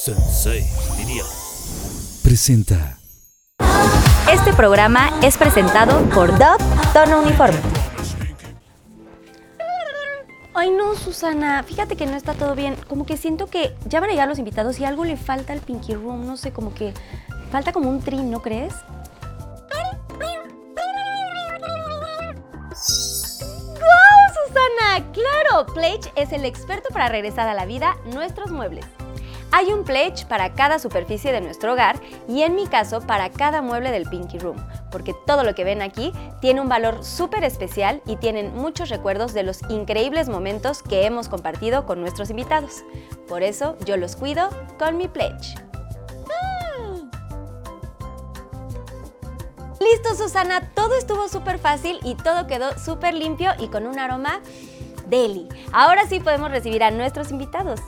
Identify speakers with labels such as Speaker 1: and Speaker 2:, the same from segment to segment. Speaker 1: Sensei, diría. Presenta.
Speaker 2: Este programa es presentado por Dove Tono Uniforme.
Speaker 3: Ay, no, Susana, fíjate que no está todo bien. Como que siento que ya van a llegar los invitados y algo le falta al Pinky Room. No sé, como que falta como un trin, ¿no crees? ¡Guau, Susana! Claro, Pledge es el experto para regresar a la vida nuestros muebles. Hay un pledge para cada superficie de nuestro hogar y en mi caso para cada mueble del Pinky Room, porque todo lo que ven aquí tiene un valor súper especial y tienen muchos recuerdos de los increíbles momentos que hemos compartido con nuestros invitados. Por eso yo los cuido con mi pledge. ¡Ah! Listo, Susana, todo estuvo súper fácil y todo quedó súper limpio y con un aroma deli. Ahora sí podemos recibir a nuestros invitados.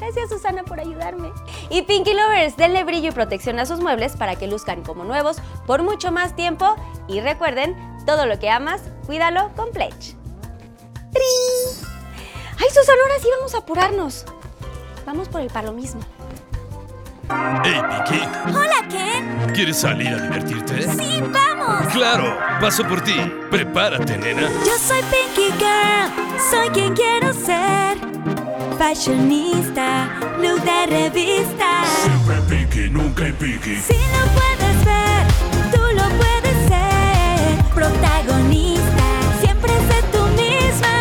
Speaker 3: Gracias Susana por ayudarme. Y Pinky Lovers, denle brillo y protección a sus muebles para que luzcan como nuevos por mucho más tiempo. Y recuerden, todo lo que amas, cuídalo con Pledge. ¡Trin! ¡Ay Susana, ahora sí vamos a apurarnos! Vamos por el palomismo.
Speaker 1: Hey, Pinky,
Speaker 4: Hola, Ken.
Speaker 1: ¿quieres salir a divertirte?
Speaker 4: Sí, vamos.
Speaker 1: Claro, paso por ti. Prepárate, nena.
Speaker 4: Yo soy Pinky Girl. Soy quien quiero ser. Fashionista, look de revista.
Speaker 1: Siempre Pinky, nunca en Pinky.
Speaker 4: Si lo puedes ver, tú lo puedes ser. Protagonista, siempre sé tú misma.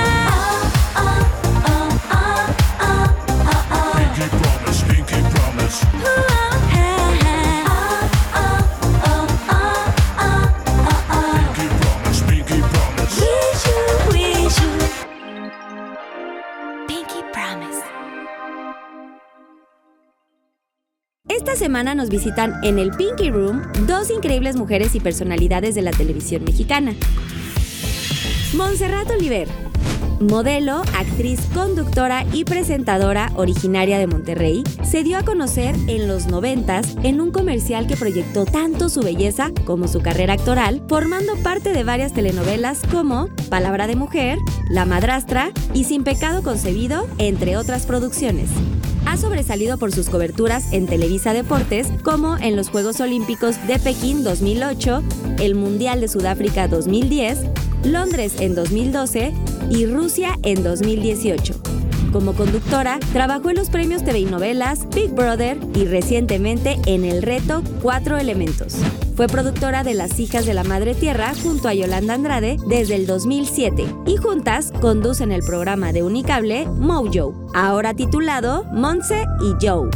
Speaker 4: Oh, oh, oh, oh, oh, oh, oh.
Speaker 1: Pinky promise, Pinky promise.
Speaker 4: Uh, oh, ah, ah. Oh, oh, oh, oh, oh, oh.
Speaker 1: Pinky promise, Pinky promise.
Speaker 4: Wish you, wish you. Pinky Promise.
Speaker 3: Esta semana nos visitan en el Pinky Room dos increíbles mujeres y personalidades de la televisión mexicana. Montserrat Oliver, modelo, actriz, conductora y presentadora originaria de Monterrey, se dio a conocer en los 90 en un comercial que proyectó tanto su belleza como su carrera actoral, formando parte de varias telenovelas como Palabra de Mujer, La Madrastra y Sin Pecado Concebido, entre otras producciones. Ha sobresalido por sus coberturas en Televisa Deportes, como en los Juegos Olímpicos de Pekín 2008, el Mundial de Sudáfrica 2010, Londres en 2012 y Rusia en 2018. Como conductora, trabajó en los premios TV y novelas, Big Brother y recientemente en el reto Cuatro Elementos. Fue productora de Las Hijas de la Madre Tierra junto a Yolanda Andrade desde el 2007 y juntas conducen el programa de Unicable Mojo, ahora titulado Monse y Joe.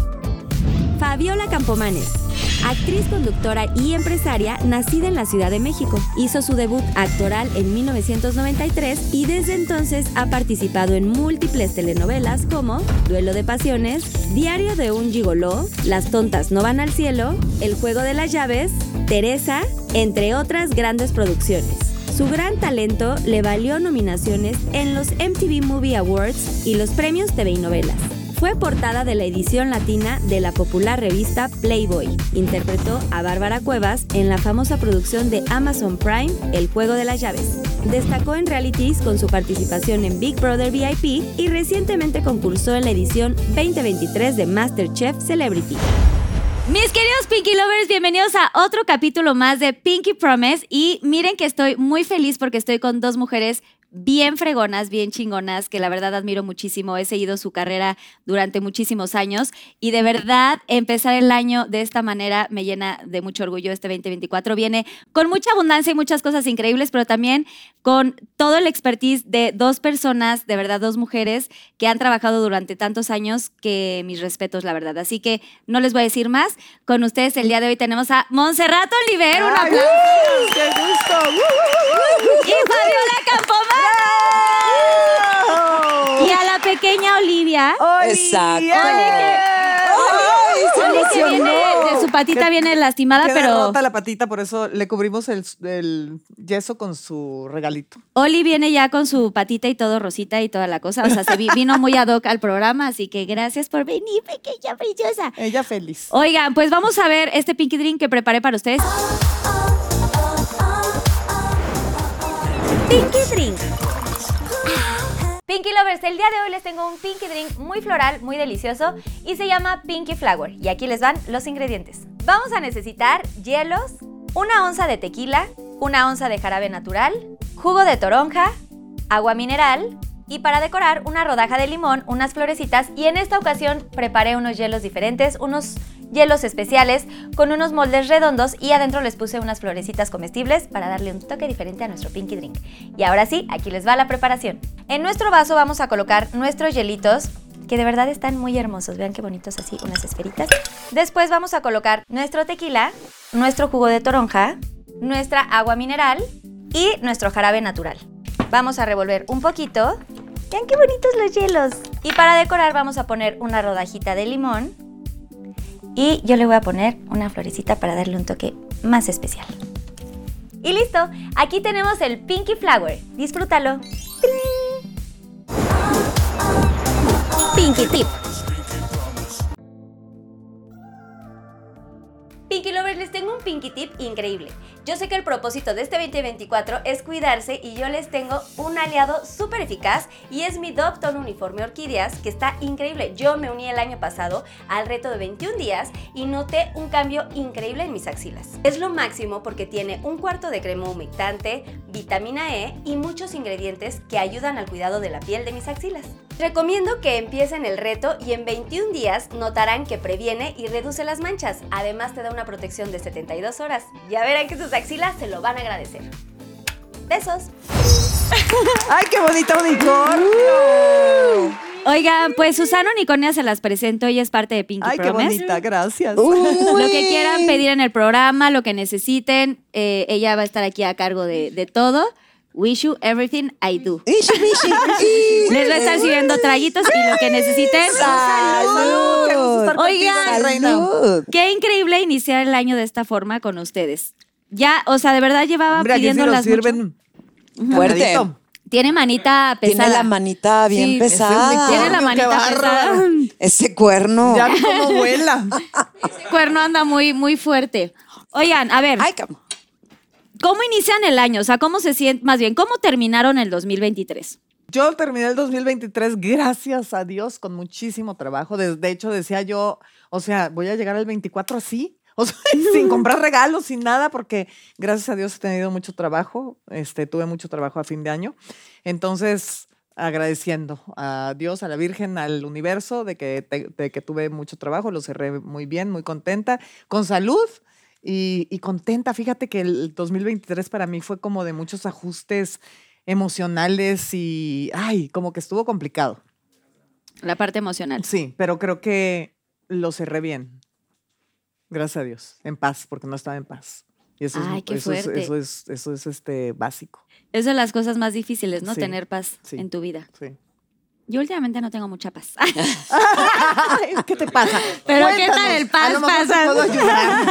Speaker 3: Fabiola Campomanes. Actriz, conductora y empresaria nacida en la Ciudad de México. Hizo su debut actoral en 1993 y desde entonces ha participado en múltiples telenovelas como Duelo de Pasiones, Diario de un Gigoló, Las Tontas No Van al Cielo, El Juego de las Llaves, Teresa, entre otras grandes producciones. Su gran talento le valió nominaciones en los MTV Movie Awards y los premios TV y novelas. Fue portada de la edición latina de la popular revista Playboy. Interpretó a Bárbara Cuevas en la famosa producción de Amazon Prime, El Juego de las Llaves. Destacó en realities con su participación en Big Brother VIP y recientemente concursó en la edición 2023 de MasterChef Celebrity. Mis queridos Pinky Lovers, bienvenidos a otro capítulo más de Pinky Promise. Y miren que estoy muy feliz porque estoy con dos mujeres bien fregonas, bien chingonas, que la verdad admiro muchísimo. He seguido su carrera durante muchísimos años y de verdad empezar el año de esta manera me llena de mucho orgullo. Este 2024 viene con mucha abundancia y muchas cosas increíbles, pero también con todo el expertise de dos personas, de verdad dos mujeres que han trabajado durante tantos años que mis respetos, la verdad. Así que no les voy a decir más. Con ustedes el día de hoy tenemos a Montserrat Oliver. Un aplauso.
Speaker 5: ¡Qué gusto! Uh,
Speaker 3: Y Fabiola Campomanes.
Speaker 5: uh,
Speaker 3: Y a la pequeña Olivia.
Speaker 5: Oh,
Speaker 6: Exacto.
Speaker 5: ¡Ay, se
Speaker 3: Oli que
Speaker 5: emocionó!
Speaker 3: viene, de su patita viene lastimada,
Speaker 5: Queda
Speaker 3: pero
Speaker 5: rota la patita, por eso le cubrimos el, el yeso con su regalito.
Speaker 3: Oli viene ya con su patita y todo rosita y toda la cosa. O sea, se vi- vino muy ad hoc al programa, así que gracias por venir, pequeña preciosa.
Speaker 5: Ella feliz.
Speaker 3: Oigan, pues vamos a ver este Pinky Drink que preparé para ustedes. Pinky Drink.
Speaker 7: Pinky Lovers, el día de hoy les tengo un Pinky Drink muy floral, muy delicioso y se llama Pinky Flower. Y aquí les van los ingredientes. Vamos a necesitar hielos, una onza de tequila, una onza de jarabe natural, jugo de toronja, agua mineral y para decorar una rodaja de limón, unas florecitas y en esta ocasión preparé unos hielos diferentes, unos hielos especiales con unos moldes redondos y adentro les puse unas florecitas comestibles para darle un toque diferente a nuestro Pinky Drink. Y ahora sí, aquí les va la preparación. En nuestro vaso vamos a colocar nuestros hielitos que de verdad están muy hermosos, vean qué bonitos así, unas esferitas. Después vamos a colocar nuestro tequila, nuestro jugo de toronja, nuestra agua mineral y nuestro jarabe natural. Vamos a revolver un poquito. Vean qué bonitos los hielos. Y para decorar vamos a poner una rodajita de limón. Y yo le voy a poner una florecita para darle un toque más especial. Y listo, aquí tenemos el Pinky Flower. Disfrútalo.
Speaker 8: Pinky Tip.
Speaker 7: Pinky Lovers, les tengo un Pinky Tip increíble. Yo sé que el propósito de este 2024 es cuidarse y yo les tengo un aliado súper eficaz y es mi Dove Tone Uniforme Orquídeas que está increíble. Yo me uní el año pasado al reto de 21 días y noté un cambio increíble en mis axilas. Es lo máximo porque tiene un cuarto de crema humectante, vitamina E y muchos ingredientes que ayudan al cuidado de la piel de mis axilas. Recomiendo que empiecen el reto y en 21 días notarán que previene y reduce las manchas. Además te da una protección de 72 horas. Ya verán que sus axilas se lo van a agradecer. Besos.
Speaker 5: ¡Ay, qué bonita unicornio!
Speaker 3: Oigan, pues Susana Unicornia se las presento, ella es parte de Pinky
Speaker 5: ¡Ay, Uh. qué
Speaker 3: Promise.
Speaker 5: bonita! Gracias.
Speaker 3: Lo que quieran pedir en el programa, lo que necesiten, eh, ella va a estar aquí a cargo de, de todo. Wish you everything I do. Les va a estar sirviendo traguitos y lo que necesiten.
Speaker 5: ¡Salud! ¡Qué gusto estar
Speaker 3: Oigan,
Speaker 5: contigo, mi reina!
Speaker 3: Qué increíble iniciar el año de esta forma con ustedes. Ya, o sea, de verdad llevaba
Speaker 5: Hombre, aquí sí nos
Speaker 3: pidiéndolas mucho.
Speaker 5: sirven
Speaker 9: Fuerte.
Speaker 5: cargadito.
Speaker 3: Tiene manita pesada.
Speaker 9: Tiene la manita bien
Speaker 3: Sí, es
Speaker 9: pesada.
Speaker 3: Tiene la
Speaker 5: Qué
Speaker 3: manita pesada.
Speaker 5: bárbaro.
Speaker 9: Ese cuerno.
Speaker 5: Ya vi cómo vuela.
Speaker 3: Ese cuerno anda muy, muy fuerte. Oigan, a ver,
Speaker 9: Ay, cam-
Speaker 3: ¿cómo inician el año? O sea, ¿cómo se sienten? Más bien, ¿cómo terminaron el 2023?
Speaker 5: Yo terminé el 2023, gracias a Dios, con muchísimo trabajo. De, de hecho, decía yo, o sea, voy a llegar al 24 así, o sea, sin comprar regalos, sin nada, porque gracias a Dios he tenido mucho trabajo, este, tuve mucho trabajo a fin de año. Entonces, agradeciendo a Dios, a la Virgen, al universo, de que, te- de que tuve mucho trabajo, lo cerré muy bien, muy contenta, con salud. Y, y contenta, fíjate que el 2023 para mí fue como de muchos ajustes emocionales y, ay, como que estuvo complicado.
Speaker 3: La parte emocional.
Speaker 5: Sí, pero creo que lo cerré bien. Gracias a Dios, en paz, porque no estaba en paz. Y eso,
Speaker 3: Ay,
Speaker 5: es,
Speaker 3: qué
Speaker 5: eso, es,
Speaker 3: fuerte.
Speaker 5: eso es eso es este básico.
Speaker 3: Es de las cosas más difíciles, ¿no?
Speaker 5: Sí,
Speaker 3: Tener paz
Speaker 5: sí.
Speaker 3: en tu vida.
Speaker 5: Sí.
Speaker 3: Yo últimamente no tengo mucha paz.
Speaker 5: Ay, ¿Qué te pasa?
Speaker 3: Pero ¿qué tal el paz,
Speaker 5: A lo mejor te
Speaker 3: paz?
Speaker 5: puedo ayudar.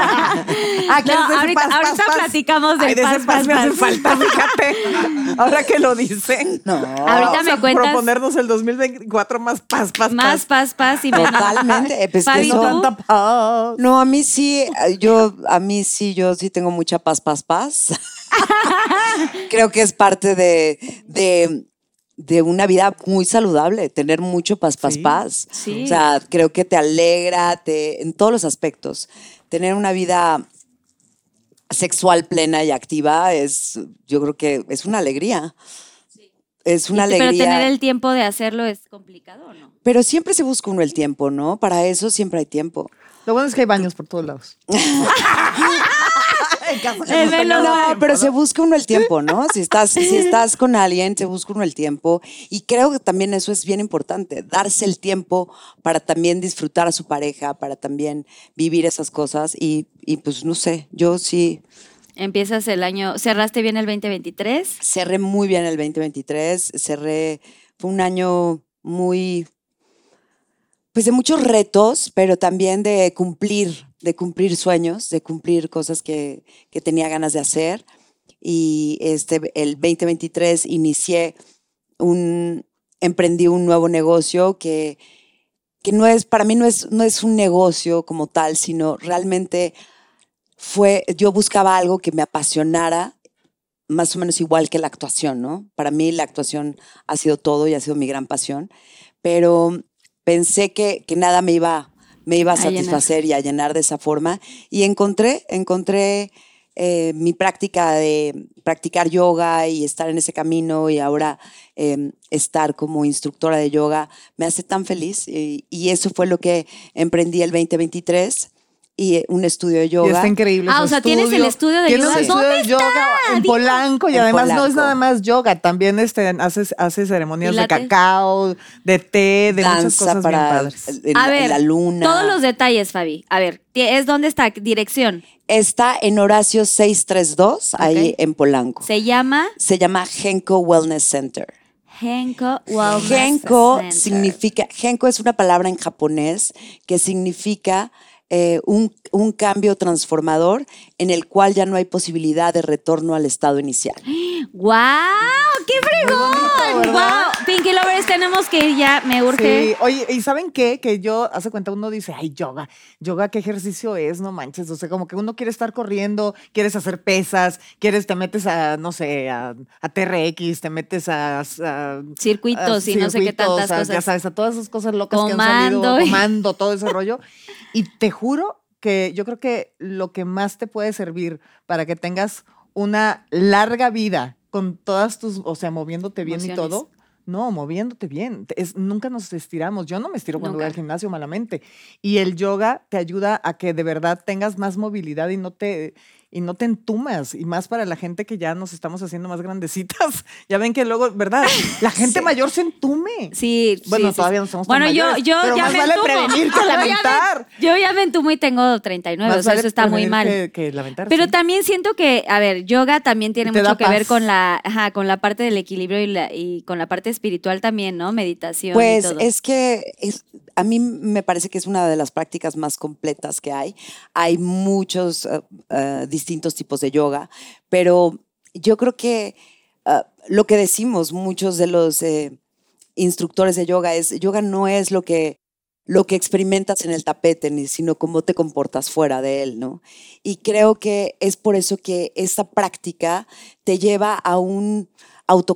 Speaker 5: Ah, ¿quieres
Speaker 3: No,
Speaker 5: de ese
Speaker 3: ahorita- ahorita platicamos del
Speaker 5: Ay, de ese
Speaker 3: paz, paz,
Speaker 5: me hace
Speaker 3: paz.
Speaker 5: falta, fíjate. Ahora que lo dice.
Speaker 9: No.
Speaker 3: Ahorita
Speaker 5: Vamos
Speaker 3: me
Speaker 5: a
Speaker 3: cuentas-
Speaker 5: Proponernos el 2024 más paz, paz,
Speaker 3: más
Speaker 5: paz.
Speaker 3: paz, paz y menos.
Speaker 9: Totalmente. eh, pues,
Speaker 3: Fabi,
Speaker 9: eso-
Speaker 5: No
Speaker 3: ¿tú?
Speaker 5: tanta paz. Oh.
Speaker 9: No, a mí sí, eh, yo, a mí sí, yo sí tengo mucha paz, paz, paz. Creo que es parte de, de, de una vida muy saludable, tener mucho paz, paz,
Speaker 5: Sí,
Speaker 9: paz.
Speaker 3: sí.
Speaker 9: O sea, creo que te alegra, te, en todos los aspectos. Tener una vida sexual plena y activa es, yo creo que es una alegría. Es una alegría.
Speaker 3: Pero tener el tiempo de hacerlo es complicado, ¿no?
Speaker 9: Pero siempre se busca uno el tiempo, ¿no? Para eso siempre hay tiempo.
Speaker 5: Lo bueno es que hay baños por todos lados.
Speaker 3: Es
Speaker 9: No,
Speaker 3: verdad.
Speaker 9: pero se busca uno el tiempo, ¿no? Si estás, si estás con alguien, se busca uno el tiempo. Y creo que también eso es bien importante, darse el tiempo para también disfrutar a su pareja, para también vivir esas cosas. Y, y pues no sé, yo sí
Speaker 3: Empiezas el año, cerraste bien el 2023.
Speaker 9: cerré muy bien el 2023, cerré, fue un año muy, pues de muchos retos, pero también de cumplir, de cumplir sueños, de cumplir cosas que, que tenía ganas de hacer. Y este, el 2023 inicié un, emprendí un nuevo negocio que, que no es, para mí no es, no es un negocio como tal, sino realmente fue, yo buscaba algo que me apasionara más o menos igual que la actuación, ¿no? Para mí la actuación ha sido todo y ha sido mi gran pasión, pero pensé que, que nada me iba, me iba a,
Speaker 3: A llenar.
Speaker 9: satisfacer y a llenar de esa forma y encontré, encontré eh, mi práctica de practicar yoga y estar en ese camino y ahora eh, estar como instructora de yoga me hace tan feliz y, y eso fue lo que emprendí el 2023 y eh, un estudio de
Speaker 5: Y
Speaker 9: yoga.
Speaker 5: está increíble.
Speaker 3: Ah,
Speaker 5: su
Speaker 3: o sea, tienes el estudio de
Speaker 5: Tienes un
Speaker 9: yoga.
Speaker 5: estudio de yoga en Polanco y
Speaker 9: En
Speaker 5: además no es
Speaker 9: Polanco.
Speaker 5: nada más yoga, también este, haces, haces ceremonias de
Speaker 3: Pilates.
Speaker 5: cacao, de té, de muchas
Speaker 9: danza
Speaker 5: cosas bien
Speaker 9: para
Speaker 5: padres.
Speaker 9: el- el-
Speaker 3: a ver,
Speaker 9: la luna.
Speaker 3: todos los detalles, Fabi. A ver, ti- es dónde está dirección.
Speaker 9: Está en Horacio 632, ahí
Speaker 3: Ok.
Speaker 9: en Polanco.
Speaker 3: Se llama
Speaker 9: Se llama Genco Wellness Center.
Speaker 3: Genko Wellness
Speaker 9: Genko
Speaker 3: Center.
Speaker 9: significa, Genko es una palabra en japonés que significa eh, un, un cambio transformador en el cual ya no hay posibilidad de retorno al estado inicial.
Speaker 3: ¡Guau! ¡Qué fregón!
Speaker 5: ¿verdad?
Speaker 3: ¡Wow! Pinky Lovers, tenemos que ir ya, me urge.
Speaker 5: Sí, oye, ¿y saben qué? Que yo, hace cuenta, uno dice, ay, yoga, yoga, ¿qué ejercicio es? No manches, o sea, como que uno quiere estar corriendo, quieres hacer pesas, quieres, te metes a, no sé, a, a TRX, te metes a... a-
Speaker 3: Circuitos
Speaker 5: a
Speaker 3: y no sé qué
Speaker 5: circuitos,
Speaker 3: tantas
Speaker 5: a- Ya
Speaker 3: cosas.
Speaker 5: sabes, a todas esas cosas locas que han
Speaker 3: Comando
Speaker 5: salido,
Speaker 3: y-
Speaker 5: comando, todo ese rollo. Y te juro que yo creo que lo que más te puede servir para que tengas una larga vida con todas tus, o sea, moviéndote bien y
Speaker 3: Emociones.
Speaker 5: todo, no, moviéndote bien. Te- es- nunca nos estiramos. Yo no me estiro cuando voy
Speaker 3: Nunca.
Speaker 5: al gimnasio malamente. Y el yoga te ayuda a que de verdad tengas más movilidad y no te y no te entumas. Y más para la gente que ya nos estamos haciendo más grandecitas. ya ven que luego, ¿verdad? La gente mayor se entume.
Speaker 3: Sí,
Speaker 5: Bueno,
Speaker 3: sí, sí,
Speaker 5: todavía
Speaker 3: sí.
Speaker 5: no somos tan
Speaker 3: Bueno, yo,
Speaker 5: mayores,
Speaker 3: yo
Speaker 5: pero
Speaker 3: ya
Speaker 5: más
Speaker 3: me
Speaker 5: vale
Speaker 3: entumo.
Speaker 5: prevenir
Speaker 3: Yo
Speaker 5: que
Speaker 3: ya me-
Speaker 5: lamentar.
Speaker 3: Yo ya me entumo y tengo 39, o
Speaker 5: Más
Speaker 3: sea,
Speaker 5: vale
Speaker 3: eso está muy
Speaker 5: prevenir
Speaker 3: mal.
Speaker 5: Que, que lamentar,
Speaker 3: Pero
Speaker 5: sí.
Speaker 3: también siento que, a ver, yoga también tiene
Speaker 5: Te da
Speaker 3: mucho que ver
Speaker 5: paz.
Speaker 3: con la, ajá, con la parte del equilibrio y, la- y con la parte espiritual también, ¿no? Meditación. y
Speaker 9: Pues
Speaker 3: todo.
Speaker 9: es que es- a mí me parece que es una de las prácticas más completas que hay. Hay muchos eh, eh, distintos tipos de yoga, pero yo creo que eh, lo que decimos muchos de los eh, instructores de yoga es, yoga no es lo que lo que experimentas en el tapete, ni- sino cómo te comportas fuera de él, ¿no? Y creo que es por eso que esta práctica te lleva a un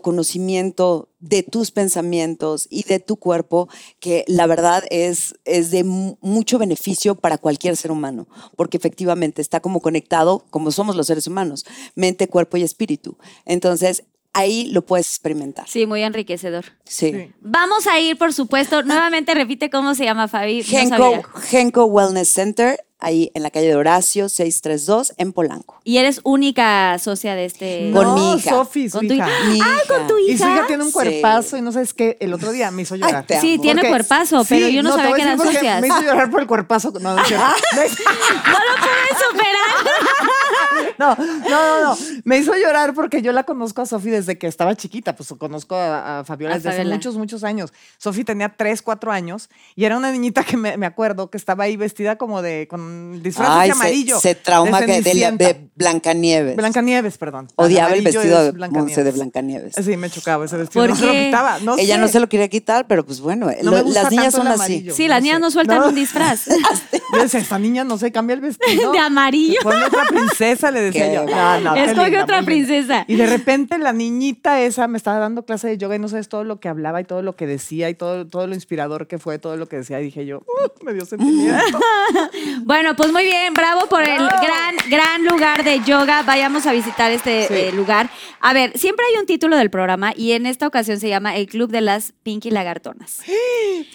Speaker 9: autoconocimiento de tus pensamientos y de tu cuerpo, que la verdad es, es de mu- mucho beneficio para cualquier ser humano, porque efectivamente está como conectado, como somos los seres humanos, mente, cuerpo y espíritu. Entonces, ahí lo puedes experimentar.
Speaker 3: Sí, muy enriquecedor.
Speaker 9: sí.
Speaker 3: Vamos a ir, por supuesto, nuevamente repite cómo se llama Fabi. no
Speaker 9: Genco,
Speaker 3: sabía.
Speaker 9: Genco Wellness Center, ahí en la calle de Horacio 632 en Polanco.
Speaker 3: Y eres única socia de este.
Speaker 9: Con
Speaker 5: no,
Speaker 9: mi hija.
Speaker 5: Sofi, su
Speaker 3: Con tu
Speaker 5: hija.
Speaker 3: hija.
Speaker 9: Mi
Speaker 3: ¡Ay, con
Speaker 9: hija.
Speaker 3: tu
Speaker 5: Y su hija
Speaker 3: hija!
Speaker 5: tiene un
Speaker 9: Sí.
Speaker 5: cuerpazo y no sabes qué, el otro día me hizo llorar.
Speaker 9: te
Speaker 3: Sí,
Speaker 9: amo.
Speaker 3: tiene
Speaker 5: Porque-
Speaker 3: cuerpazo, pero
Speaker 5: sí,
Speaker 3: yo no,
Speaker 5: te
Speaker 3: sabía
Speaker 5: voy
Speaker 3: que
Speaker 5: a decir
Speaker 3: eran
Speaker 5: por qué.
Speaker 3: socias.
Speaker 5: Me hizo llorar por el cuerpazo. No, no, es cierto. no, es-
Speaker 3: No lo pude superar.
Speaker 5: no, no, no, no. Me hizo llorar porque yo la conozco a Sofi desde que estaba chiquita. Pues conozco a, a Fabiola
Speaker 3: A
Speaker 5: desde hace
Speaker 3: Fabiola.
Speaker 5: muchos, muchos años. Sofi tenía 3, 4 años y era una niñita que me, me acuerdo que estaba ahí vestida como de con disfraz
Speaker 9: Ay, se-
Speaker 5: amarillo.
Speaker 9: Se, trauma
Speaker 5: de
Speaker 9: que de, la-
Speaker 5: Cenicienta.
Speaker 9: de Blancanieves.
Speaker 5: Blancanieves, perdón.
Speaker 9: Odiaba el
Speaker 5: Amarillo
Speaker 9: vestido
Speaker 5: es
Speaker 9: de
Speaker 5: Blancanieves.
Speaker 9: Monse de Blancanieves.
Speaker 5: Sí, me chocaba ese vestido.
Speaker 3: ¿Por
Speaker 5: no se lo
Speaker 3: qué?
Speaker 5: quitaba. No
Speaker 9: Ella no
Speaker 5: sé.
Speaker 9: se lo quería quitar, pero pues bueno,
Speaker 5: No
Speaker 9: lo-
Speaker 5: me gusta
Speaker 9: las niñas
Speaker 5: tanto el
Speaker 9: son así.
Speaker 5: amarillo.
Speaker 3: Sí, las
Speaker 5: No
Speaker 3: niñas
Speaker 5: sé.
Speaker 3: no sueltan
Speaker 5: No.
Speaker 3: un disfraz.
Speaker 5: Yo decía, esta niña no se cambia el vestido.
Speaker 3: De amarillo.
Speaker 5: Ponme otra princesa, le decía
Speaker 9: Qué
Speaker 5: yo.
Speaker 9: bárbaro.
Speaker 5: qué
Speaker 3: Escoge
Speaker 5: linda,
Speaker 3: otra
Speaker 5: muy linda.
Speaker 3: princesa.
Speaker 5: Y de repente la niñita esa me estaba dando clase de yoga y no sabes todo lo que hablaba y todo lo que decía y todo, todo lo inspirador que fue, todo lo que decía. Y dije yo, "Uh, me dio sentimiento.
Speaker 3: Bueno, pues muy bien, bravo por el gran, gran lugar de yoga. Vayamos a visitar este
Speaker 5: Sí.
Speaker 3: eh, lugar. A ver, siempre hay un título del programa y en esta ocasión se llama El Club de las Pinky Lagartonas.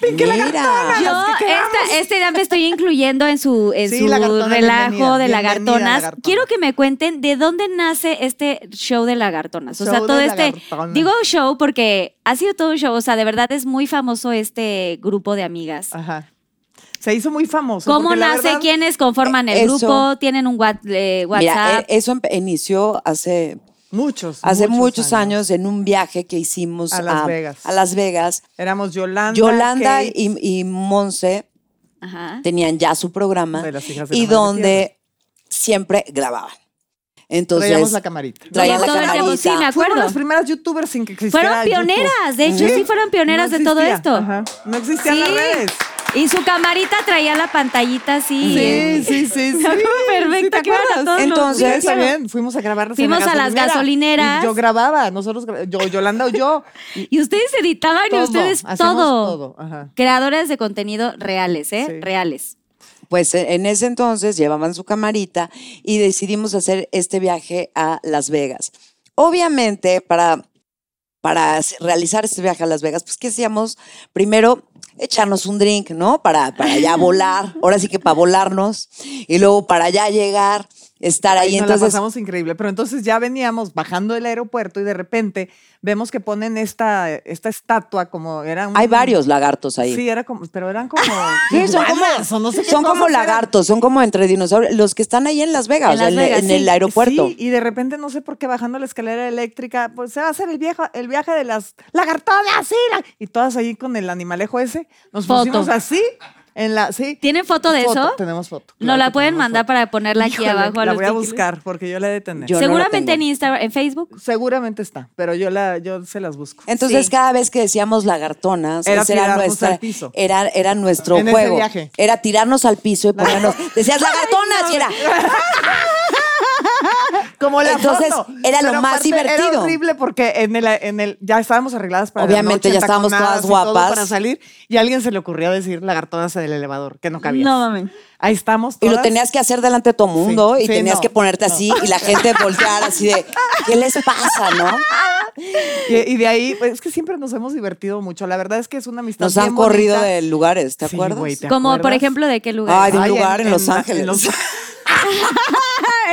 Speaker 9: Mira,
Speaker 3: Yo esta, este ya me estoy incluyendo en su, en
Speaker 5: Sí,
Speaker 3: su
Speaker 5: lagartona,
Speaker 3: relajo
Speaker 5: bienvenida,
Speaker 3: de
Speaker 5: bienvenida,
Speaker 3: lagartonas.
Speaker 5: lagartona.
Speaker 3: Quiero que me cuenten de dónde nace este show de lagartonas. O sea,
Speaker 5: Show de
Speaker 3: todo este.
Speaker 5: lagartonas.
Speaker 3: Digo show porque ha sido todo un show. O sea, de verdad es muy famoso este grupo de amigas.
Speaker 5: Ajá. Se hizo muy famoso.
Speaker 3: ¿Cómo
Speaker 5: porque la
Speaker 3: nace?
Speaker 5: verdad- eh,
Speaker 3: ¿Quiénes conforman el
Speaker 9: Eso.
Speaker 3: grupo? ¿Tienen un what- eh,
Speaker 9: mira,
Speaker 3: WhatsApp?
Speaker 9: eh, eso empe- inició hace
Speaker 5: Muchos.
Speaker 9: hace muchos, años. en un viaje que hicimos
Speaker 5: A Las Vegas.
Speaker 9: a Las Vegas.
Speaker 5: Éramos Yolanda.
Speaker 9: Yolanda
Speaker 5: Kate,
Speaker 9: y, y Monse
Speaker 5: eh,
Speaker 3: Ajá.
Speaker 9: tenían ya su programa
Speaker 5: De las hijas de la
Speaker 9: y
Speaker 5: Madre
Speaker 9: donde siempre grababan.
Speaker 5: Traíamos
Speaker 9: Entonces,
Speaker 5: la camarita.
Speaker 9: traían
Speaker 3: Todo
Speaker 9: la
Speaker 3: el tiempo,
Speaker 9: camarita.
Speaker 3: sí, me
Speaker 5: Fueron
Speaker 3: acuerdo.
Speaker 5: las primeras youtubers sin que existiera
Speaker 3: Fueron
Speaker 5: YouTube.
Speaker 3: pioneras, de hecho, sí fueron pioneras de todo
Speaker 5: existía,
Speaker 3: esto.
Speaker 5: ajá. No existían las
Speaker 3: Sí.
Speaker 5: redes.
Speaker 10: Y su camarita traía la pantallita así.
Speaker 5: Sí, sí, sí.
Speaker 10: Me acuerdo perfecto
Speaker 5: ¿Sí te
Speaker 10: que iban a
Speaker 5: acuerdas?
Speaker 10: todos los
Speaker 9: Entonces,
Speaker 5: Sí,
Speaker 9: días.
Speaker 5: también fuimos a grabar. en la
Speaker 10: Fuimos a las gasolineras.
Speaker 5: Y Yo grababa, nosotros, gra- yo, Yolanda o yo. y
Speaker 10: Y ustedes editaban y
Speaker 5: todo,
Speaker 10: ustedes todo.
Speaker 5: hacemos todo. Ajá.
Speaker 10: Creadores de contenido reales, ¿eh?
Speaker 5: Sí.
Speaker 10: Reales.
Speaker 9: Pues eh, en ese entonces llevaban su camarita y decidimos hacer este viaje a Las Vegas. Obviamente, para, para s- realizar este viaje a Las Vegas, pues, ¿qué hacíamos? Primero, echarnos un drink, ¿no? Para, para ya volar, ahora sí que para volarnos, y luego para ya llegar, estar ahí.
Speaker 5: Y nos la
Speaker 9: entonces,
Speaker 5: pasamos increíble. Pero entonces ya veníamos bajando del aeropuerto y de repente vemos que ponen esta, esta estatua como era un-
Speaker 9: hay varios lagartos ahí. Ah,
Speaker 5: Sí, era como, pero eran como.
Speaker 9: Sí, son como,
Speaker 5: iguanas, o no sé qué
Speaker 9: son como
Speaker 5: cosas eran.
Speaker 9: lagartos, son como entre dinosaurios, los que están ahí en Las Vegas,
Speaker 10: En Las
Speaker 9: en,
Speaker 10: Vegas,
Speaker 9: en
Speaker 10: sí.
Speaker 9: el aeropuerto.
Speaker 5: Sí, y de repente no sé por qué bajando la escalera eléctrica, pues se va a hacer el viejo, el viaje de las lagartonas, sí, la- y todas ahí con el animalejo ese, nos
Speaker 10: Foto.
Speaker 5: pusimos así en la sí.
Speaker 10: ¿Tienen foto de eso?
Speaker 5: Tenemos foto.
Speaker 10: No
Speaker 5: claro
Speaker 10: la
Speaker 5: que
Speaker 10: pueden
Speaker 5: tenemos
Speaker 10: mandar
Speaker 5: foto.
Speaker 10: para ponerla aquí
Speaker 5: Híjole,
Speaker 10: abajo. a
Speaker 5: La
Speaker 10: los
Speaker 5: voy a
Speaker 10: tickets.
Speaker 5: buscar porque yo la he de tener.
Speaker 9: Yo no la
Speaker 10: Seguramente en
Speaker 9: tengo.
Speaker 10: Instagram, en Facebook.
Speaker 5: Seguramente está, pero yo la yo se las busco.
Speaker 9: Entonces,
Speaker 7: Sí.
Speaker 9: cada vez que decíamos lagartonas,
Speaker 5: Era
Speaker 9: ese era
Speaker 5: tirarnos
Speaker 9: nuestra,
Speaker 5: al piso.
Speaker 9: era, era nuestro
Speaker 5: En ese
Speaker 9: juego.
Speaker 5: viaje.
Speaker 9: Era tirarnos al piso y ponernos. Decías lagartonas y era.
Speaker 5: Como la
Speaker 9: Entonces,
Speaker 5: foto.
Speaker 9: era lo
Speaker 5: Pero
Speaker 9: más
Speaker 5: aparte, Era
Speaker 9: divertido.
Speaker 5: horrible porque en el, en el, ya estábamos arregladas para la
Speaker 9: Obviamente,
Speaker 5: noche,
Speaker 9: ya estábamos
Speaker 5: taconadas
Speaker 9: todas
Speaker 5: y todo
Speaker 9: guapas.
Speaker 5: para salir y a alguien se le ocurrió decir lagartonas en el elevador, que no cabía.
Speaker 10: No mames.
Speaker 5: Ahí estamos
Speaker 9: Y
Speaker 5: todas.
Speaker 9: lo tenías que hacer delante de todo mundo
Speaker 5: Sí,
Speaker 9: y
Speaker 5: sí,
Speaker 9: tenías
Speaker 5: no,
Speaker 9: que ponerte
Speaker 5: no.
Speaker 9: así y la gente voltear así de, ¿qué les pasa, no?
Speaker 5: Y, y de ahí, pues, es que siempre nos hemos divertido mucho. La verdad es que es una amistad
Speaker 9: Nos han
Speaker 5: bien
Speaker 9: corrido
Speaker 5: bonita.
Speaker 9: de lugares, ¿te
Speaker 5: Sí,
Speaker 9: acuerdas?
Speaker 5: güey, ¿te
Speaker 10: Como, por
Speaker 5: acuerdas?
Speaker 10: ejemplo, ¿de qué lugar?
Speaker 9: Ay, de un
Speaker 5: Ay, en-
Speaker 9: lugar en,
Speaker 5: en
Speaker 9: Los
Speaker 5: la- en
Speaker 9: Ángeles.
Speaker 5: Los-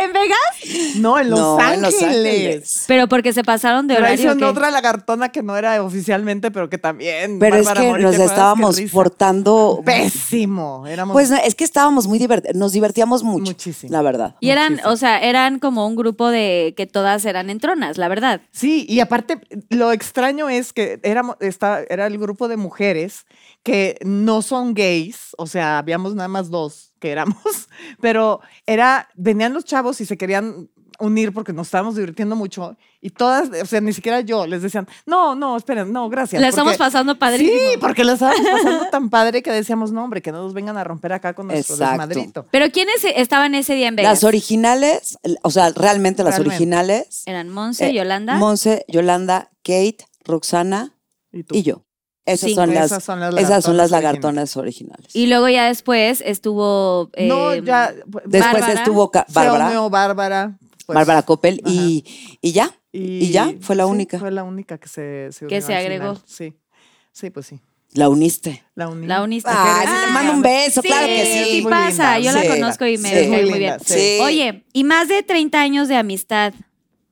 Speaker 10: ¿En Vegas?
Speaker 5: No, en Los
Speaker 9: No, en
Speaker 5: Ángeles.
Speaker 9: Los Ángeles.
Speaker 10: Pero porque se pasaron de horario.
Speaker 5: Traicionó
Speaker 10: ¿o qué?
Speaker 5: otra lagartona que no era oficialmente, pero que también.
Speaker 9: Pero es
Speaker 5: Bárbara
Speaker 9: que
Speaker 5: Mori,
Speaker 9: nos
Speaker 5: ¿te acuerdas? Qué
Speaker 9: estábamos
Speaker 5: risa.
Speaker 9: portando.
Speaker 5: Pésimo. Éramos.
Speaker 9: Pues no, es que estábamos muy divertidos, nos divertíamos mucho.
Speaker 5: Muchísimo.
Speaker 9: La verdad.
Speaker 10: Y eran, o sea, eran como un grupo de que todas eran entronas, la verdad.
Speaker 5: Sí, y aparte, lo extraño es que éramos, esta- era el grupo de mujeres que no son gays, o sea, habíamos nada más dos que éramos, pero era, venían los chavos y se querían unir porque nos estábamos divirtiendo mucho y todas, o sea, ni siquiera yo les decían, no, no, esperen, no, gracias.
Speaker 10: La
Speaker 5: porque-
Speaker 10: estamos pasando padrísimo.
Speaker 5: Sí, porque la estábamos pasando tan padre que decíamos, no, hombre, que no nos vengan a romper acá con nuestro
Speaker 9: Exacto.
Speaker 5: desmadrito.
Speaker 10: Pero ¿quiénes estaban ese día en Vegas?
Speaker 9: Las originales, el- o sea, realmente las
Speaker 5: Realmente.
Speaker 9: originales.
Speaker 10: Eran Monse,
Speaker 9: eh,
Speaker 10: Yolanda.
Speaker 9: Monse, Yolanda, Kate, Roxana
Speaker 5: Y tú.
Speaker 9: y yo. Esas,
Speaker 10: Sí.
Speaker 9: son, las,
Speaker 5: Esas son las
Speaker 9: esas son las
Speaker 5: lagartonas
Speaker 9: lagartonas originales.
Speaker 10: y luego ya después estuvo. eh,
Speaker 5: no, ya.
Speaker 9: Después
Speaker 10: Bárbara.
Speaker 9: estuvo Ca-
Speaker 5: se
Speaker 9: Bárbara,
Speaker 5: unió Bárbara. pues,
Speaker 9: Bárbara Coppel
Speaker 5: ajá.
Speaker 9: y, y ya. Y ya, fue la
Speaker 5: sí,
Speaker 9: única.
Speaker 5: Fue la única que se, se
Speaker 10: Que
Speaker 5: unió
Speaker 10: se
Speaker 5: al
Speaker 10: agregó.
Speaker 5: final, Sí, sí, pues sí.
Speaker 9: La uniste.
Speaker 5: La única.
Speaker 10: La uniste.
Speaker 9: Ay,
Speaker 10: Ah,
Speaker 9: sí, te mando un beso,
Speaker 10: sí,
Speaker 9: claro que sí.
Speaker 10: sí
Speaker 5: es muy
Speaker 10: pasa.
Speaker 5: linda.
Speaker 10: Yo la
Speaker 9: Sí,
Speaker 10: conozco y me
Speaker 9: sí. Es
Speaker 10: cae
Speaker 5: muy
Speaker 10: muy bien.
Speaker 5: linda,
Speaker 9: Sí.
Speaker 10: Oye, y más de 30 años de amistad.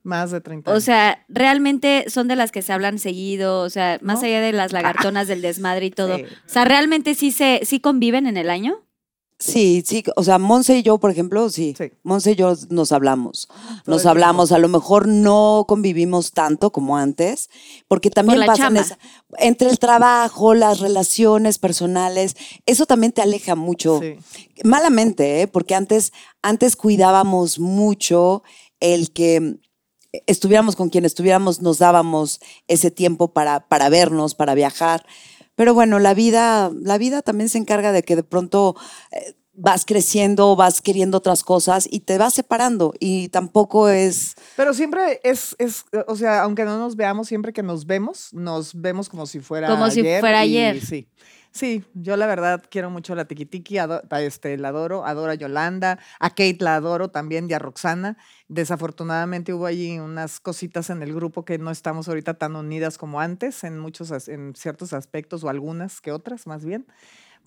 Speaker 5: Más de 30
Speaker 10: O
Speaker 5: años.
Speaker 10: sea, realmente son de las que se hablan seguido, o sea, más
Speaker 5: ¿No?
Speaker 10: allá de las lagartonas del desmadre y todo.
Speaker 5: Sí.
Speaker 10: O sea, realmente sí se sí conviven en el año.
Speaker 9: Sí, sí, o sea, Monse y yo, por ejemplo, sí.
Speaker 5: Sí.
Speaker 9: Monse y yo nos hablamos.
Speaker 5: el
Speaker 9: Nos
Speaker 5: tiempo.
Speaker 9: hablamos, a lo mejor no convivimos tanto como antes, porque también
Speaker 10: la
Speaker 9: pasan
Speaker 10: chamba.
Speaker 9: esa- entre el trabajo, las relaciones personales, eso también te aleja mucho.
Speaker 5: Sí.
Speaker 9: Malamente, ¿eh? porque antes antes cuidábamos mucho el que estuviéramos con quien estuviéramos, nos dábamos ese tiempo para, para vernos, para viajar. Pero bueno, la vida, la vida también se encarga de que de pronto eh, vas creciendo, vas queriendo otras cosas y te vas separando. Y tampoco es.
Speaker 5: Pero siempre es, es, eh, o sea, aunque no nos veamos, siempre que nos vemos, nos vemos como si fuera
Speaker 10: Como si
Speaker 5: ayer.
Speaker 10: fuera
Speaker 5: y
Speaker 10: ayer.
Speaker 5: Sí. Sí, yo la verdad quiero mucho a la Tiquitiqui, ado- a este, la adoro, adoro a Yolanda, a Kate la adoro también y a Roxana. Desafortunadamente hubo allí unas cositas en el grupo que no estamos ahorita tan unidas como antes, en muchos, as- en ciertos aspectos o algunas que otras más bien.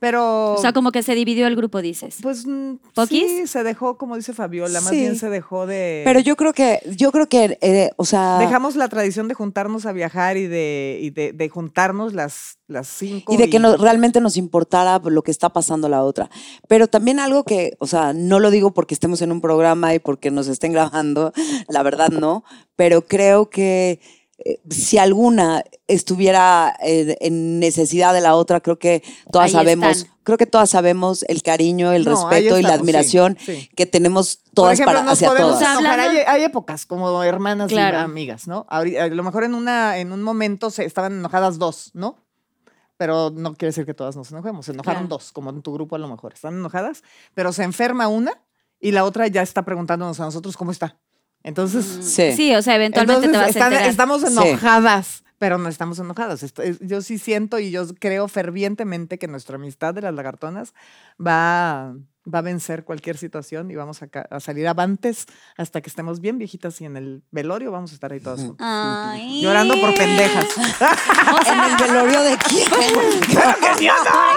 Speaker 5: Pero...
Speaker 10: O sea, como que se dividió el grupo, dices.
Speaker 5: Pues mm,
Speaker 10: ¿Poquis?
Speaker 5: sí, se dejó, como dice Fabiola, más bien
Speaker 9: Sí.
Speaker 5: se dejó de.
Speaker 9: Pero yo creo que, yo creo que, eh, o sea.
Speaker 5: Dejamos la tradición de juntarnos a viajar y de, y de, de juntarnos las, las cinco.
Speaker 9: y de que no- realmente nos importara lo que está pasando a la otra. Pero también algo que, o sea, no lo digo porque estemos en un programa y porque nos estén grabando, la verdad no, pero creo que eh, si alguna estuviera eh, en necesidad de la otra, creo que todas
Speaker 10: Ahí
Speaker 9: sabemos,
Speaker 10: están.
Speaker 9: creo que todas sabemos el cariño, el
Speaker 5: No, ahí
Speaker 9: respeto y la
Speaker 5: estamos, sí,
Speaker 9: admiración
Speaker 5: sí.
Speaker 9: que tenemos
Speaker 5: Por
Speaker 9: todas
Speaker 5: ejemplo,
Speaker 9: para,
Speaker 5: nos
Speaker 9: hacia
Speaker 5: podemos
Speaker 9: todas.
Speaker 10: hablar.
Speaker 5: enojar. Hay,
Speaker 10: Hablando-
Speaker 5: hay épocas como hermanas
Speaker 10: Claro.
Speaker 5: y amigas, ¿no? Ahori- A lo mejor en, una, en un momento se estaban enojadas dos, ¿no? pero no quiere decir que todas nos enojemos. Se enojaron
Speaker 10: Claro.
Speaker 5: dos, como en tu grupo a lo mejor. Están enojadas, pero se enferma una y la otra ya está preguntándonos a nosotros cómo está.
Speaker 10: Mm.
Speaker 5: Entonces,
Speaker 9: Sí.
Speaker 3: Sí, o sea, eventualmente te vas
Speaker 5: Pues, entonces, están-
Speaker 3: a enterar.
Speaker 5: estamos
Speaker 9: Sí.
Speaker 5: enojadas, pero no estamos enojadas. Esto es- yo sí siento y yo creo fervientemente que nuestra amistad de las lagartonas va, va a vencer cualquier situación y vamos a, ca- a salir avantes hasta que estemos bien viejitas y en el velorio vamos a estar ahí todas juntas.
Speaker 3: Ay.
Speaker 5: Llorando por pendejas.
Speaker 3: O
Speaker 9: ¿En
Speaker 3: sea,
Speaker 9: el velorio de quién?
Speaker 3: por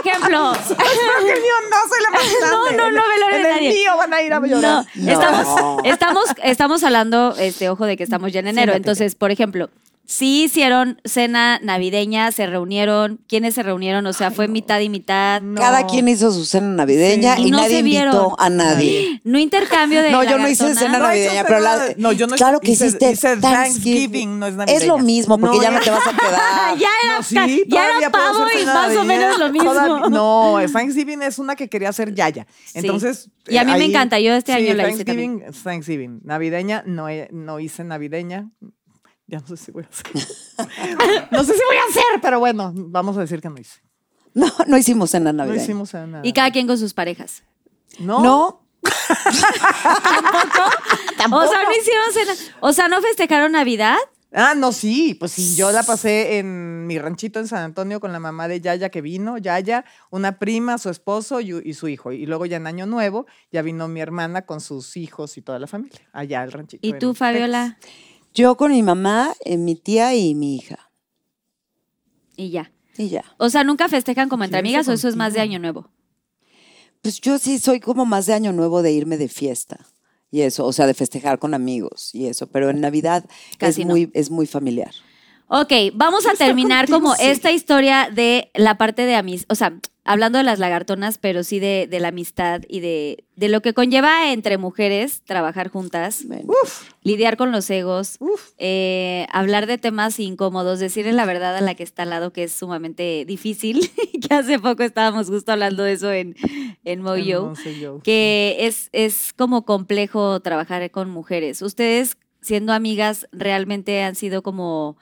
Speaker 3: ejemplo,
Speaker 5: Porque el mío no soy la más grande.
Speaker 3: no, no, velorio
Speaker 5: En
Speaker 3: de
Speaker 5: el
Speaker 3: nadie.
Speaker 5: mío van a ir a llorar.
Speaker 3: No, Estamos, estamos, estamos hablando, este, ojo, de que estamos ya en enero. Entonces, por ejemplo, sí hicieron cena navideña, se reunieron. ¿Quiénes se reunieron? O sea, fue mitad y mitad.
Speaker 5: No.
Speaker 9: Cada quien hizo su cena navideña
Speaker 3: Sí.
Speaker 9: y
Speaker 3: Y no
Speaker 9: nadie
Speaker 3: se vieron.
Speaker 9: invitó a nadie.
Speaker 3: No intercambio de.
Speaker 9: No, yo no hice
Speaker 3: lagartona.
Speaker 9: cena
Speaker 5: No, hizo
Speaker 9: navideña, pero
Speaker 5: cena-
Speaker 9: la-
Speaker 5: no, yo no
Speaker 9: claro que
Speaker 5: hice-
Speaker 9: hiciste
Speaker 5: hice Thanksgiving, no es navideña.
Speaker 9: Es lo mismo, porque
Speaker 5: No,
Speaker 9: ya no
Speaker 5: ya-
Speaker 9: te vas a quedar.
Speaker 3: Ah, Ya era,
Speaker 5: No, sí,
Speaker 3: ca- ya
Speaker 5: todavía
Speaker 3: era
Speaker 5: puedo
Speaker 3: pavo
Speaker 5: hacer
Speaker 3: y
Speaker 5: cena
Speaker 3: más o
Speaker 5: navideña.
Speaker 3: menos lo mismo.
Speaker 5: Todav- no, Thanksgiving es una que quería hacer Yaya. Entonces.
Speaker 3: Y a mí me encanta, yo este año la hice
Speaker 5: Thanksgiving, hice. Thanksgiving. Navideña, no, he- no hice navideña. Ya no sé si voy a hacer. no sé si voy a hacer, pero bueno, vamos a decir que no hice.
Speaker 9: No, no hicimos cena
Speaker 5: No
Speaker 9: navideña.
Speaker 5: hicimos nada.
Speaker 3: Y cada quien con sus parejas.
Speaker 5: No.
Speaker 9: No,
Speaker 3: O sea, no hicieron cena. O sea, no festejaron Navidad.
Speaker 5: Ah, no, sí, pues sí, yo la pasé en mi ranchito en San Antonio con la mamá de Yaya que vino, Yaya, una prima, su esposo y, y su hijo. Y luego ya en Año Nuevo ya vino mi hermana con sus hijos y toda la familia, allá al ranchito.
Speaker 3: Y
Speaker 5: en
Speaker 3: tú,
Speaker 5: Texas.
Speaker 3: Fabiola.
Speaker 9: yo con mi mamá, eh, mi tía y mi hija.
Speaker 3: Y ya.
Speaker 9: Y ya.
Speaker 3: O sea, nunca festejan como entre
Speaker 5: ¿Quién se
Speaker 3: amigas o eso es más de
Speaker 5: contigo?
Speaker 3: Año Nuevo.
Speaker 9: Pues yo sí soy como más de año nuevo de irme de fiesta y eso, o sea, de festejar con amigos y eso, pero en Navidad
Speaker 3: Casi
Speaker 9: es
Speaker 3: no.
Speaker 9: muy es muy familiar.
Speaker 3: Ok, vamos a terminar como esta historia de la parte de amistad, o sea, hablando de las lagartonas, pero sí de, de la amistad y de, de lo que conlleva entre mujeres trabajar juntas,
Speaker 9: Bueno,
Speaker 3: lidiar con los egos,
Speaker 5: Uf.
Speaker 3: eh, hablar de temas incómodos, decirle la verdad a la que está al lado, que es sumamente difícil, que hace poco estábamos justo hablando de eso en, en
Speaker 5: En
Speaker 3: Moyo
Speaker 5: Monseyo.
Speaker 3: que es, es como complejo trabajar con mujeres. Ustedes, siendo amigas, realmente han sido como,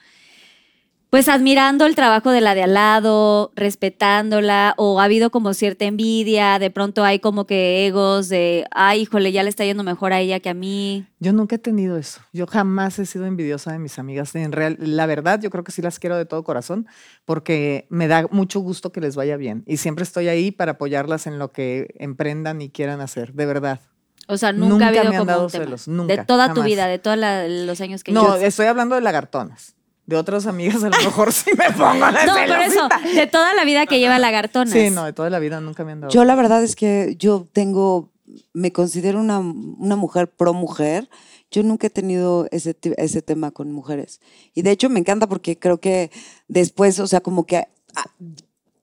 Speaker 3: pues admirando el trabajo de la de al lado, respetándola, o ha habido como cierta envidia, de pronto hay como que egos de, ay, híjole, ya le está yendo mejor a ella que a mí.
Speaker 5: Yo nunca he tenido eso. Yo jamás he sido envidiosa de mis amigas. En real, la verdad, yo creo que sí las quiero de todo corazón porque me da mucho gusto que les vaya bien y siempre estoy ahí para apoyarlas en lo que emprendan y quieran hacer, de verdad.
Speaker 3: O sea, nunca,
Speaker 5: Nunca
Speaker 3: ha habido
Speaker 5: me han
Speaker 3: como
Speaker 5: dado
Speaker 3: un tema.
Speaker 5: celos, nunca,
Speaker 3: de toda tu
Speaker 5: jamás.
Speaker 3: vida, de todos los años que
Speaker 5: No,
Speaker 3: llevas.
Speaker 5: estoy hablando de lagartonas. De otras amigas a lo mejor sí me pongo la
Speaker 3: No, pero eso,
Speaker 5: celosita.
Speaker 3: de toda la vida que lleva lagartonas.
Speaker 5: Sí, no, de toda la vida nunca me han dado.
Speaker 9: yo la verdad es que yo tengo me considero una, una mujer pro mujer. Yo nunca he tenido ese ti- ese tema con mujeres. Y de hecho me encanta porque creo que después, o sea, como que ah,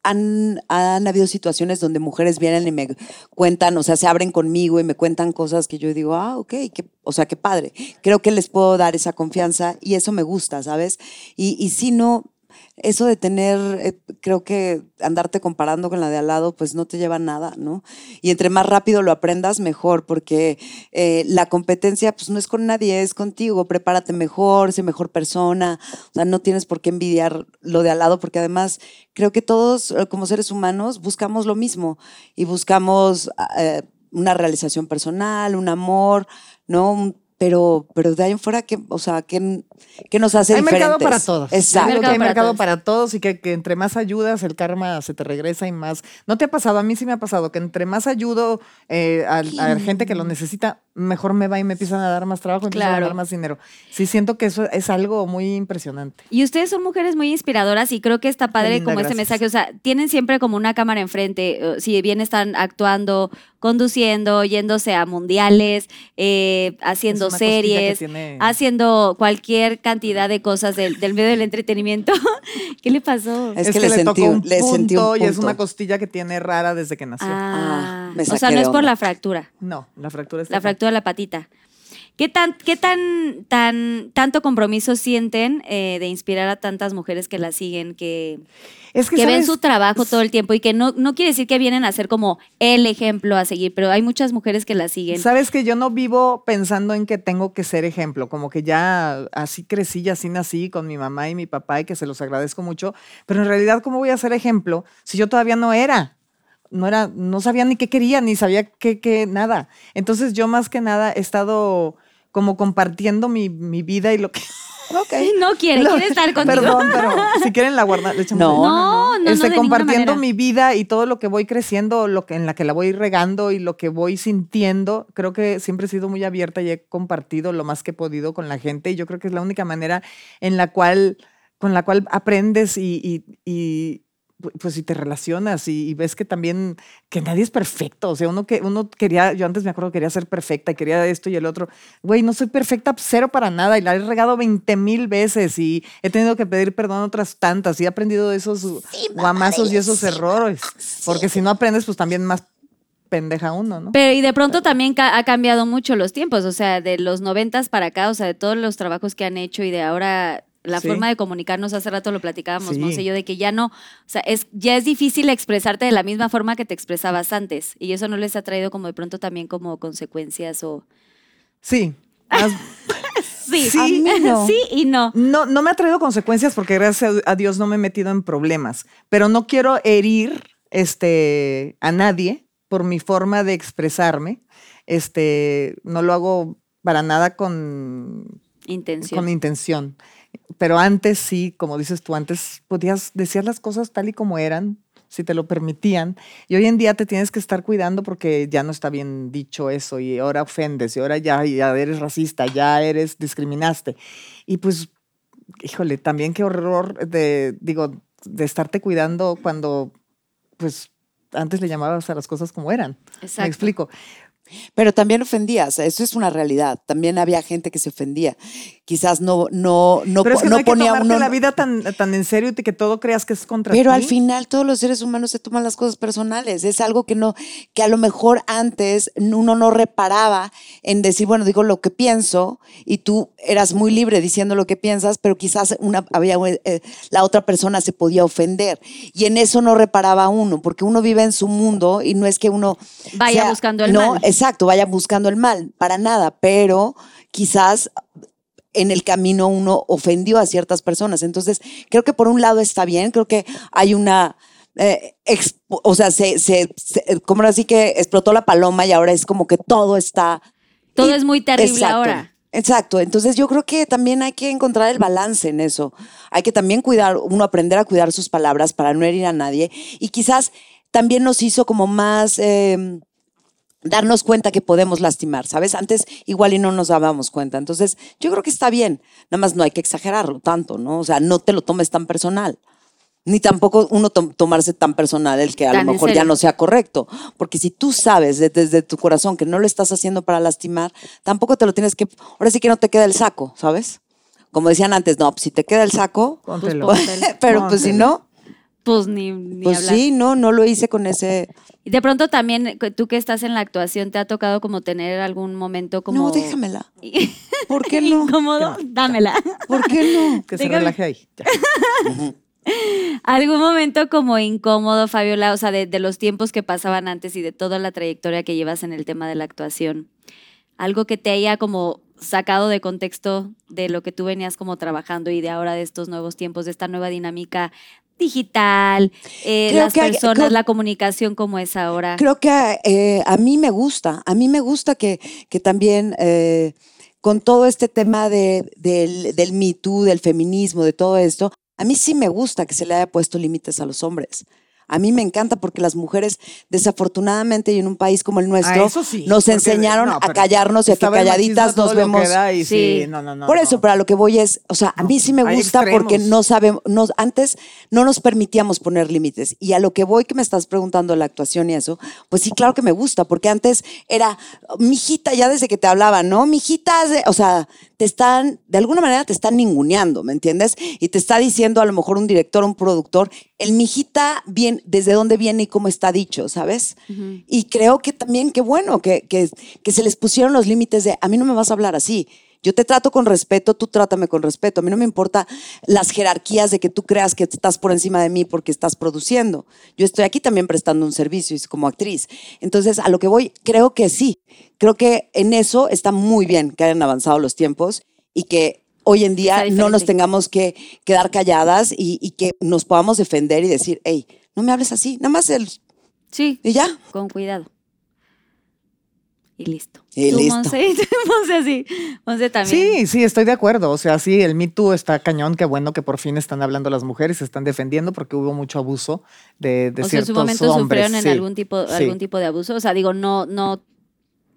Speaker 9: han, han habido situaciones donde mujeres vienen y me cuentan, o sea, se abren conmigo y me cuentan cosas que yo digo, ah, ok, qué- o sea, qué padre. Creo que les puedo dar esa confianza y eso me gusta, ¿sabes? Y, y si no, eso de tener, eh, creo que andarte comparando con la de al lado, pues no te lleva a nada, ¿no? Y entre más rápido lo aprendas, mejor, porque eh, la competencia, pues no es con nadie, es contigo. Prepárate mejor, sé mejor persona. O sea, no tienes por qué envidiar lo de al lado, porque además creo que todos eh, como seres humanos buscamos lo mismo y buscamos eh, una realización personal, un amor, ¿no? Un- pero, pero de ahí en fuera, que, o sea, ¿qué, qué nos hace
Speaker 5: hay
Speaker 9: diferentes?
Speaker 5: mercado para todos.
Speaker 9: Exacto.
Speaker 5: Yo digo que
Speaker 3: Hay mercado
Speaker 5: Hay
Speaker 3: para
Speaker 5: mercado
Speaker 3: todos.
Speaker 5: para todos y que, que entre más ayudas, el karma se te regresa y más. ¿No te ha pasado? A mí sí me ha pasado que entre más ayudo eh, a, a gente que lo necesita, mejor me va y me empiezan a dar más trabajo, me empiezan a
Speaker 3: Claro.
Speaker 5: dar más dinero. Sí, siento que eso es algo muy impresionante.
Speaker 3: Y ustedes son mujeres muy inspiradoras y creo que está padre
Speaker 5: linda,
Speaker 3: como este
Speaker 5: gracias.
Speaker 3: mensaje. O sea, tienen siempre como una cámara enfrente. eh, Si bien están actuando, conduciendo, yéndose a mundiales, eh, haciendo
Speaker 5: Es una cosquilla que
Speaker 3: series, Ah,
Speaker 5: tiene-
Speaker 3: haciendo cualquier cantidad de cosas del, del medio del entretenimiento. ¿Qué le pasó?
Speaker 9: Es que le sentí un- le sentí un
Speaker 5: y es
Speaker 9: punto.
Speaker 5: una costilla que tiene rara desde que nació.
Speaker 3: Ah,
Speaker 9: Ah, me
Speaker 3: o sea,
Speaker 9: saqué
Speaker 3: no
Speaker 9: de
Speaker 3: es por
Speaker 9: onda.
Speaker 3: la fractura,
Speaker 5: No, la fractura está
Speaker 3: la
Speaker 5: acá.
Speaker 3: fractura de la patita. ¿Qué, tan, qué tan, tan, tanto compromiso sienten eh, de inspirar a tantas mujeres que la siguen, que,
Speaker 5: Es que,
Speaker 3: que ven
Speaker 5: ¿sabes?
Speaker 3: su trabajo todo el tiempo y que no, no quiere decir que vienen a ser como el ejemplo a seguir, pero hay muchas mujeres que la siguen.
Speaker 5: Sabes que yo no vivo pensando en que tengo que ser ejemplo, como que ya así crecí y así nací con mi mamá y mi papá y que se los agradezco mucho, pero en realidad cómo voy a ser ejemplo si yo todavía no era, no era, no sabía ni qué quería ni sabía qué qué nada. Entonces yo más que nada he estado como compartiendo mi, mi vida y lo que
Speaker 9: Ok.
Speaker 3: no quiere,
Speaker 5: lo-
Speaker 3: quiere estar contigo.
Speaker 5: Perdón, pero si quieren la guarda, le echamos
Speaker 9: No,
Speaker 5: ahí.
Speaker 3: No, no, no, no,
Speaker 5: Este,
Speaker 3: de ninguna
Speaker 5: compartiendo
Speaker 3: manera.
Speaker 5: mi vida y todo lo que voy creciendo, lo que, en la que la voy regando y lo que voy sintiendo. Creo que siempre he sido muy abierta y he compartido lo más que he podido con la gente y yo creo que es la única manera en la cual, con la cual aprendes y, y- y, pu- pues si te relacionas y, y ves que también que nadie es perfecto, o sea, uno que uno quería, yo antes me acuerdo quería ser perfecta y quería esto y el otro, güey, no soy perfecta cero para nada y la he regado 20 mil veces y he tenido que pedir perdón otras tantas y he aprendido de esos guamazos y esos errores, porque si no aprendes pues también más pendeja uno, ¿no?
Speaker 3: Pero y de pronto también ca- ha cambiado mucho los tiempos, o sea, de los noventas para acá, o sea, de todos los trabajos que han hecho y de ahora la
Speaker 5: Sí.
Speaker 3: forma de comunicarnos, hace rato lo platicábamos,
Speaker 5: Sí.
Speaker 3: Monse y yo, de que ya no, o sea, es, ya es difícil expresarte de la misma forma que te expresabas antes y eso no les ha traído como de pronto también como consecuencias o...
Speaker 5: Sí. más-
Speaker 3: Sí,
Speaker 5: Sí.
Speaker 9: A mí no.
Speaker 3: sí y no.
Speaker 5: No, no me ha traído consecuencias porque gracias a Dios no me he metido en problemas, pero no quiero herir este, a nadie por mi forma de expresarme. Este, no lo hago para nada con,
Speaker 3: Intención.
Speaker 5: con intención. Pero antes sí, como dices tú, antes podías decir las cosas tal y como eran, si te lo permitían. Y hoy en día te tienes que estar cuidando porque ya no está bien dicho eso y ahora ofendes y ahora ya, ya eres racista, ya eres, discriminaste. Y pues, híjole, también qué horror de, digo, de estarte cuidando cuando, pues, antes le llamabas a las cosas como eran. Me
Speaker 3: Exacto.
Speaker 5: explico.
Speaker 9: Pero también ofendías, eso es una realidad. También había gente que se ofendía. Quizás no, no, no,
Speaker 5: Pero es
Speaker 9: po-
Speaker 5: que no,
Speaker 9: no
Speaker 5: hay que
Speaker 9: ponía
Speaker 5: tomarte
Speaker 9: uno-
Speaker 5: la vida tan, tan en serio y que todo creas que es contra
Speaker 9: Pero al
Speaker 5: ti.
Speaker 9: final todos los seres humanos se toman las cosas personales. Es algo que no, que a lo mejor antes uno no reparaba en decir, bueno, digo lo que pienso y tú eras muy libre diciendo lo que piensas, pero quizás una, había, eh, la otra persona se podía ofender y en eso no reparaba uno, porque uno vive en su mundo y no es que uno
Speaker 3: Vaya buscando el
Speaker 9: no,
Speaker 3: mal.
Speaker 9: exacto, vaya buscando el mal, para nada, pero quizás en el camino uno ofendió a ciertas personas. Entonces, creo que por un lado está bien, creo que hay una... eh, expo- o sea, se, se, se- como así que explotó la paloma y ahora es como que todo está...
Speaker 3: Todo es muy terrible
Speaker 9: Exacto,
Speaker 3: ahora.
Speaker 9: Exacto, entonces yo creo que también hay que encontrar el balance en eso. Hay que también cuidar, uno aprender a cuidar sus palabras para no herir a nadie y quizás también nos hizo como más... em, darnos cuenta que podemos lastimar, ¿sabes? Antes igual y no nos dábamos cuenta. Entonces, yo creo que está bien. Nada más no hay que exagerarlo tanto, ¿no? O sea, no te lo tomes tan personal. Ni tampoco uno tom- tomarse tan personal el que a
Speaker 3: Tan en
Speaker 9: lo mejor ya
Speaker 3: serio.
Speaker 9: no sea correcto. Porque si tú sabes de- desde tu corazón que no lo estás haciendo para lastimar, tampoco te lo tienes que... Ahora sí que no te queda el saco, ¿sabes? Como decían antes, no, pues si te queda el saco,
Speaker 5: Póntelo.
Speaker 3: Pues, póntelo.
Speaker 9: pero pues si no,
Speaker 3: Pues ni, ni
Speaker 9: pues
Speaker 3: hablar.
Speaker 9: sí, no, no lo hice con ese...
Speaker 3: Y de pronto también, cu- tú que estás en la actuación, ¿te ha tocado como tener algún momento como...
Speaker 9: No, déjamela. ¿Por qué no?
Speaker 3: incómodo, dámela.
Speaker 9: ¿Por qué no?
Speaker 5: Que se
Speaker 3: Dígame.
Speaker 5: relaje ahí. ya.
Speaker 3: ¿Algún momento como incómodo, Fabiola? O sea, de, de los tiempos que pasaban antes y de toda la trayectoria que llevas en el tema de la actuación. Algo que te haya como sacado de contexto de lo que tú venías como trabajando y de ahora de estos nuevos tiempos, de esta nueva dinámica digital, eh,
Speaker 9: Creo
Speaker 3: las
Speaker 9: que hay-
Speaker 3: personas,
Speaker 9: creo-
Speaker 3: la comunicación como es ahora.
Speaker 9: Creo que eh, a mí me gusta, a mí me gusta que, que también eh, con todo este tema de, del, del Me Too, del feminismo, de todo esto, a mí sí me gusta que se le haya puesto límites a los hombres. A mí me encanta porque las mujeres, desafortunadamente, y en un país como el nuestro,
Speaker 5: Ah, eso sí,
Speaker 9: nos
Speaker 5: porque-
Speaker 9: enseñaron
Speaker 5: no,
Speaker 9: a
Speaker 5: pero
Speaker 9: callarnos y a que
Speaker 5: estaba el machismo a
Speaker 9: calladitas
Speaker 5: todo
Speaker 9: nos
Speaker 5: lo que
Speaker 9: vemos.
Speaker 5: da y
Speaker 3: Sí.
Speaker 5: sí, no, no, no,
Speaker 9: Por
Speaker 5: no.
Speaker 9: eso, pero a lo que voy es, o sea, a
Speaker 5: No,
Speaker 9: mí sí me
Speaker 5: hay
Speaker 9: gusta porque
Speaker 5: extremos.
Speaker 9: no sabemos, no, antes no nos permitíamos poner límites. Y a lo que voy que me estás preguntando la actuación y eso, pues sí, claro que me gusta, porque antes era, mijita, ya desde que te hablaba, ¿no? Mijita, haz de-", o sea, te están, de alguna manera te están ninguneando, ¿me entiendes? Y te está diciendo a lo mejor un director, un productor, el mijita, bien, desde dónde viene y cómo está dicho, ¿sabes? Y creo que también, qué bueno, que, que, que se les pusieron los límites de, a mí no me vas a hablar así. Yo te trato con respeto, tú trátame con respeto. A mí no me importa las jerarquías de que tú creas que estás por encima de mí porque estás produciendo. Yo estoy aquí también prestando un servicio y como actriz. Entonces, a lo que voy, creo que sí. Creo que en eso está muy bien que hayan avanzado los tiempos y que hoy en
Speaker 3: Está
Speaker 9: día no
Speaker 3: diferente.
Speaker 9: nos tengamos que quedar calladas y, y que nos podamos defender y decir, hey, no me hables así, nada más el...
Speaker 3: Sí,
Speaker 9: Y ya.
Speaker 3: con cuidado. Y listo.
Speaker 9: Y
Speaker 3: Tú,
Speaker 9: listo.
Speaker 3: Monse, Monse así. Monse también.
Speaker 5: Sí, sí, estoy de acuerdo. O sea, sí, el Me Too está cañón. Qué bueno que por fin están hablando las mujeres, se están defendiendo porque hubo mucho abuso de, de
Speaker 3: o sea, en
Speaker 5: ciertos
Speaker 3: su momento
Speaker 5: hombres.
Speaker 3: sufrieron en
Speaker 5: sí,
Speaker 3: algún tipo,
Speaker 5: sí.
Speaker 3: algún tipo de abuso. O sea, digo, no, no,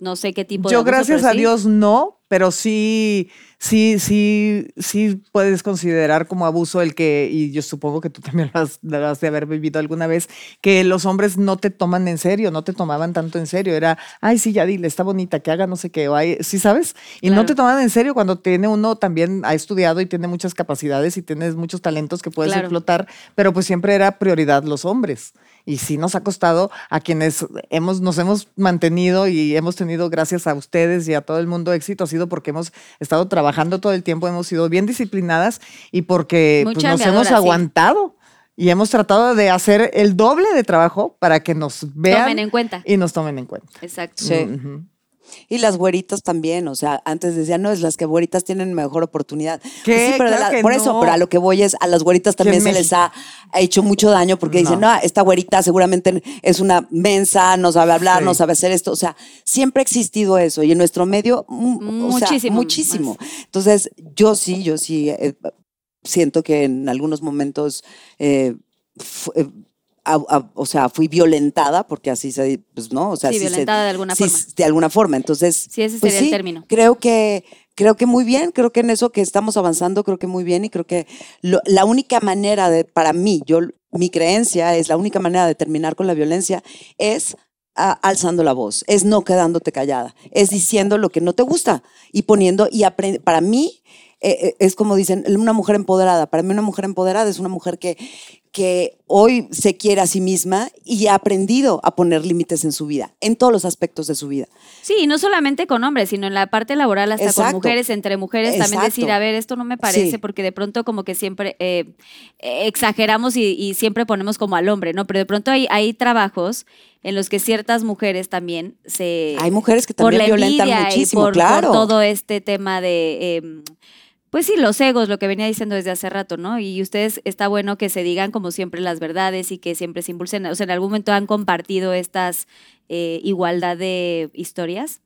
Speaker 3: no sé qué tipo de
Speaker 5: Yo
Speaker 3: abuso,
Speaker 5: gracias
Speaker 3: pero
Speaker 5: a
Speaker 3: sí.
Speaker 5: Dios no, pero sí, sí, sí, sí puedes considerar como abuso el que, y yo supongo que tú también lo has, lo has de haber vivido alguna vez, que los hombres no te toman en serio, no te tomaban tanto en serio. Era, ay, sí, ya dile, está bonita, que haga no sé qué, o ay, sí, ¿sabes? Y no
Speaker 3: Claro.
Speaker 5: te toman en serio cuando tiene uno también, ha estudiado y tiene muchas capacidades y tienes muchos talentos que puedes
Speaker 3: Claro.
Speaker 5: explotar, pero pues siempre era prioridad los hombres. Y sí nos ha costado a quienes hemos, nos hemos mantenido y hemos tenido, gracias a ustedes y a todo el mundo, éxito ha sido porque hemos estado trabajando todo el tiempo, hemos sido bien disciplinadas y porque
Speaker 3: Muy
Speaker 5: pues, nos
Speaker 3: chambeadoras,
Speaker 5: hemos
Speaker 3: sí.
Speaker 5: aguantado. Y hemos tratado de hacer el doble de trabajo para que nos vean
Speaker 3: Tomen en cuenta.
Speaker 5: y nos tomen en cuenta.
Speaker 3: Exacto.
Speaker 9: Sí.
Speaker 5: Ujú.
Speaker 9: Y las güeritas también, o sea, antes decían, no, es las que güeritas tienen mejor oportunidad. Pues
Speaker 5: ¿Qué?
Speaker 9: Sí, pero de
Speaker 5: Claro
Speaker 9: la-
Speaker 5: que
Speaker 9: por eso,
Speaker 5: no.
Speaker 9: pero a lo que voy es, a las güeritas
Speaker 5: Que en
Speaker 9: también se les ha hecho mucho daño porque dicen,
Speaker 5: No.
Speaker 9: no, esta güerita seguramente es una mensa, no sabe hablar,
Speaker 5: Sí.
Speaker 9: no sabe hacer esto. O sea, siempre ha existido eso y en nuestro medio, mu- o sea,
Speaker 3: Muchísimo
Speaker 9: muchísimo. Entonces, yo sí, yo sí eh, siento que en algunos momentos, eh, fu- eh, a- a- o sea, fui violentada porque así se, pues no, o sea,
Speaker 3: Sí,
Speaker 9: se-
Speaker 3: violentada de alguna
Speaker 9: sí,
Speaker 3: forma.
Speaker 9: de alguna forma. Entonces,
Speaker 3: Sí, ese
Speaker 9: pues
Speaker 3: sería el
Speaker 9: sí,
Speaker 3: término.
Speaker 9: Creo que, creo que muy bien, creo que en eso que estamos avanzando, creo que muy bien y creo que lo- la única manera de, para mí, yo, mi creencia es la única manera de terminar con la violencia es a- alzando la voz, es no quedándote callada, es diciendo lo que no te gusta y poniendo, y apren- para mí eh, eh, es como dicen, una mujer empoderada, para mí una mujer empoderada es una mujer que, que hoy se quiere a sí misma y ha aprendido a poner límites en su vida, en todos los aspectos de su vida.
Speaker 3: Sí, y no solamente con hombres, sino en la parte laboral, hasta con
Speaker 9: Exacto.
Speaker 3: mujeres, entre mujeres, también
Speaker 9: Exacto.
Speaker 3: decir, a ver, esto no me parece,
Speaker 9: Sí.
Speaker 3: porque de pronto como que siempre eh, eh, exageramos y, y siempre ponemos como al hombre, ¿no? Pero de pronto hay, hay trabajos en los que ciertas mujeres también se...
Speaker 9: Hay mujeres que
Speaker 3: por
Speaker 9: también
Speaker 3: la
Speaker 9: violentan
Speaker 3: envidia
Speaker 9: muchísimo,
Speaker 3: y por, por
Speaker 9: claro.
Speaker 3: todo este tema de... eh, pues sí, los egos, lo que venía diciendo desde hace rato, ¿no? Y ustedes está bueno que se digan como siempre las verdades y que siempre se impulsen. O sea, en algún momento han compartido estas eh, igualdad de historias.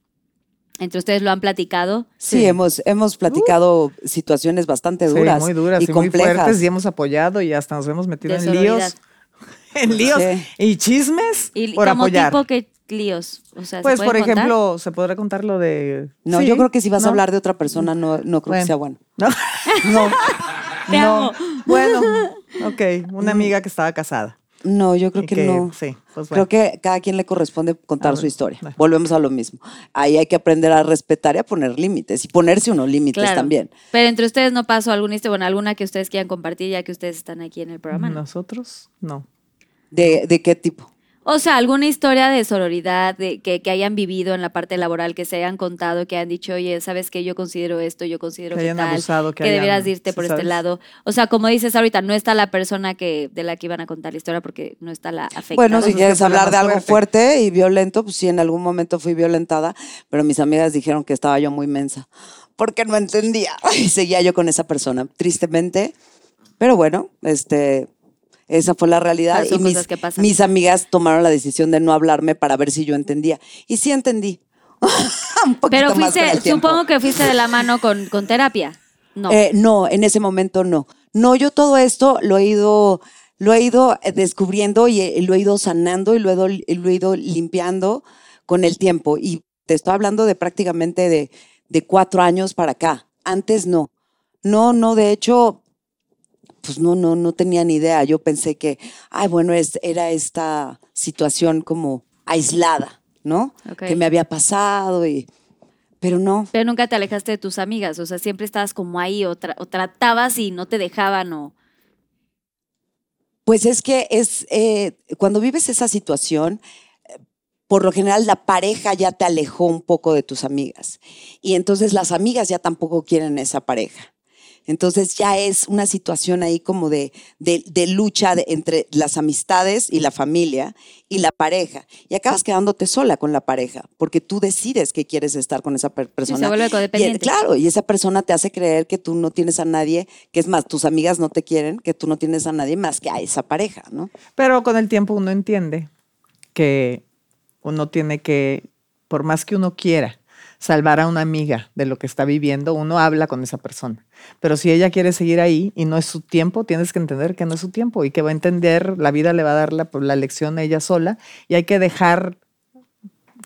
Speaker 3: Entre ustedes lo han platicado.
Speaker 9: Sí,
Speaker 5: Sí.
Speaker 9: hemos, hemos platicado situaciones bastante
Speaker 5: Sí,
Speaker 9: duras,
Speaker 5: muy duras
Speaker 9: y,
Speaker 5: y, muy
Speaker 9: complejas.
Speaker 5: fuertes y hemos apoyado y hasta nos hemos metido
Speaker 3: De
Speaker 5: en
Speaker 3: sororidad.
Speaker 5: líos. En líos
Speaker 9: Sí.
Speaker 5: y chismes
Speaker 3: Y
Speaker 5: por
Speaker 3: como
Speaker 5: apoyar.
Speaker 3: tipo que líos. O sea, ¿se
Speaker 5: Pues,
Speaker 3: puede
Speaker 5: por
Speaker 3: contar?
Speaker 5: ejemplo, se podrá contar lo de.
Speaker 9: no,
Speaker 5: Sí,
Speaker 9: yo creo que si vas
Speaker 5: ¿no?
Speaker 9: a hablar de otra persona, no, no creo que sea bueno.
Speaker 5: No.
Speaker 9: No,
Speaker 3: Te
Speaker 5: No.
Speaker 3: amo.
Speaker 5: Bueno, ok. Una amiga que estaba casada.
Speaker 9: no, yo Mm. creo
Speaker 5: y
Speaker 9: que, no.
Speaker 5: Sí, pues bueno.
Speaker 9: Creo que cada quien le corresponde contar
Speaker 5: Ah,
Speaker 9: su historia.
Speaker 5: bueno.
Speaker 9: Volvemos a lo mismo. Ahí hay que aprender a respetar y a poner límites y ponerse unos límites
Speaker 3: Claro.
Speaker 9: también.
Speaker 3: Pero entre ustedes no pasó alguna historia, bueno, alguna que ustedes quieran compartir ya que ustedes están aquí en el programa. ¿no?
Speaker 5: Nosotros, no.
Speaker 9: ¿De, de qué tipo?
Speaker 3: O sea, alguna historia de sororidad de, que, que hayan vivido en la parte laboral, que se hayan contado, que hayan dicho, oye, ¿sabes qué? Yo considero esto, yo considero
Speaker 5: Que
Speaker 3: que,
Speaker 5: hayan
Speaker 3: tal,
Speaker 5: abusado, que hayan-
Speaker 3: deberías de irte
Speaker 5: sí,
Speaker 3: por este
Speaker 5: ¿sabes?
Speaker 3: lado. O sea, como dices ahorita, no está la persona que de la que iban a contar la historia porque no está la afectada.
Speaker 9: Bueno,
Speaker 5: Entonces,
Speaker 9: si
Speaker 5: ¿qué
Speaker 9: quieres
Speaker 5: fue lo
Speaker 9: hablar de
Speaker 5: más
Speaker 9: algo
Speaker 5: fuerte?
Speaker 9: fuerte y violento, pues sí, en algún momento fui violentada, pero mis amigas dijeron que estaba yo muy mensa, porque no entendía y seguía yo con esa persona, tristemente. Pero bueno, este, esa fue la realidad
Speaker 3: Ah, son
Speaker 9: y mis,
Speaker 3: cosas que pasan.
Speaker 9: mis amigas tomaron la decisión de no hablarme para ver si yo entendía. Y sí entendí. Un poquito
Speaker 3: Pero
Speaker 9: más con el
Speaker 3: fuiste,
Speaker 9: tiempo.
Speaker 3: supongo que fuiste de la mano con, con terapia. No.
Speaker 9: Eh, no, en ese momento no. No, yo todo esto lo he ido, lo he ido eh, descubriendo y eh, lo he ido sanando y lo he, ido- y lo he ido limpiando con el tiempo. Y te estoy hablando de prácticamente de, de cuatro años para acá. Antes no. No, no, de hecho, pues no, no, no tenía ni idea. Yo pensé que, ay, bueno, es, era esta situación como aislada, ¿no?
Speaker 3: Ok.
Speaker 9: Que me había pasado y. Pero no,
Speaker 3: Pero nunca te alejaste de tus amigas, o sea, siempre estabas como ahí o, tra- o tratabas y no te dejaban o...
Speaker 9: Pues es que es eh, cuando vives esa situación, eh, por lo general la pareja ya te alejó un poco de tus amigas y entonces las amigas ya tampoco quieren esa pareja. Entonces ya es una situación ahí como de, de- de lucha de- entre las amistades y la familia y la pareja. Y acabas quedándote sola con la pareja porque tú decides que quieres estar con esa per- persona.
Speaker 3: vuelve codependiente.
Speaker 9: Y, claro, y esa persona te hace creer que tú no tienes a nadie, que es más, tus amigas no te quieren, que tú no tienes a nadie más que a esa pareja, ¿no?
Speaker 5: Pero con el tiempo uno entiende que uno tiene que, por más que uno quiera, salvar a una amiga de lo que está viviendo, uno habla con esa persona. Pero si ella quiere seguir ahí y no es su tiempo, tienes que entender que no es su tiempo y que va a entender, la vida le va a dar la, la lección a ella sola y hay que dejar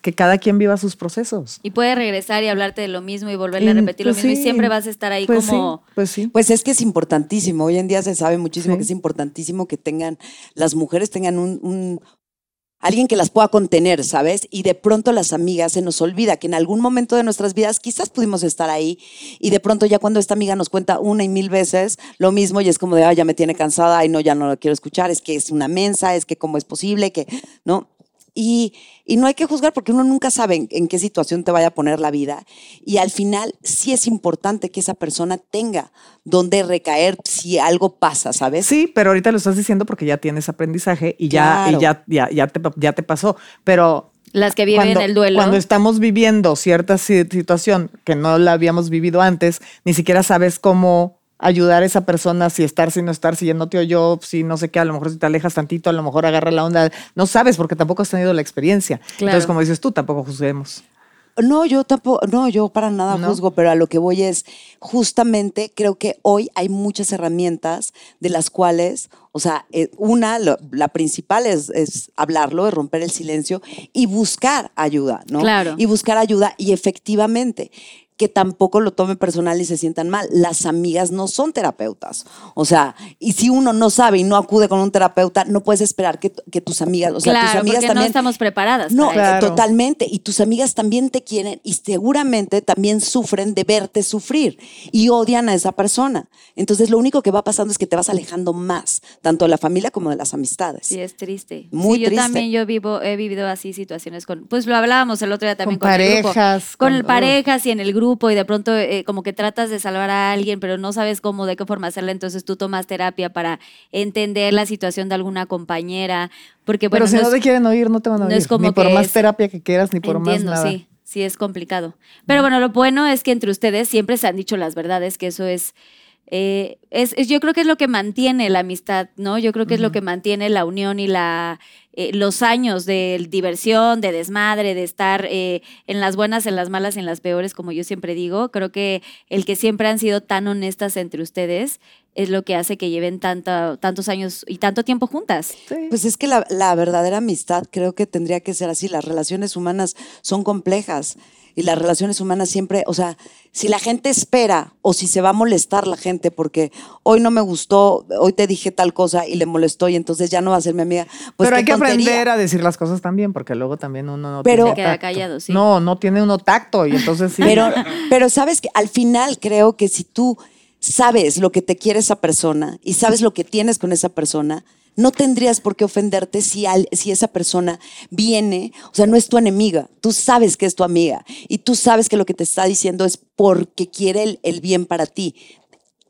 Speaker 5: que cada quien viva sus procesos.
Speaker 3: Y puedes regresar y hablarte de lo mismo y volverle a
Speaker 5: Mm,
Speaker 3: repetir
Speaker 5: pues
Speaker 3: lo mismo
Speaker 5: sí,
Speaker 3: y siempre vas a estar ahí
Speaker 5: pues
Speaker 3: como...
Speaker 5: sí, pues sí.
Speaker 9: Pues es que es importantísimo, hoy en día se sabe muchísimo
Speaker 5: Sí.
Speaker 9: que es importantísimo que tengan, las mujeres tengan un, un- alguien que las pueda contener, ¿sabes? Y de pronto las amigas se nos olvida que en algún momento de nuestras vidas quizás pudimos estar ahí y de pronto ya cuando esta amiga nos cuenta una y mil veces lo mismo y es como de, ay, ya me tiene cansada, ay, no, ya no lo quiero escuchar, es que es una mensa, es que cómo es posible, que, ¿no? Y, y no hay que juzgar porque uno nunca sabe en, en qué situación te vaya a poner la vida. Y al final sí es importante que esa persona tenga donde recaer si algo pasa, ¿sabes?
Speaker 5: Sí, pero ahorita lo estás diciendo porque ya tienes aprendizaje y ya, y
Speaker 9: Claro.
Speaker 5: ya, ya, ya, te, pa- ya te pasó. Pero
Speaker 3: Las que viven el duelo.
Speaker 5: Cuando estamos viviendo cierta si- situación que no la habíamos vivido antes, ni siquiera sabes cómo ayudar a esa persona, si estar, si no estar, si ya no te oyó, si no sé qué, a lo mejor si te alejas tantito, a lo mejor agarra la onda. No sabes porque tampoco has tenido la experiencia. Entonces,
Speaker 3: Claro.
Speaker 5: como dices tú, tampoco juzguemos.
Speaker 9: No, yo tampoco, no, yo para nada
Speaker 5: No.
Speaker 9: juzgo, pero a lo que voy es, justamente creo que hoy hay muchas herramientas de las cuales, o sea, eh, una, lo- la principal es, es hablarlo, es romper el silencio y buscar ayuda, ¿no?
Speaker 3: Claro.
Speaker 9: Y buscar ayuda y efectivamente que tampoco lo tome personal y se sientan mal. Las amigas no son terapeutas. O sea, y si uno no sabe y no acude con un terapeuta, no puedes esperar que, que tus amigas, o sea,
Speaker 3: claro,
Speaker 9: tus amigas
Speaker 3: porque no
Speaker 9: también
Speaker 3: estamos preparadas.
Speaker 9: no, eh,
Speaker 3: para eso.
Speaker 5: Claro.
Speaker 9: totalmente. Y tus amigas también te quieren y seguramente también sufren de verte sufrir y odian a esa persona. Entonces lo único que va pasando es que te vas alejando más, tanto de la familia como de las amistades.
Speaker 3: Sí, es triste.
Speaker 9: Muy
Speaker 3: Sí,
Speaker 9: triste.
Speaker 3: Yo también yo vivo, he vivido así situaciones con, pues lo hablábamos el otro día también
Speaker 5: Con
Speaker 3: con, el grupo.
Speaker 5: parejas,
Speaker 3: Con,
Speaker 5: con-
Speaker 3: parejas y en el grupo y de pronto eh, como que tratas de salvar a alguien, pero no sabes cómo, de qué forma hacerla, entonces tú tomas terapia para entender la situación de alguna compañera, porque bueno,
Speaker 5: Pero si
Speaker 3: no
Speaker 5: no,
Speaker 3: es-
Speaker 5: te quieren oír, no te van a
Speaker 3: no
Speaker 5: oír.
Speaker 3: es como
Speaker 5: ni por
Speaker 3: que
Speaker 5: más
Speaker 3: es-
Speaker 5: terapia que quieras, ni por
Speaker 3: Entiendo,
Speaker 5: más nada.
Speaker 3: sí, sí es complicado. Pero bueno, lo bueno es que entre ustedes siempre se han dicho las verdades, que eso es, eh, es, es- yo creo que es lo que mantiene la amistad, ¿no? Yo creo que es lo que mantiene la unión y la eh, los años de diversión, de desmadre, de estar eh, en las buenas, en las malas, en las peores, como yo siempre digo. Creo que el que siempre han sido tan honestas entre ustedes es lo que hace que lleven tanta- tantos años y tanto tiempo juntas.
Speaker 5: Sí.
Speaker 9: Pues es que la, la verdadera amistad creo que tendría que ser así. Las relaciones humanas son complejas y las relaciones humanas siempre, o sea, si la gente espera o si se va a molestar la gente porque hoy no me gustó, hoy te dije tal cosa y le molestó y entonces ya no va a ser mi amiga.
Speaker 5: pero
Speaker 9: Pues qué
Speaker 5: hay que
Speaker 9: tontería.
Speaker 5: aprender a decir las cosas también, porque luego también uno no
Speaker 9: Pero-
Speaker 5: tiene
Speaker 9: Se
Speaker 3: queda
Speaker 5: tacto.
Speaker 3: callado, sí.
Speaker 5: No, no tiene uno tacto y entonces sí.
Speaker 9: Pero, pero sabes que al final creo que si tú sabes lo que te quiere esa persona y sabes lo que tienes con esa persona, no tendrías por qué ofenderte si, al- si esa persona viene, o sea, no es tu enemiga, tú sabes que es tu amiga y tú sabes que lo que te está diciendo es porque quiere el- el bien para ti.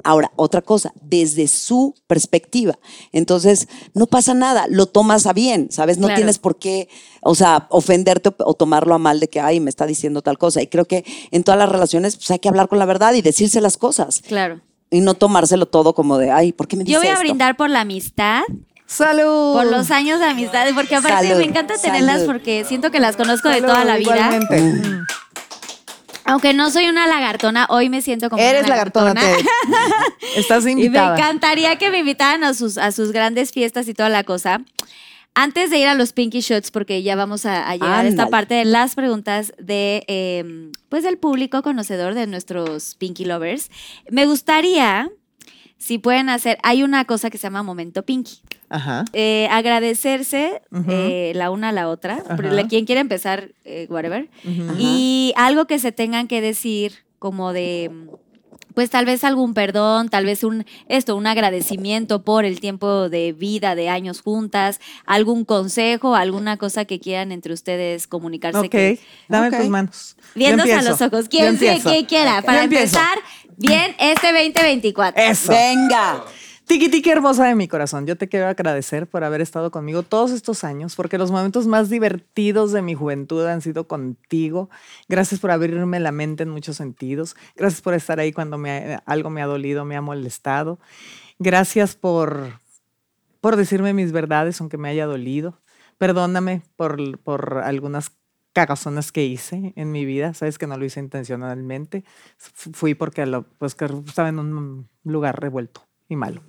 Speaker 9: Ahora, otra cosa, desde su perspectiva. Entonces, no pasa nada, lo tomas a bien, ¿sabes? No
Speaker 3: Claro.
Speaker 9: tienes por qué, o sea, ofenderte o, o tomarlo a mal de que, ay, me está diciendo tal cosa. Y creo que en todas las relaciones pues, hay que hablar con la verdad y decirse las cosas
Speaker 3: Claro.
Speaker 9: y no tomárselo todo como de, ay, ¿por qué me dice
Speaker 3: Yo voy a
Speaker 9: esto?".
Speaker 3: brindar por la amistad.
Speaker 5: ¡Salud!
Speaker 3: Por los años de amistad, porque aparte
Speaker 9: Salud,
Speaker 3: me encanta tenerlas
Speaker 9: salud.
Speaker 3: porque siento que las conozco de
Speaker 5: Salud,
Speaker 3: toda la vida.
Speaker 5: igualmente. Mm.
Speaker 3: Aunque no soy una lagartona, hoy me siento como
Speaker 5: Eres
Speaker 3: una
Speaker 5: lagartona, Ted. Estás
Speaker 3: Y me
Speaker 5: invitada.
Speaker 3: encantaría que me invitaran a sus, a sus grandes fiestas y toda la cosa. Antes de ir a los Pinky Shots, porque ya vamos a, a llegar a esta
Speaker 9: Ándale.
Speaker 3: parte de las preguntas de, eh, pues, del público conocedor de nuestros Pinky Lovers, me gustaría, si pueden hacer, hay una cosa que se llama Momento Pinky.
Speaker 5: Ajá.
Speaker 3: eh, agradecerse
Speaker 5: Ujú.
Speaker 3: eh, la una a la otra.
Speaker 5: Ajá.
Speaker 3: Pero la- Quien quiere empezar, eh, whatever.
Speaker 5: Ujú.
Speaker 3: Y algo que se tengan que decir, como de. mm, pues tal vez algún perdón, tal vez un esto, un agradecimiento por el tiempo de vida, de años juntas, algún consejo, alguna cosa que quieran entre ustedes comunicarse.
Speaker 5: Ok,
Speaker 3: que-
Speaker 5: dame
Speaker 9: Ok.
Speaker 5: tus manos. Yo
Speaker 3: viéndose a
Speaker 5: empiezo.
Speaker 3: los ojos,
Speaker 5: Yo
Speaker 3: quien sea,
Speaker 5: empiezo.
Speaker 3: quien quiera,
Speaker 5: Yo
Speaker 3: para
Speaker 5: empiezo.
Speaker 3: empezar bien este 2024.
Speaker 5: Eso.
Speaker 9: Venga.
Speaker 5: Tiki Tiki hermosa de mi corazón, yo te quiero agradecer por haber estado conmigo todos estos años, porque los momentos más divertidos de mi juventud han sido contigo. Gracias por abrirme la mente en muchos sentidos. Gracias por estar ahí cuando me ha- algo me ha dolido, me ha molestado. Gracias por, por decirme mis verdades, aunque me haya dolido. Perdóname por, por algunas cagazonas que hice en mi vida. Sabes que no lo hice intencionalmente. Fu- Fui porque lo- pues, que estaba en un lugar revuelto y malo.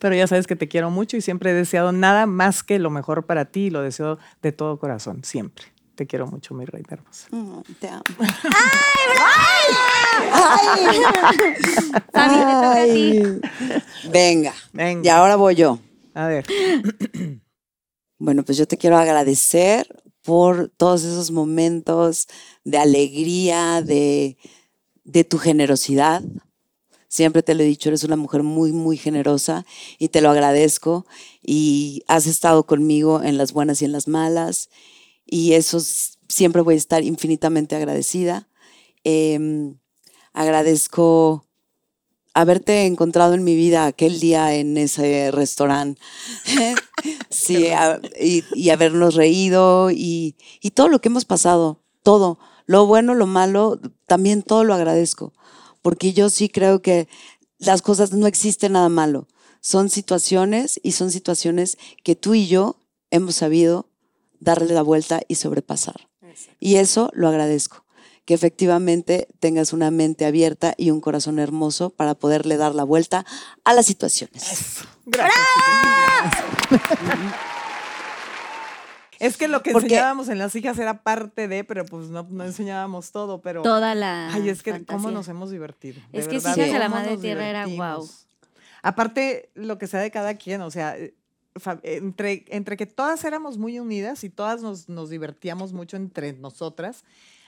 Speaker 5: Pero ya sabes que te quiero mucho y siempre he deseado nada más que lo mejor para ti y lo deseo de todo corazón, siempre. Te quiero mucho, mi reina hermosa.
Speaker 9: Mm, te amo.
Speaker 3: Fabi, te toca a ti.
Speaker 9: Ay. Venga.
Speaker 5: Venga.
Speaker 9: Y ahora voy yo.
Speaker 5: A ver,
Speaker 9: Bueno, pues yo te quiero agradecer por todos esos momentos de alegría, de, de tu generosidad. Siempre te lo he dicho, eres una mujer muy, muy generosa y te lo agradezco. Y has estado conmigo en las buenas y en las malas. Y eso s- siempre voy a estar infinitamente agradecida. Em, agradezco haberte encontrado en mi vida aquel día en ese restaurante. sí, a- y, y habernos reído y, y todo lo que hemos pasado, todo, lo bueno, lo malo, también todo lo agradezco, porque yo sí creo que las cosas no existe nada malo, son situaciones y son situaciones que tú y yo hemos sabido darle la vuelta y sobrepasar. Y eso lo agradezco. Que efectivamente tengas una mente abierta y un corazón hermoso para poderle dar la vuelta a las situaciones.
Speaker 5: es que lo que
Speaker 9: Porque-
Speaker 5: enseñábamos en las hijas era parte de, pero pues no, no enseñábamos todo, pero...
Speaker 3: Toda la
Speaker 5: Ay, es que cómo
Speaker 3: fantasía.
Speaker 5: nos hemos divertido. de
Speaker 3: Es que
Speaker 5: verdad,
Speaker 3: Hijas de la
Speaker 5: cómo
Speaker 3: Madre
Speaker 5: nos
Speaker 3: Tierra era guau.
Speaker 5: divertimos. Aparte, lo que sea de cada quien, o sea, eh, fa- entre, entre que todas éramos muy unidas y todas nos, nos divertíamos mucho entre nosotras,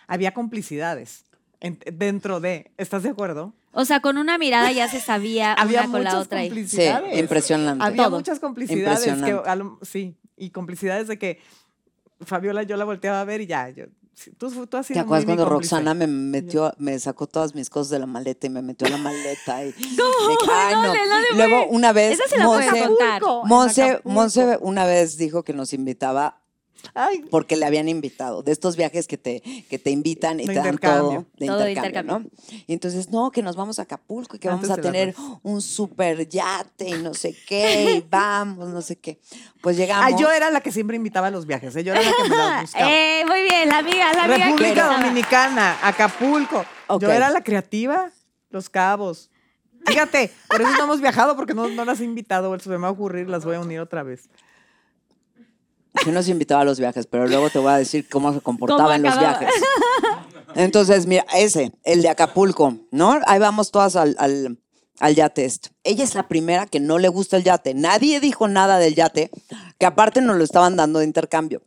Speaker 5: había complicidades en- dentro de, ¿estás de acuerdo?
Speaker 3: O sea, con una mirada ya se sabía
Speaker 5: había
Speaker 3: Ah, una con la otra. y-
Speaker 9: Sí,
Speaker 5: complicidades.
Speaker 9: impresionante.
Speaker 5: Había
Speaker 3: Todo.
Speaker 5: muchas complicidades. Que,
Speaker 9: Impresionante.
Speaker 5: a lo- sí, y complicidades de que Fabiola yo la volteaba a ver y ya, yo, sí, tú, tú has sido
Speaker 9: ¿Te acuerdas
Speaker 5: muy mi
Speaker 9: cuando
Speaker 5: cómplice.
Speaker 9: Roxana me metió, me sacó todas mis cosas de la maleta y me metió a la maleta? Y
Speaker 3: No,
Speaker 9: ay,
Speaker 3: Ah,
Speaker 5: Ah,
Speaker 3: no, de la de-
Speaker 9: Luego una vez,
Speaker 3: Esa se la voy a
Speaker 9: Monse,
Speaker 3: contar.
Speaker 5: Acapulco, en
Speaker 9: Monse,
Speaker 5: Acapulco.
Speaker 9: Monse una vez dijo que nos invitaba
Speaker 5: Ay,
Speaker 9: porque le habían invitado, de estos viajes que te, que te invitan y
Speaker 5: De
Speaker 9: te dan
Speaker 5: intercambio.
Speaker 9: todo de
Speaker 3: Todo de
Speaker 9: intercambio, ¿no? Y entonces, no, que nos vamos a Acapulco y que
Speaker 5: Antes
Speaker 9: vamos a
Speaker 5: de las
Speaker 9: tener un super yate y no sé qué, y vamos, no sé qué. Pues llegamos.
Speaker 5: Ah, yo era la que siempre invitaba a los viajes, ¿eh? yo era la que me las buscaba.
Speaker 3: Eh, muy bien, la amiga, la amiga. que
Speaker 5: República
Speaker 3: estaba.
Speaker 5: Dominicana, Acapulco.
Speaker 9: Ok.
Speaker 5: Yo era la creativa, Los Cabos. Fíjate, por eso no hemos viajado, porque no, no las he invitado. Se me va a ocurrir, las voy a unir otra vez.
Speaker 9: que nos invitaba a los viajes, pero luego te voy a decir cómo se comportaba
Speaker 3: ¿Cómo
Speaker 9: en los
Speaker 3: acababa?
Speaker 9: viajes. Entonces, mira, ese, el de Acapulco, ¿no? Ahí vamos todas al, al, al yate este. Ella es la primera que no le gusta el yate. Nadie dijo nada del yate, que aparte nos lo estaban dando de intercambio.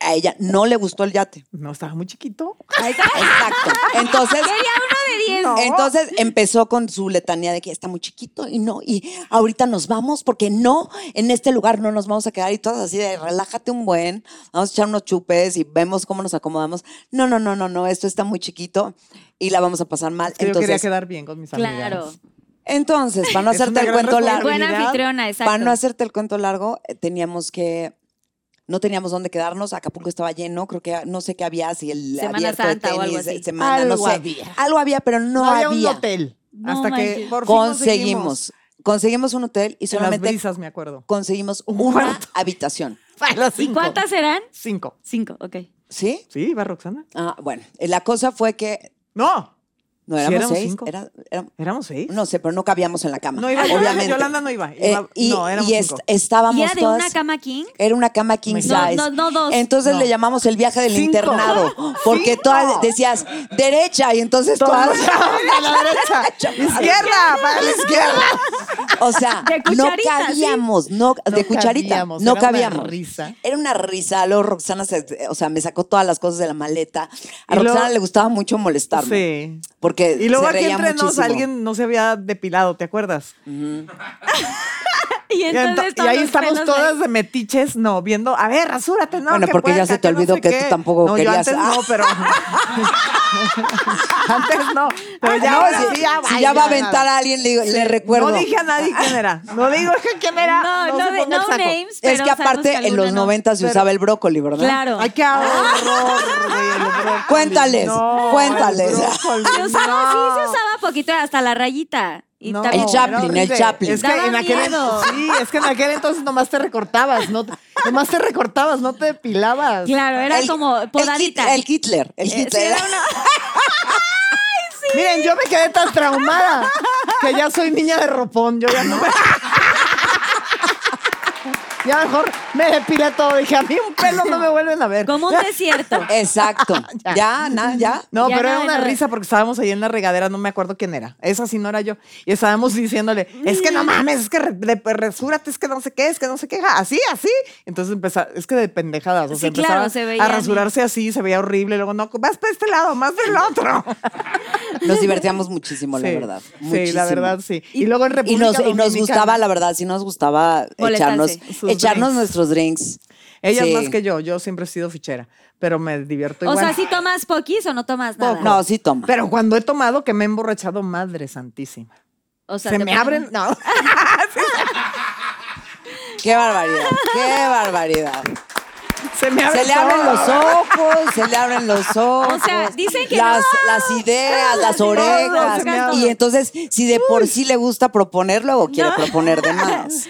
Speaker 9: A ella no le gustó el yate.
Speaker 5: No, estaba muy chiquito.
Speaker 9: Exacto. Entonces,
Speaker 3: Quería uno de 10.
Speaker 9: entonces empezó con su letanía de que está muy chiquito y no, y ahorita nos vamos porque no, en este lugar no nos vamos a quedar y todas así de relájate un buen, vamos a echar unos chupes y vemos cómo nos acomodamos. No, no, no, no, no, esto está muy chiquito y la vamos a pasar mal.
Speaker 5: que yo quería
Speaker 9: entonces,
Speaker 5: quedar bien con mis
Speaker 3: Claro.
Speaker 5: amigas.
Speaker 9: entonces, para no
Speaker 5: Es una
Speaker 9: hacerte el
Speaker 5: gran
Speaker 9: cuento largo,
Speaker 3: Buena
Speaker 5: Habilidad
Speaker 3: anfitriona, exacto.
Speaker 9: para no hacerte el cuento largo, eh, teníamos que no teníamos dónde quedarnos, Acapulco estaba lleno, creo que no sé qué había, si el
Speaker 3: Semana
Speaker 9: abierto
Speaker 3: Santa o
Speaker 9: de
Speaker 3: algo
Speaker 9: tenis,
Speaker 3: así.
Speaker 9: eh, semana, no
Speaker 5: Algo
Speaker 9: sé.
Speaker 5: había.
Speaker 9: Algo había, pero
Speaker 5: No
Speaker 9: no,
Speaker 5: había, un hotel.
Speaker 3: No
Speaker 5: hasta que
Speaker 3: manches.
Speaker 5: por fin
Speaker 9: conseguimos. Conseguimos un hotel y
Speaker 5: En las
Speaker 9: solamente
Speaker 5: brisas, me acuerdo.
Speaker 9: conseguimos
Speaker 5: Un
Speaker 9: una
Speaker 5: cuarto.
Speaker 9: habitación.
Speaker 5: A las
Speaker 3: ¿Y
Speaker 5: cinco.
Speaker 3: cuántas serán?
Speaker 5: Cinco.
Speaker 3: Cinco, ok.
Speaker 9: ¿Sí?
Speaker 5: ¿Sí? ¿Va Roxana?
Speaker 9: Ah, bueno, eh, la cosa fue que
Speaker 5: No,
Speaker 9: no
Speaker 5: Sí,
Speaker 9: éramos,
Speaker 5: éramos
Speaker 9: seis,
Speaker 5: cinco.
Speaker 9: era- era-
Speaker 5: éramos seis.
Speaker 9: no sé, pero no cabíamos en la cama.
Speaker 5: No iba Yolanda,
Speaker 9: obviamente.
Speaker 5: Yolanda no iba,
Speaker 9: Eh,
Speaker 5: iba-
Speaker 9: y
Speaker 5: no, éramos
Speaker 9: y es-
Speaker 5: cinco.
Speaker 9: estábamos
Speaker 3: ¿Y era de
Speaker 9: todas-
Speaker 3: una cama king?
Speaker 9: Era una cama king
Speaker 3: No,
Speaker 9: size.
Speaker 3: no, no, dos.
Speaker 9: Entonces
Speaker 5: No.
Speaker 9: le llamamos el viaje del
Speaker 5: Cinco.
Speaker 9: internado. Porque
Speaker 5: Cinco.
Speaker 9: todas decías derecha y entonces
Speaker 5: Todas
Speaker 9: todas.
Speaker 5: a la derecha. Izquierda, para la izquierda.
Speaker 9: O sea,
Speaker 10: De
Speaker 9: no
Speaker 10: cucharita,
Speaker 9: cabíamos, no, de cucharita, no
Speaker 5: Era
Speaker 9: cabíamos.
Speaker 5: una risa.
Speaker 9: Era una risa, luego Roxana, se, o sea, me sacó todas las cosas de la maleta. A
Speaker 5: Y luego-
Speaker 9: Roxana le gustaba mucho molestarme,
Speaker 5: Sí.
Speaker 9: porque
Speaker 5: Y luego
Speaker 9: Eh, se
Speaker 5: aquí
Speaker 9: reía
Speaker 5: entre nos
Speaker 9: muchísimo.
Speaker 5: alguien no se había depilado, ¿te acuerdas?
Speaker 3: Y
Speaker 5: Y,
Speaker 3: entonces
Speaker 5: ento- y
Speaker 3: todos
Speaker 5: ahí
Speaker 3: los
Speaker 5: estamos
Speaker 3: pelos ahí.
Speaker 5: todas de metiches, no, viendo, a ver, rasúrate, no.
Speaker 9: Bueno,
Speaker 5: que
Speaker 9: porque ya
Speaker 5: puerca,
Speaker 9: se te
Speaker 5: no
Speaker 9: olvidó
Speaker 5: sé
Speaker 9: que tú
Speaker 5: qué.
Speaker 9: tampoco
Speaker 5: no,
Speaker 9: querías.
Speaker 5: Yo antes no, pero. antes no. Pero ya,
Speaker 9: Ah, No,
Speaker 5: ahora
Speaker 9: si,
Speaker 5: sí, ya,
Speaker 9: si
Speaker 5: ay,
Speaker 9: ya va a
Speaker 5: nada.
Speaker 9: aventar a alguien, le, digo- le recuerdo.
Speaker 5: No dije a nadie quién era. No digo quién era.
Speaker 3: No, no,
Speaker 5: se
Speaker 3: de-
Speaker 5: ponga
Speaker 3: no
Speaker 5: el saco.
Speaker 3: names,
Speaker 9: es
Speaker 3: pero
Speaker 9: que
Speaker 3: sabemos
Speaker 9: aparte en
Speaker 3: alguna
Speaker 9: los
Speaker 3: no.
Speaker 9: 90 se usaba el brócoli, ¿verdad?
Speaker 3: Claro. Ah.
Speaker 5: Ay, qué horror. güey, el brócoli.
Speaker 9: Cuéntales,
Speaker 5: No,
Speaker 9: cuéntales.
Speaker 5: el brócoli,
Speaker 3: Se usaba,
Speaker 5: no.
Speaker 3: sí, se usaba poquito hasta la rayita. Y
Speaker 5: No,
Speaker 3: también-
Speaker 9: El
Speaker 5: era
Speaker 9: Chaplin, el
Speaker 5: horrible.
Speaker 9: Chaplin.
Speaker 5: Es que,
Speaker 3: Daba
Speaker 5: en aquel,
Speaker 3: miedo.
Speaker 5: sí, es que en aquel entonces nomás te recortabas, no, nomás te recortabas, no te depilabas.
Speaker 3: Claro, era
Speaker 9: El-
Speaker 3: como
Speaker 9: El,
Speaker 3: podadita. Eh,
Speaker 9: Hit- el Hitler, el Hitler.
Speaker 5: Miren, yo me quedé tan traumada que ya soy niña de ropón. Yo ya no me. ya mejor me depilé todo. Dije, a mí un pelo no me vuelven a ver.
Speaker 3: Como un desierto.
Speaker 9: Exacto. ya, ya, na- ya.
Speaker 5: No,
Speaker 3: Ya
Speaker 5: pero
Speaker 3: no,
Speaker 5: era una
Speaker 3: no.
Speaker 5: risa porque estábamos ahí en la regadera, no me acuerdo quién era. Esa sí no era yo. Y estábamos diciéndole, es que no mames, es que re- de- pues, resúrate, es que no sé qué, es que no sé qué. Así, así. Entonces empezaba, es que de pendejadas. O sea,
Speaker 3: Sí, claro,
Speaker 5: empezaba
Speaker 3: se
Speaker 5: a
Speaker 3: veían y-
Speaker 5: rasurarse así, se veía horrible. Luego, no, más para este lado, más del otro.
Speaker 9: Nos divertíamos muchísimo, la
Speaker 5: Sí,
Speaker 9: verdad.
Speaker 5: Sí, la
Speaker 9: muchísimo.
Speaker 5: verdad, sí. Y, luego en
Speaker 9: Y
Speaker 5: República
Speaker 9: nos, y nos
Speaker 5: Dominicana,
Speaker 9: gustaba, la verdad, sí nos gustaba echarnos,
Speaker 3: Molestarse.
Speaker 5: Sus
Speaker 9: echarnos
Speaker 5: drinks.
Speaker 9: nuestros drinks.
Speaker 5: Ellas
Speaker 9: Sí.
Speaker 5: más que yo, yo siempre he sido fichera, pero me divierto
Speaker 3: O
Speaker 5: igual.
Speaker 3: sea, si tomas poquis o no tomas nada.
Speaker 9: No, sí toma.
Speaker 5: Pero cuando he tomado, que me he emborrachado, madre santísima.
Speaker 3: O sea,
Speaker 5: Se
Speaker 3: te
Speaker 5: me
Speaker 3: ponen-
Speaker 5: abren. No.
Speaker 9: Qué barbaridad, qué barbaridad.
Speaker 5: Se me abren.
Speaker 9: Se le abren
Speaker 5: todos.
Speaker 9: los ojos, se le abren los ojos.
Speaker 3: sea, dicen que
Speaker 9: las,
Speaker 3: no.
Speaker 9: las ideas, las
Speaker 3: Todo,
Speaker 9: orejas.
Speaker 3: sacan todo.
Speaker 9: Y entonces, si de por sí le gusta proponer, luego quiere
Speaker 3: No.
Speaker 9: proponer de más.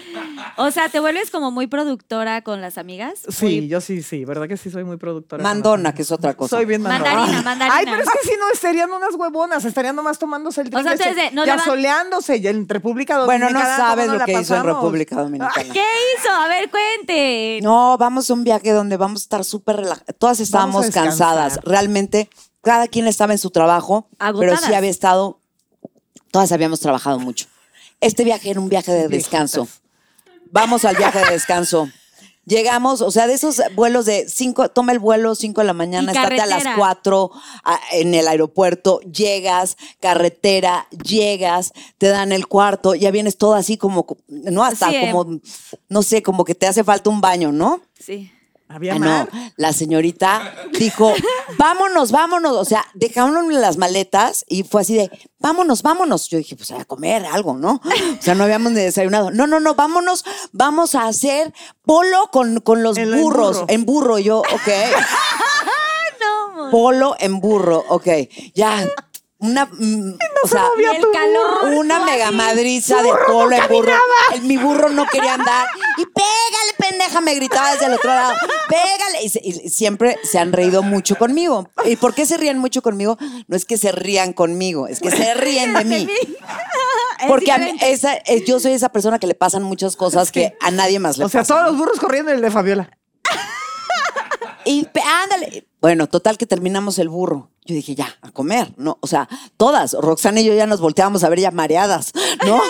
Speaker 3: O sea, te vuelves como muy productora con las amigas.
Speaker 5: Sí, yo sí, sí, ¿verdad que sí soy muy productora?
Speaker 9: Mandona, que es otra cosa.
Speaker 5: Soy bien mandona.
Speaker 3: Mandarina, mandarina.
Speaker 5: Ay, pero es que si no estarían unas huevonas, estarían nomás tomándose el
Speaker 3: sea,
Speaker 5: drink ese,
Speaker 3: ustedes de- no le
Speaker 5: ya
Speaker 3: van-
Speaker 5: soleándose y en República Dominicana.
Speaker 9: bueno, no
Speaker 5: ¿cómo
Speaker 9: sabes
Speaker 5: nos
Speaker 9: lo
Speaker 5: la
Speaker 9: que hizo en
Speaker 5: pasamos?
Speaker 9: República Dominicana.
Speaker 3: ¿Qué hizo? A ver, cuente.
Speaker 9: No, vamos a un viaje donde vamos a estar súper relajadas. Todas estábamos
Speaker 5: descansar.
Speaker 9: cansadas. Realmente, cada quien estaba en su trabajo,
Speaker 3: Agotadas.
Speaker 9: pero sí había estado. Todas habíamos trabajado mucho. Este viaje era un viaje de descanso. Vamos al viaje de descanso. Llegamos, o sea, de esos vuelos de 5, toma el vuelo 5 de la mañana,
Speaker 3: Y
Speaker 9: estate a las
Speaker 3: carretera.
Speaker 9: 4 en el aeropuerto, llegas, carretera, llegas, te dan el cuarto, ya vienes todo así como, no hasta
Speaker 3: Sí, eh.
Speaker 9: como, no sé, como que te hace falta un baño, ¿no?
Speaker 3: Sí.
Speaker 5: Había
Speaker 9: Ah,
Speaker 5: mar.
Speaker 9: no, la señorita dijo, vámonos, vámonos. O sea, dejaron las maletas y fue así de, vámonos, vámonos. Yo dije, pues a comer algo, ¿no? O sea, no habíamos ni desayunado. No, no, no, vámonos, vamos a hacer polo con, con los
Speaker 5: En el
Speaker 9: burros,
Speaker 5: burro.
Speaker 9: en burro. Yo, ok. Polo en burro, ok. Ya, una... mm, o sea,
Speaker 3: Y el calor.
Speaker 9: una
Speaker 3: tú
Speaker 9: mega
Speaker 3: así.
Speaker 9: madriza de polo en burro. El- mi burro no quería andar. Y pégale, pendeja, me gritaba desde el otro lado. Pégale. Y, se- y siempre se han reído mucho conmigo. ¿Y por qué se ríen mucho conmigo? No es que se rían conmigo, es que se ríen de mí.
Speaker 3: Es
Speaker 9: Porque a mí-
Speaker 3: diferente.
Speaker 9: esa, eh, yo soy esa persona que le pasan muchas cosas que a nadie más le
Speaker 5: O sea,
Speaker 9: pasan.
Speaker 5: todos los burros corriendo y el de Fabiola.
Speaker 9: Y pe- ándale. Bueno, total que terminamos el burro. Yo dije, ya, a comer, ¿no? O sea, todas, Roxana y yo ya nos volteábamos a ver ya mareadas, ¿no?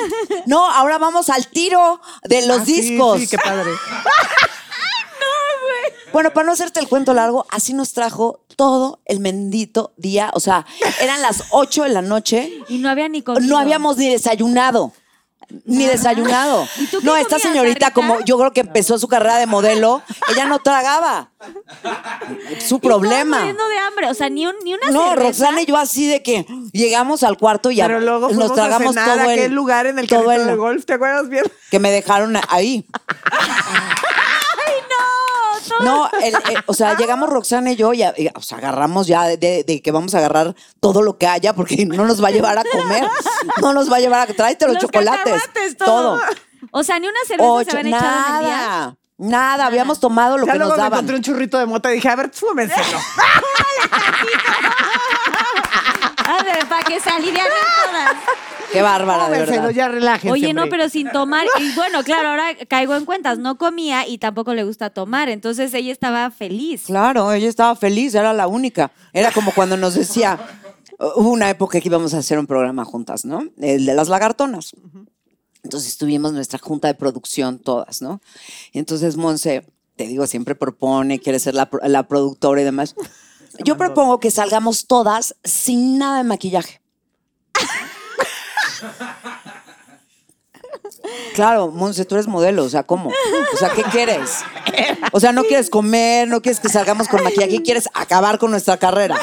Speaker 9: No, ahora vamos al tiro de los
Speaker 5: Ah, sí,
Speaker 9: discos.
Speaker 5: Sí, qué padre.
Speaker 9: Bueno, para no hacerte el cuento largo, así nos trajo todo el mendito día. O sea, eran las 8 de la noche.
Speaker 3: Y no había ni comido.
Speaker 9: No habíamos ni desayunado. Ni desayunado.
Speaker 3: ¿Y tú qué
Speaker 9: No, esta
Speaker 3: comías,
Speaker 9: señorita,
Speaker 3: Sarita?
Speaker 9: como yo creo que empezó su carrera de modelo, ella no tragaba. Su problema.
Speaker 3: muriendo de hambre. O sea, ni, un, ni una
Speaker 9: No,
Speaker 3: cerveza.
Speaker 9: Roxana y yo así de que llegamos al cuarto y a-
Speaker 5: Pero luego fuimos
Speaker 9: nos tragamos
Speaker 5: a cenar
Speaker 9: todo
Speaker 5: a aquel
Speaker 9: el
Speaker 5: lugar en el
Speaker 9: todo
Speaker 5: carrito
Speaker 9: el-
Speaker 5: de golf, ¿te acuerdas bien?
Speaker 9: que me dejaron ahí. No, el- el- o sea, llegamos Roxana y yo y, a- y, o sea, agarramos ya de, de- de que vamos a agarrar todo lo que haya porque no nos va a llevar a comer, no nos va a llevar a tráete los,
Speaker 3: Los
Speaker 9: chocolates,
Speaker 3: cacahuates,
Speaker 9: todo.
Speaker 3: O sea, ni una cerveza se
Speaker 9: Ocho,
Speaker 3: habían echado en el día.
Speaker 9: nada, nada, habíamos tomado lo
Speaker 5: ya
Speaker 9: que
Speaker 5: luego
Speaker 9: nos
Speaker 5: me encontré
Speaker 9: daban.
Speaker 5: un churrito de mota y dije, a ver, súbenselo.
Speaker 3: A ver, para que se alivianen todas.
Speaker 9: Qué bárbara, de
Speaker 5: súbenselo,
Speaker 9: verdad.
Speaker 5: ya relájense.
Speaker 3: Oye, no,
Speaker 5: hombre.
Speaker 3: pero sin tomar. Y bueno, claro, ahora caigo en cuentas. No comía y tampoco le gusta tomar. Entonces ella estaba feliz.
Speaker 9: Claro, ella estaba feliz, era la única. Era como cuando nos decía, hubo una época que íbamos a hacer un programa juntas, ¿no? El de las lagartonas. Entonces tuvimos nuestra junta de producción todas, ¿no? Y entonces Monse, te digo, siempre propone, quiere ser la, pro- la productora y demás. Yo propongo que salgamos todas sin nada de maquillaje. Claro, Monse, tú eres modelo, o sea, ¿cómo? O sea, ¿qué quieres? O sea, no quieres comer, no quieres que salgamos con maquillaje, quieres acabar con nuestra carrera.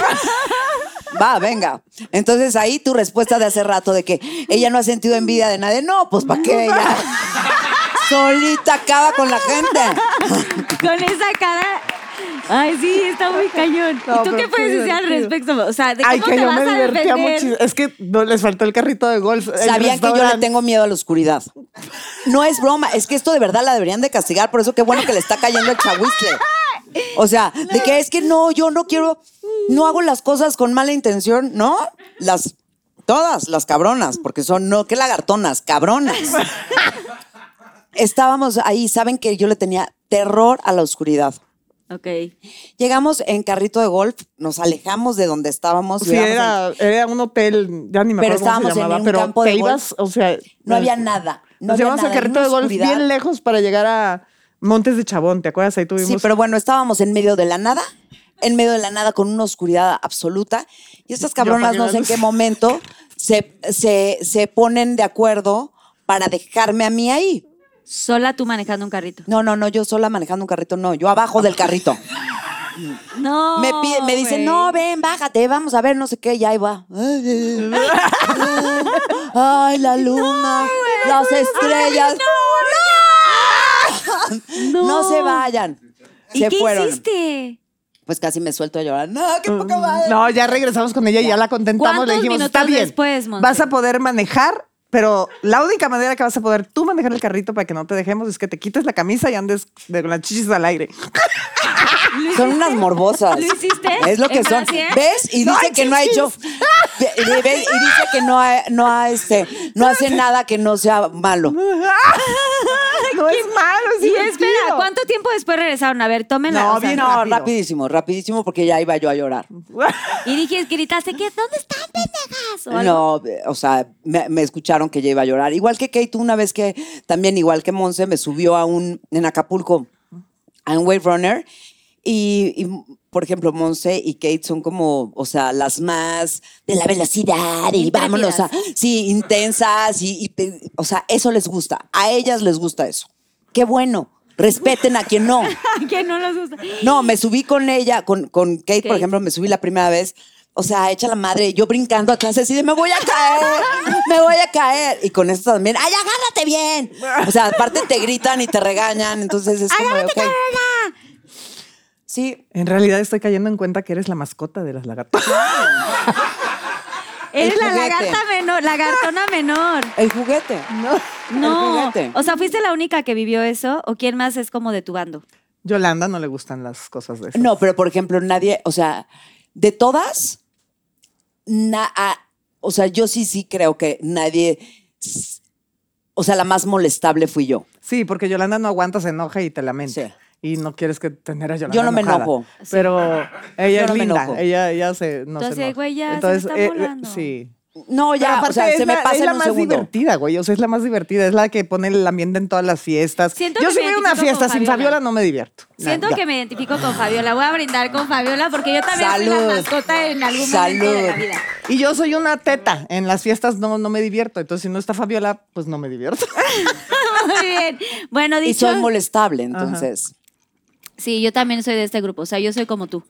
Speaker 9: Va, venga. Entonces ahí tu respuesta de hace rato de que ella no ha sentido envidia de nadie. No, pues ¿para qué ella? Solita acaba con la gente.
Speaker 3: Con esa cara. Ay, sí, está muy cañón.
Speaker 5: No,
Speaker 3: ¿Y tú
Speaker 5: pero
Speaker 3: qué
Speaker 5: qué
Speaker 3: puedes decir al
Speaker 5: divertido.
Speaker 3: respecto? O sea, ¿de
Speaker 5: Ay,
Speaker 3: cómo
Speaker 5: que
Speaker 3: te
Speaker 5: yo
Speaker 3: vas
Speaker 5: me
Speaker 3: a
Speaker 5: divertía muchísimo.
Speaker 3: defender?
Speaker 5: Es que no les faltó el carrito de golf. el
Speaker 9: Sabían que yo le
Speaker 5: restaurante.
Speaker 9: tengo miedo a la oscuridad. No es broma, es que esto de verdad la deberían de castigar, por eso qué bueno que le está cayendo el chahuizle. O sea, de que es que no, yo no quiero, no hago las cosas con mala intención, ¿no? Las, todas las cabronas, porque son, no, qué lagartonas, cabronas. Estábamos ahí, saben que yo le tenía terror a la oscuridad.
Speaker 3: Ok.
Speaker 9: Llegamos en carrito de golf, nos alejamos de donde estábamos.
Speaker 5: Sí,
Speaker 9: llegamos en-
Speaker 5: era, era un hotel, ya ni me
Speaker 9: Pero
Speaker 5: acuerdo cómo
Speaker 9: estábamos
Speaker 5: se
Speaker 9: en
Speaker 5: llamaba,
Speaker 9: un
Speaker 5: pero
Speaker 9: campo
Speaker 5: te
Speaker 9: de golf.
Speaker 5: ibas, o sea...
Speaker 9: No había nada, no
Speaker 5: nos
Speaker 9: había
Speaker 5: llevamos al
Speaker 9: nada,
Speaker 5: carrito de
Speaker 9: era una
Speaker 5: golf
Speaker 9: oscuridad.
Speaker 5: bien lejos para llegar a Montes de Chabón, ¿te acuerdas? Ahí tuvimos...
Speaker 9: Sí, pero bueno, estábamos en medio de la nada, en medio de la nada con una oscuridad absoluta. Y estas cabronas
Speaker 5: apagué la
Speaker 9: no sé en
Speaker 5: luz.
Speaker 9: qué momento se, se, se ponen de acuerdo para dejarme a mí ahí.
Speaker 3: Sola tú manejando un carrito.
Speaker 9: No, no, no, yo sola manejando un carrito, no, yo abajo del carrito.
Speaker 3: No.
Speaker 9: me, pide- me dicen,
Speaker 3: güey.
Speaker 9: no, ven, bájate, vamos a ver, no sé qué, y ahí va. Ay, la luna, las estrellas. no, se vayan.
Speaker 3: ¿Y
Speaker 9: se
Speaker 3: qué
Speaker 9: fueron.
Speaker 3: hiciste?
Speaker 9: Pues casi me suelto a llorar. No, qué poca madre.
Speaker 5: Mm, No, ya regresamos con ella y ya la contentamos. Le
Speaker 3: ¿Cuántos
Speaker 5: dijimos,
Speaker 3: minutos
Speaker 5: está bien,
Speaker 3: después, Monse?
Speaker 5: vas a poder manejar, pero la única manera que vas a poder tú manejar el carrito para que no te dejemos es que te quites la camisa y andes de con las chichis al aire.
Speaker 9: Son unas morbosas.
Speaker 3: ¿Lo hiciste?
Speaker 9: Es lo que
Speaker 3: ¿En
Speaker 9: son.
Speaker 3: Francia?
Speaker 9: ¿Ves? Y
Speaker 5: No
Speaker 9: dice
Speaker 5: hay
Speaker 9: que no ha hecho. Ve- ve- ve- Y dice que no ha, no ha, este, no hace nada que no sea malo.
Speaker 5: no es malo, es
Speaker 3: Y
Speaker 5: divertido.
Speaker 3: espera, ¿cuánto tiempo después regresaron? A ver, tómenla.
Speaker 5: No,
Speaker 3: o sea,
Speaker 5: bien
Speaker 9: No,
Speaker 5: rápido.
Speaker 9: rapidísimo, rapidísimo, porque ya iba yo a llorar.
Speaker 3: Y dije, gritaste, ¿qué? ¿Dónde están, pendejas? O algo.
Speaker 9: No, eh, o sea, me, me escucharon que ya iba a llorar. Igual que Kate, una vez que, también igual que Monse, me subió a un, en Acapulco, a un Wave Runner. Y, y, por ejemplo, Monse y Kate son como, o sea, las más de la velocidad y
Speaker 3: Intrépidas.
Speaker 9: vámonos a, sí, intensas y, y pe- o sea, eso les gusta. A ellas les gusta eso. Qué bueno. Respeten a quien no.
Speaker 3: que no los gusta.
Speaker 9: No, me subí con ella, con, con Kate, por
Speaker 3: Kate.
Speaker 9: ejemplo, me subí la primera vez. O sea, echa la madre, yo brincando atrás así de me voy a caer, me voy a caer. Y con esto también, ¡ay, agárrate bien! O sea, aparte te gritan y te regañan, entonces es como de, "Ok". Sí,
Speaker 5: En realidad estoy cayendo en cuenta que eres la mascota de las lagartas.
Speaker 3: Eres
Speaker 9: El
Speaker 3: la
Speaker 9: juguete.
Speaker 3: lagarta menor, lagartona menor.
Speaker 9: el juguete. El
Speaker 3: No.
Speaker 9: juguete.
Speaker 3: O sea, ¿fuiste la única que vivió eso? ¿O quién más es como de tu bando?
Speaker 5: Yolanda no le gustan las cosas de esas.
Speaker 9: No, pero por ejemplo, nadie, o sea, de todas, na- a- o sea, yo sí, sí creo que nadie, s- o sea, la más molestable fui yo.
Speaker 5: Sí, porque Yolanda no aguanta, se enoja y te lamenta.
Speaker 9: Sí.
Speaker 5: Y no quieres que tener a Yolanda
Speaker 9: Yo no me
Speaker 5: enojada.
Speaker 9: enojo.
Speaker 5: Pero
Speaker 9: Yo
Speaker 5: ella es
Speaker 9: no me
Speaker 5: linda.
Speaker 9: enojo.
Speaker 5: Ella, ella se, no
Speaker 3: Entonces,
Speaker 5: se enoja. eh,
Speaker 3: güey, ya se me está volando.
Speaker 5: sí.
Speaker 9: No,
Speaker 5: Pero
Speaker 9: ya, o
Speaker 5: aparte
Speaker 9: sea,
Speaker 5: es
Speaker 9: se me
Speaker 5: la-
Speaker 9: pasa
Speaker 5: es
Speaker 9: en
Speaker 5: la
Speaker 9: un
Speaker 5: más
Speaker 9: segundo.
Speaker 5: divertida, güey. O sea, es la más divertida. Es la que pone el ambiente en todas las fiestas.
Speaker 3: Siento
Speaker 5: Yo
Speaker 3: que
Speaker 5: si
Speaker 3: me
Speaker 5: veo una
Speaker 3: identifico
Speaker 5: fiesta
Speaker 3: con
Speaker 5: sin
Speaker 3: Fabiola.
Speaker 5: Fabiola no me divierto.
Speaker 3: Siento
Speaker 5: Nah,
Speaker 3: que me identifico con Fabiola. Voy a brindar con Fabiola porque yo también soy
Speaker 9: Salud.
Speaker 3: la mascota en algún momento de la
Speaker 9: Salud.
Speaker 3: vida.
Speaker 5: ya. Y yo soy una teta. En las fiestas no, no me divierto. Entonces, si no está Fabiola, pues no me divierto.
Speaker 3: Muy bien. Bueno,
Speaker 9: Y
Speaker 3: dicho.
Speaker 9: soy molestable, entonces.
Speaker 3: Sí, yo también soy de este grupo. O sea, yo soy como tú.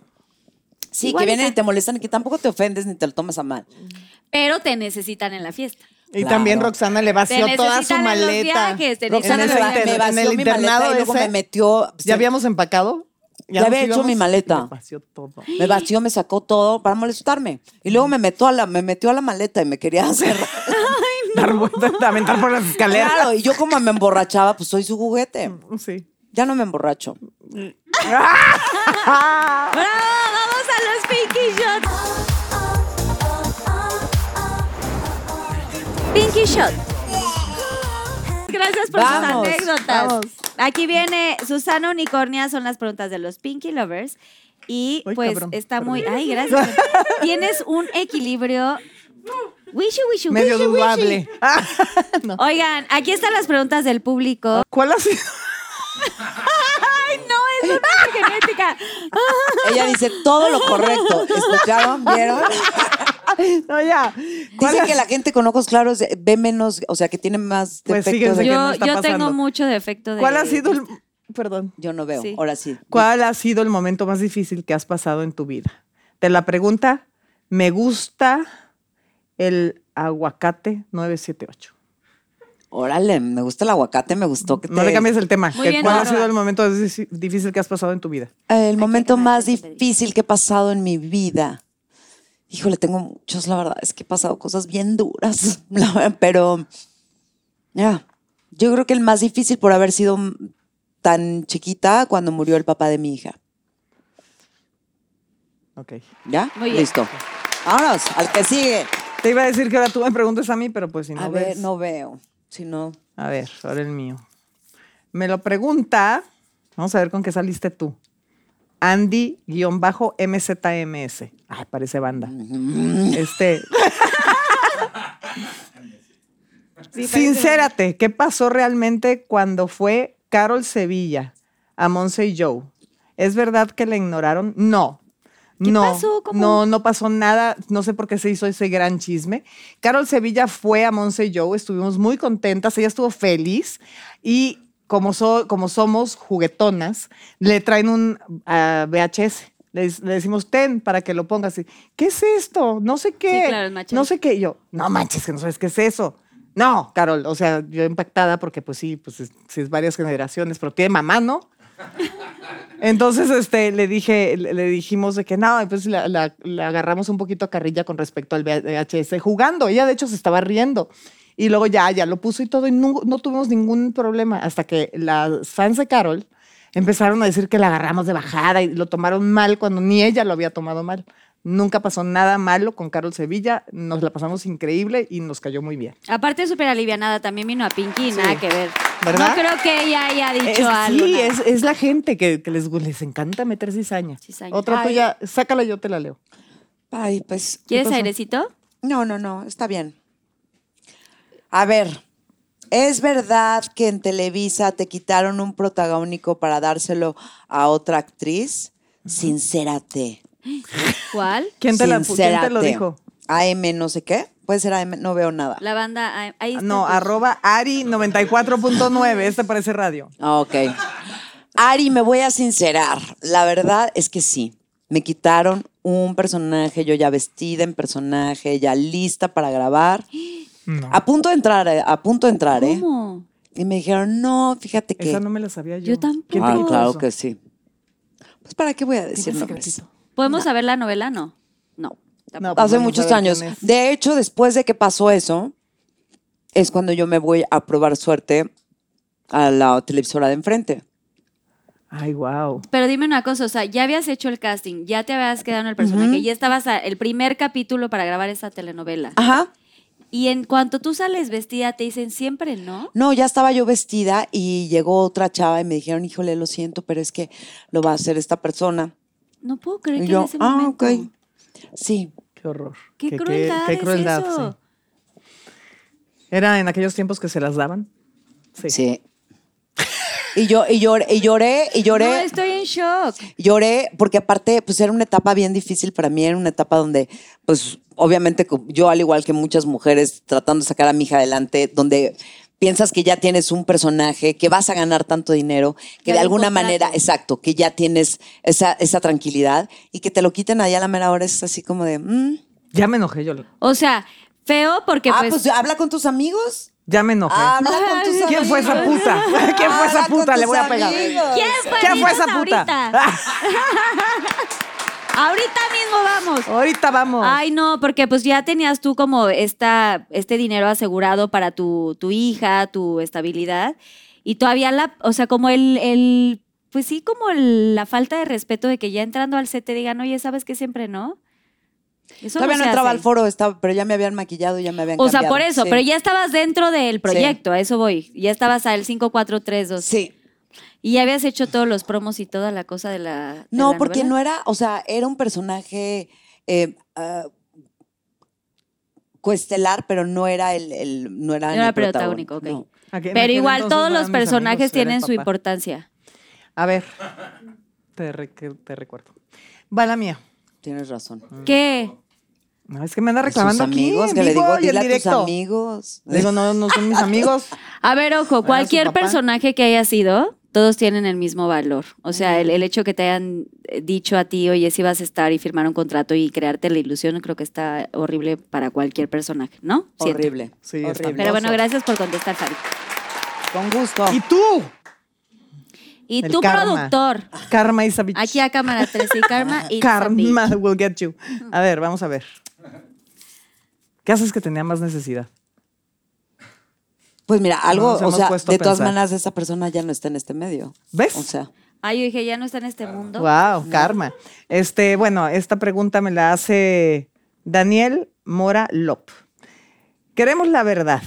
Speaker 9: Sí, que
Speaker 3: Igualita.
Speaker 9: vienen y te molestan y que tampoco te ofendes ni te lo tomas a mal.
Speaker 3: Pero te necesitan en la fiesta.
Speaker 5: Y
Speaker 9: Claro.
Speaker 5: también Roxana le vació
Speaker 3: Te
Speaker 5: toda su
Speaker 3: necesitan en los
Speaker 5: maleta.
Speaker 3: viajes, te
Speaker 9: Roxana
Speaker 5: En
Speaker 9: me,
Speaker 5: ese
Speaker 9: va-
Speaker 5: inter-
Speaker 9: me
Speaker 5: en el
Speaker 9: vació mi
Speaker 5: internado
Speaker 9: maleta y luego
Speaker 5: ese,
Speaker 9: me metió.
Speaker 5: Ya habíamos empacado.
Speaker 9: Ya
Speaker 5: nos
Speaker 9: había hecho
Speaker 5: íbamos,
Speaker 9: mi maleta.
Speaker 5: y me vació todo.
Speaker 9: Me vació, me sacó todo para molestarme. Y luego me metió a la, me metió a la maleta y me quería hacer.
Speaker 5: Dar vueltas, aventar por las escaleras.
Speaker 9: claro, y yo como me emborrachaba, pues soy su juguete.
Speaker 5: Sí.
Speaker 9: Ya no me emborracho.
Speaker 3: ¡Bravo! ¡Vamos a los Pinky Shots!
Speaker 7: Pinky Shot.
Speaker 3: Gracias por
Speaker 9: Vamos,
Speaker 3: sus anécdotas.
Speaker 5: vamos.
Speaker 3: Aquí viene Susana Unicornia, son las preguntas de los Pinky Lovers. Y
Speaker 5: Ay,
Speaker 3: pues
Speaker 5: cabrón,
Speaker 3: está
Speaker 5: perdón.
Speaker 3: muy. Ay, gracias. Tienes un equilibrio Wishu, wishu,
Speaker 5: Medio
Speaker 3: wishu, wishu.
Speaker 5: dudable. Ah, no.
Speaker 3: Oigan, aquí están las preguntas del público.
Speaker 5: ¿Cuál ha sido? Oh.
Speaker 3: ¡Ay, no! Es una genética.
Speaker 9: Ella dice todo lo correcto. ¿Escucharon? ¿Vieron?
Speaker 5: No, ya. ¿Cuál
Speaker 9: Dice
Speaker 5: ha-
Speaker 9: que la gente con ojos claros ve menos, o sea, que tiene más
Speaker 5: Pues
Speaker 9: defectos.
Speaker 5: fíjense
Speaker 9: de-
Speaker 5: que
Speaker 9: yo,
Speaker 5: no
Speaker 3: Yo,
Speaker 5: está
Speaker 3: yo tengo
Speaker 5: pasando.
Speaker 3: mucho defecto de.
Speaker 5: ¿Cuál ha sido el. Perdón.
Speaker 9: no veo,
Speaker 3: Sí.
Speaker 9: ahora sí.
Speaker 5: ¿Cuál ha sido el momento más difícil que has pasado en tu vida? Te la pregunta, me gusta el aguacate 978.
Speaker 9: Órale, me gusta el aguacate, me gustó que
Speaker 5: No
Speaker 9: te-
Speaker 5: le cambies el tema.
Speaker 3: Muy
Speaker 5: que
Speaker 3: bien,
Speaker 5: ¿Cuál ha
Speaker 3: Aurora.
Speaker 5: sido el momento más difí- difícil que has pasado en tu vida?
Speaker 9: El momento
Speaker 3: cambiar
Speaker 9: más
Speaker 3: eso, te digo.
Speaker 9: difícil que he pasado en mi vida. Híjole, tengo muchos, la verdad, es que he pasado cosas bien duras, la verdad, pero ya, yo creo que el más difícil por haber sido m- tan chiquita cuando murió el papá de mi hija.
Speaker 5: Ok.
Speaker 9: ¿Ya?
Speaker 3: Muy bien.
Speaker 9: Listo. Vámonos, al que sigue.
Speaker 5: Te iba a decir que ahora tú me preguntes a mí, pero pues si no
Speaker 9: a ver,
Speaker 5: ves.
Speaker 9: no veo. Si no,
Speaker 5: A ver, ahora el mío. Me lo pregunta, vamos a ver con qué saliste tú. Andy-MZMS. Ay, parece banda. Este. Sincérate, ¿qué pasó realmente cuando fue Carol Sevilla a Monse y Joe? ¿Es verdad que la ignoraron? No.
Speaker 3: ¿Qué
Speaker 5: no,
Speaker 3: pasó? ¿Cómo?
Speaker 5: no, no pasó nada. No sé por qué se hizo ese gran chisme. Carol Sevilla fue a Monse y Joe, estuvimos muy contentas, ella estuvo feliz y como, so- como somos juguetonas, le traen un ah, VHS. Le, dec- le decimos, ten, para que lo pongas. Y, ¿Qué es esto? No sé qué.
Speaker 3: claro, el machete.
Speaker 5: no sé qué. Y yo, no manches, que no sabes qué es eso. No, Carol, o sea, yo impactada porque pues sí, pues es, sí es varias generaciones, pero tiene mamá, ¿no? Entonces, este, le dije, le le dijimos de que no, entonces la, la- la agarramos un poquito a carrilla con respecto al VHS jugando. Ella, de hecho, se estaba riendo. Y luego ya, ya lo puso y todo, y no, no tuvimos ningún problema hasta que las fans de Carol empezaron a decir que la agarramos de bajada y lo tomaron mal cuando ni ella lo había tomado mal. Nunca pasó nada malo con Carol Sevilla, nos la pasamos increíble y nos cayó muy bien.
Speaker 3: Aparte, súper alivianada. También vino a Pinky, nada que ver.
Speaker 5: ¿Verdad?
Speaker 3: No creo que ella haya dicho
Speaker 5: Es-
Speaker 3: algo.
Speaker 5: sí,
Speaker 3: nada.
Speaker 5: es, es la gente que, que les, gu- les encanta meter cizaña.
Speaker 3: Cizaña.
Speaker 5: Otra
Speaker 9: Ay.
Speaker 5: tuya, sácala, yo te la leo.
Speaker 9: ay, pues. ¿qué
Speaker 3: ¿Quieres
Speaker 9: pasó?
Speaker 3: airecito?
Speaker 9: No, no, no, está bien. A ver, ¿es verdad que en Televisa te quitaron un protagónico para dárselo a otra actriz? Sincérate.
Speaker 3: ¿Cuál?
Speaker 5: ¿Quién te, la, pu- quién te lo
Speaker 9: sincérate.
Speaker 5: dijo?
Speaker 9: AM no sé qué. Puede ser AM, no veo nada.
Speaker 3: La banda. ah, Ahí está
Speaker 5: No,
Speaker 9: pues.
Speaker 3: tu-
Speaker 5: arroba Ari94.9, este parece radio.
Speaker 9: Ah, Ok. Ari, me voy a sincerar. La verdad es que sí. Me quitaron un personaje, yo ya vestida en personaje, ya lista para grabar.
Speaker 5: No.
Speaker 9: A punto de entrar, eh, a punto de entrar, ¿eh?
Speaker 3: ¿Cómo?
Speaker 9: Y me dijeron, no, fíjate que.
Speaker 5: Esa no me la sabía yo.
Speaker 3: Yo tampoco.
Speaker 5: ¿Quién te
Speaker 9: ah,
Speaker 5: dijo
Speaker 9: claro
Speaker 5: eso?
Speaker 9: que sí. Pues para qué voy a decir
Speaker 5: Tiene
Speaker 9: nombres.
Speaker 5: secretito.
Speaker 3: ¿Podemos saber la novela? No. No.
Speaker 5: No, pues
Speaker 9: Hace
Speaker 5: vamos a
Speaker 9: muchos
Speaker 5: ver
Speaker 9: años.
Speaker 5: quién es.
Speaker 9: De hecho, después de que pasó eso, es cuando yo me voy a probar suerte a la televisora de enfrente.
Speaker 5: Ay, wow.
Speaker 3: Pero dime una cosa, o sea, ya habías hecho el casting, ya te habías quedado en el personaje, ya estabas a- el primer capítulo para grabar esa telenovela.
Speaker 9: Ajá.
Speaker 3: Y en cuanto tú sales vestida, te dicen siempre no.
Speaker 9: No, ya estaba yo vestida y llegó otra chava y me dijeron, híjole, lo siento, pero es que lo va a hacer esta persona.
Speaker 3: No puedo creer
Speaker 9: Y
Speaker 3: que en
Speaker 9: yo,
Speaker 3: ese
Speaker 9: ah,
Speaker 3: momento.
Speaker 9: ok. Sí.
Speaker 5: Qué horror.
Speaker 3: Qué
Speaker 5: Qué- qué-
Speaker 3: crueldad
Speaker 5: qué
Speaker 3: es
Speaker 5: crueldad,
Speaker 3: eso.
Speaker 5: Era en aquellos tiempos que se las daban. Sí.
Speaker 9: Sí. Y yo, y lloré, y lloré, y lloré.
Speaker 3: No, estoy en shock.
Speaker 9: Lloré porque aparte, pues era una etapa bien difícil para mí, era una etapa donde, pues obviamente co- yo al igual que muchas mujeres tratando de sacar a mi hija adelante, donde piensas que ya tienes un personaje, que vas a ganar tanto dinero,
Speaker 3: Ya
Speaker 9: que de
Speaker 3: hay un
Speaker 9: alguna
Speaker 3: contrato.
Speaker 9: manera, exacto, que ya tienes esa, esa tranquilidad y que te lo quiten allá a la mera hora es así como de, mm.
Speaker 5: Ya me enojé yo.
Speaker 3: O sea, feo porque
Speaker 9: ah,
Speaker 3: pues,
Speaker 9: pues habla con tus amigos. ah,
Speaker 5: Ya me enojé.
Speaker 9: Habla con tus amigos.
Speaker 5: ¿Quién fue esa puta? ¿Quién fue esa
Speaker 9: Habla con
Speaker 5: puta? Le
Speaker 9: tus
Speaker 5: voy a pegar.
Speaker 9: amigos.
Speaker 3: ¿Quién fue,
Speaker 5: ¿Quién fue esa
Speaker 3: Dinos
Speaker 5: puta?
Speaker 3: Ahorita? Ahorita mismo vamos.
Speaker 5: Ahorita
Speaker 9: Oh.
Speaker 5: vamos.
Speaker 3: Ay, no, porque pues ya tenías tú como esta, este dinero asegurado para tu, tu hija, tu estabilidad. Y todavía la, o sea, como el, el pues sí, como el- la falta de respeto de que ya entrando al set te digan, oye, ¿sabes que siempre no? Eso
Speaker 9: Todavía no
Speaker 3: se
Speaker 9: entraba
Speaker 3: hace.
Speaker 9: al foro, estaba, pero ya me habían maquillado y ya me habían
Speaker 3: O sea,
Speaker 9: cambiado.
Speaker 3: por eso,
Speaker 9: Sí.
Speaker 3: pero ya estabas dentro del proyecto, a eso voy. Ya estabas al 5432.
Speaker 9: Sí.
Speaker 3: Y ya habías hecho todos los promos y toda la cosa de la. de
Speaker 9: No,
Speaker 3: la
Speaker 9: porque
Speaker 3: novela.
Speaker 9: no era, o sea, era un personaje eh, ah, coestelar, pero no era el, el- no era,
Speaker 3: No
Speaker 9: el
Speaker 3: era protagónico,
Speaker 9: protagónico,
Speaker 3: ok.
Speaker 9: no.
Speaker 5: Aquí en
Speaker 3: Pero
Speaker 5: aquel
Speaker 3: igual
Speaker 5: entonces
Speaker 3: todos
Speaker 5: nada,
Speaker 3: los
Speaker 5: mis amigos
Speaker 3: personajes
Speaker 5: era el
Speaker 3: tienen su
Speaker 5: papá.
Speaker 3: importancia.
Speaker 5: A ver, te, re- que te recuerdo. Va la mía.
Speaker 9: Tienes razón.
Speaker 5: Mm.
Speaker 3: ¿Qué?
Speaker 5: No, es que me anda
Speaker 9: Sus
Speaker 5: reclamando aquí,
Speaker 9: amigos,
Speaker 5: en
Speaker 9: que le
Speaker 5: vivo
Speaker 9: digo,
Speaker 5: y en
Speaker 9: dile a tus
Speaker 5: directo.
Speaker 9: amigos.
Speaker 5: Le digo, no, no son mis amigos.
Speaker 3: A ver, ojo,
Speaker 5: su
Speaker 3: cualquier
Speaker 5: papá.
Speaker 3: personaje que haya sido, todos tienen el mismo valor. O sea, el, el hecho que te hayan eh, dicho a ti, oye, si vas a estar y firmar un contrato y crearte la ilusión, creo que está horrible para cualquier personaje, ¿no? Siento.
Speaker 9: Horrible.
Speaker 5: Sí,
Speaker 9: horrible.
Speaker 3: Pero bueno, gracias por contestar, Fabi.
Speaker 9: Con gusto.
Speaker 5: ¿Y tú?
Speaker 3: Y
Speaker 5: El
Speaker 3: tu
Speaker 5: karma.
Speaker 3: productor,
Speaker 5: Karma Isabich.
Speaker 3: aquí a cámara 3 y Karma y
Speaker 5: Karma will get you. A ver, vamos a ver. ¿Qué haces que tenía más necesidad?
Speaker 9: Pues mira, algo,
Speaker 5: nos
Speaker 9: o
Speaker 5: hemos
Speaker 9: sea,
Speaker 5: puesto a
Speaker 9: de todas
Speaker 5: pensar.
Speaker 9: maneras, esa persona ya no está en este medio.
Speaker 5: ¿Ves?
Speaker 9: O sea,
Speaker 3: Ay, yo dije, ya no está en este mundo.
Speaker 5: Wow, karma. Este, bueno, esta pregunta me la hace Daniel Mora Lop. Queremos la verdad.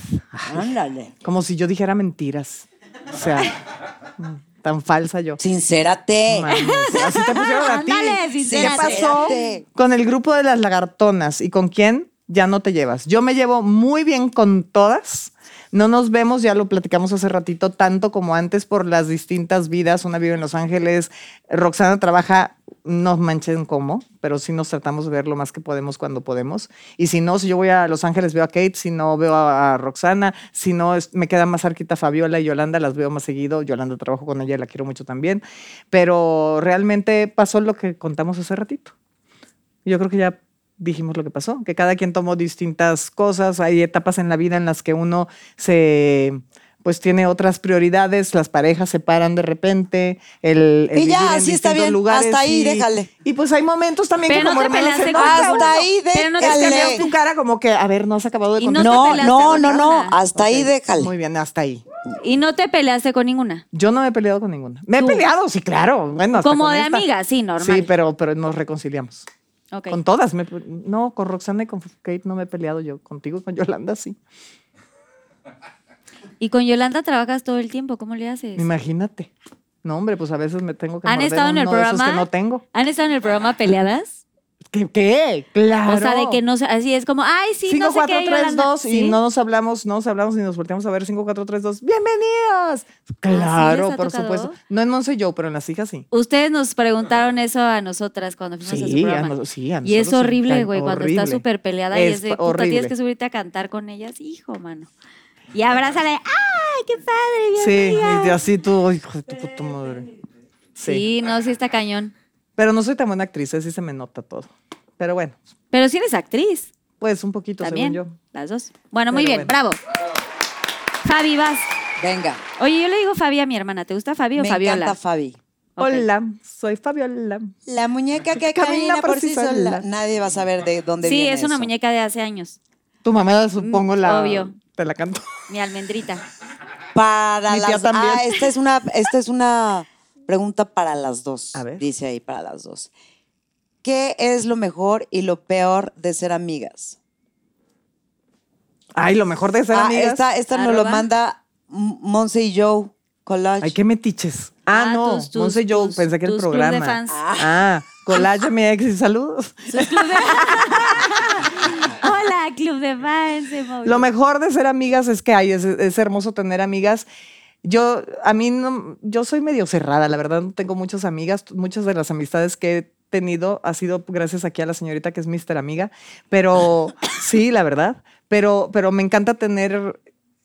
Speaker 9: ándale.
Speaker 5: Como si yo dijera mentiras. O sea, mm, tan falsa yo.
Speaker 9: Sincérate.
Speaker 5: Mames, así te pusieron a ti.
Speaker 3: Ándale,
Speaker 5: ¿Qué
Speaker 3: sincérate.
Speaker 5: pasó
Speaker 9: Espérate.
Speaker 5: con el grupo de las lagartonas y con quién ya no te llevas? Yo me llevo muy bien con todas. No nos vemos, ya lo platicamos hace ratito, tanto como antes por las distintas vidas. Una vive en Los Ángeles, Roxana trabaja, no manchen cómo, pero sí nos tratamos de ver lo más que podemos cuando podemos. Y si no, si yo voy a Los Ángeles veo a Kate, si no veo a, a Roxana, si no es- me queda más cerquita Fabiola y Yolanda, las veo más seguido. Yolanda trabajo con ella, la quiero mucho también. Pero realmente pasó lo que contamos hace ratito. Yo creo que ya dijimos lo que pasó, que cada quien tomó distintas cosas, hay etapas en la vida en las que uno se pues tiene otras prioridades, las parejas se paran de repente, el, el
Speaker 9: Y ya,
Speaker 5: vivir en
Speaker 9: así está
Speaker 5: distintos
Speaker 9: bien,
Speaker 5: lugares
Speaker 9: hasta ahí,
Speaker 5: y-
Speaker 9: déjale.
Speaker 5: Y pues hay momentos también
Speaker 3: Pero no
Speaker 5: que como
Speaker 3: te
Speaker 5: hermanos
Speaker 3: peleaste
Speaker 5: se
Speaker 3: con
Speaker 5: enojan.
Speaker 3: ninguno.
Speaker 9: Hasta ahí,
Speaker 3: Pero no te
Speaker 5: Es que
Speaker 9: déjale.
Speaker 5: veo tu cara como que, a ver, no has acabado de
Speaker 3: Y no
Speaker 5: contar.
Speaker 3: te
Speaker 9: No,
Speaker 3: peleaste
Speaker 9: no,
Speaker 3: con
Speaker 9: no, no,
Speaker 3: ninguna.
Speaker 9: hasta ahí
Speaker 5: Ok,
Speaker 9: déjale.
Speaker 5: Muy bien, hasta ahí.
Speaker 3: Y no te peleaste con ninguna.
Speaker 5: Yo no me he peleado con ninguna. Me he
Speaker 3: Tú.
Speaker 5: peleado, sí, claro. Bueno, hasta
Speaker 3: Como
Speaker 5: con
Speaker 3: de
Speaker 5: esta.
Speaker 3: amiga, sí, normal.
Speaker 5: Sí, pero, pero nos reconciliamos.
Speaker 3: Ok.
Speaker 5: Con todas. me- no, con Roxana y con Kate no me he peleado yo. Contigo y con Yolanda sí.
Speaker 3: Y con Yolanda trabajas todo el tiempo, ¿cómo le haces?
Speaker 5: Imagínate. No, hombre, pues a veces me tengo que
Speaker 3: ¿Han
Speaker 5: morder
Speaker 3: estado en el
Speaker 5: uno de esos
Speaker 3: programa?
Speaker 5: que no tengo.
Speaker 3: ¿Han estado en el programa peleadas?
Speaker 5: ¿Qué? qué? Claro.
Speaker 3: O sea, de que no sé, así es como, ay, sí, no
Speaker 5: 5,
Speaker 3: sé
Speaker 5: 4,
Speaker 3: qué,
Speaker 5: 3,
Speaker 3: Yolanda".
Speaker 5: 2
Speaker 3: ¿Sí?
Speaker 5: y no nos hablamos, no nos hablamos ni nos volteamos a ver 5, 4, 3, 2.
Speaker 3: Ah,
Speaker 5: ¡Bienvenidas!
Speaker 3: les
Speaker 5: Claro,
Speaker 3: ha
Speaker 5: por
Speaker 3: tocado?
Speaker 5: supuesto. No en Monse y yo, pero en las hijas sí.
Speaker 3: Ustedes nos preguntaron eso a nosotras cuando fuimos a su
Speaker 5: Sí, a
Speaker 3: programa.
Speaker 5: nos- sí, a
Speaker 3: y es
Speaker 5: nosotros sí,
Speaker 3: horrible,
Speaker 5: tan
Speaker 3: güey, cuando estás
Speaker 5: horrible.
Speaker 3: súper peleada y
Speaker 5: Es
Speaker 3: es de, puta,
Speaker 5: horrible.
Speaker 3: tienes que subirte a cantar con ellas. Hijo, mano. Y abrázale. ¡Ay, qué padre! Bien
Speaker 5: Sí,
Speaker 3: amiga".
Speaker 5: y así tú, hijo de tu puta madre.
Speaker 3: sí.
Speaker 5: Sí.
Speaker 3: no, sí está cañón.
Speaker 5: Pero no soy tan buena actriz, así se me nota todo. Pero bueno,
Speaker 3: Pero sí eres actriz
Speaker 5: pues un poquito,
Speaker 3: también.
Speaker 5: según yo.
Speaker 3: Las dos. Bueno, muy
Speaker 5: Pero
Speaker 3: bien, bravo.
Speaker 5: bueno.
Speaker 3: Fabi, vas.
Speaker 9: Venga,
Speaker 3: Oye, yo le digo Fabi a mi hermana. ¿Te gusta Fabi o
Speaker 9: me
Speaker 3: Fabiola?
Speaker 9: encanta Fabi.
Speaker 3: Ok.
Speaker 5: Hola, soy Fabiola.
Speaker 9: La muñeca que camina, por sí sola. Nadie va a saber de dónde
Speaker 3: sí,
Speaker 9: viene
Speaker 3: es una
Speaker 9: eso.
Speaker 3: muñeca de hace años.
Speaker 5: Tu mamá, supongo, la.
Speaker 3: Mm, obvio.
Speaker 5: Te la canto.
Speaker 3: Mi almendrita.
Speaker 9: Para
Speaker 5: Mi tía
Speaker 9: las
Speaker 5: también.
Speaker 9: Ah, esta es una, esta es una pregunta para las dos.
Speaker 5: A ver.
Speaker 9: Dice ahí, para las dos. ¿Qué es lo mejor y lo peor de ser amigas?
Speaker 5: Ay, lo mejor de ser
Speaker 9: Ah,
Speaker 5: amigas.
Speaker 9: esta esta nos lo
Speaker 3: Arroba.
Speaker 9: manda M- Monse y Joe Collage.
Speaker 5: Ay, qué metiches. Ah,
Speaker 3: Ah,
Speaker 5: no.
Speaker 3: tus- tus-
Speaker 5: Monse y yo
Speaker 3: tus-
Speaker 5: pensé que el
Speaker 3: tus club de
Speaker 5: programa.
Speaker 3: fans.
Speaker 5: Ah, collage mi ex y saludos.
Speaker 3: Hola, Club de Fans. se movió.
Speaker 5: Lo mejor de ser amigas es que ay, es, es hermoso tener amigas. Yo, a mí, no- yo soy medio cerrada, la verdad, no tengo muchas amigas. Muchas de las amistades que he tenido ha sido gracias aquí a la señorita que es Mister Amiga, pero sí, la verdad, pero, pero me encanta tener...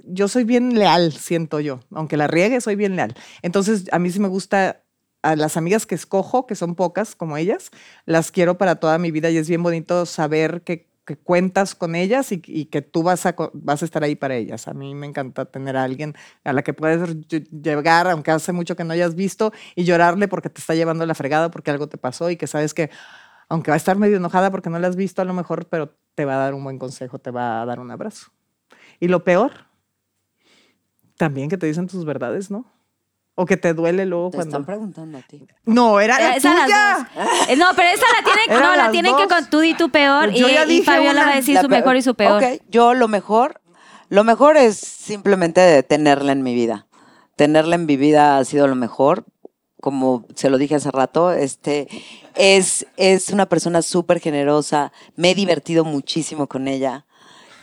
Speaker 5: Yo soy bien leal, siento yo, aunque la riegue, soy bien leal. Entonces, a mí sí me gusta a las amigas que escojo, que son pocas como ellas, las quiero para toda mi vida y es bien bonito saber que, que cuentas con ellas y, y que tú vas a, co- vas a estar ahí para ellas. A mí me encanta tener a alguien a la que puedes ll- llegar, aunque hace mucho que no hayas visto, y llorarle porque te está llevando la fregada, porque algo te pasó y que sabes que, aunque va a estar medio enojada porque no la has visto a lo mejor, pero te va a dar un buen consejo, te va a dar un abrazo. Y lo peor, también que te dicen tus verdades, ¿no? O que te duele luego
Speaker 9: Te
Speaker 5: cuando...
Speaker 9: están preguntando a ti.
Speaker 5: No, era
Speaker 3: Eh,
Speaker 5: la
Speaker 3: es a las
Speaker 5: tuya.
Speaker 3: dos. Eh, No, pero esa la tienen,
Speaker 5: Era
Speaker 3: no, la
Speaker 5: las
Speaker 3: tienen que
Speaker 5: dos. Pues
Speaker 3: con tú y tu peor.
Speaker 5: Yo
Speaker 3: y,
Speaker 5: ya
Speaker 3: y
Speaker 5: dije
Speaker 3: Fabiola
Speaker 5: una.
Speaker 3: va a decir
Speaker 9: La
Speaker 3: su
Speaker 9: pe-
Speaker 3: mejor y su peor.
Speaker 9: Ok, yo lo mejor, lo mejor es simplemente tenerla en mi vida. Tenerla en mi vida ha sido lo mejor. Como se lo dije hace rato, este, es, es una persona súper generosa. Me he divertido muchísimo con ella.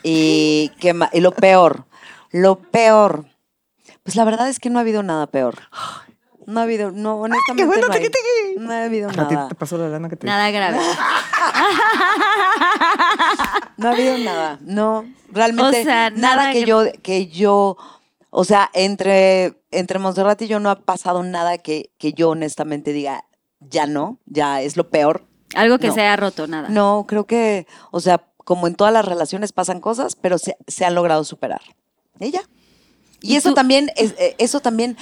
Speaker 9: Y, qué ma- y lo peor, lo peor. Pues la verdad es que no ha habido nada peor. No ha habido, no, honestamente.
Speaker 5: bueno,
Speaker 9: no, hay.
Speaker 5: tiquitiqui!
Speaker 9: no ha habido
Speaker 5: A ti
Speaker 9: nada.
Speaker 5: te pasó la lana que te
Speaker 3: Nada grave.
Speaker 9: No ha habido nada. No, realmente
Speaker 3: O sea,
Speaker 9: nada,
Speaker 3: nada
Speaker 9: que
Speaker 3: que-
Speaker 9: yo que yo o sea, entre entre Montserrat y yo no ha pasado nada que que yo honestamente diga ya no, ya es lo peor.
Speaker 3: Algo que
Speaker 9: No.
Speaker 3: se haya roto, nada.
Speaker 9: No, creo que, o sea, como en todas las relaciones pasan cosas, pero se, se han logrado superar. Ella. Y,
Speaker 3: ¿Y
Speaker 9: eso
Speaker 3: tú?
Speaker 9: también es- eh, eso también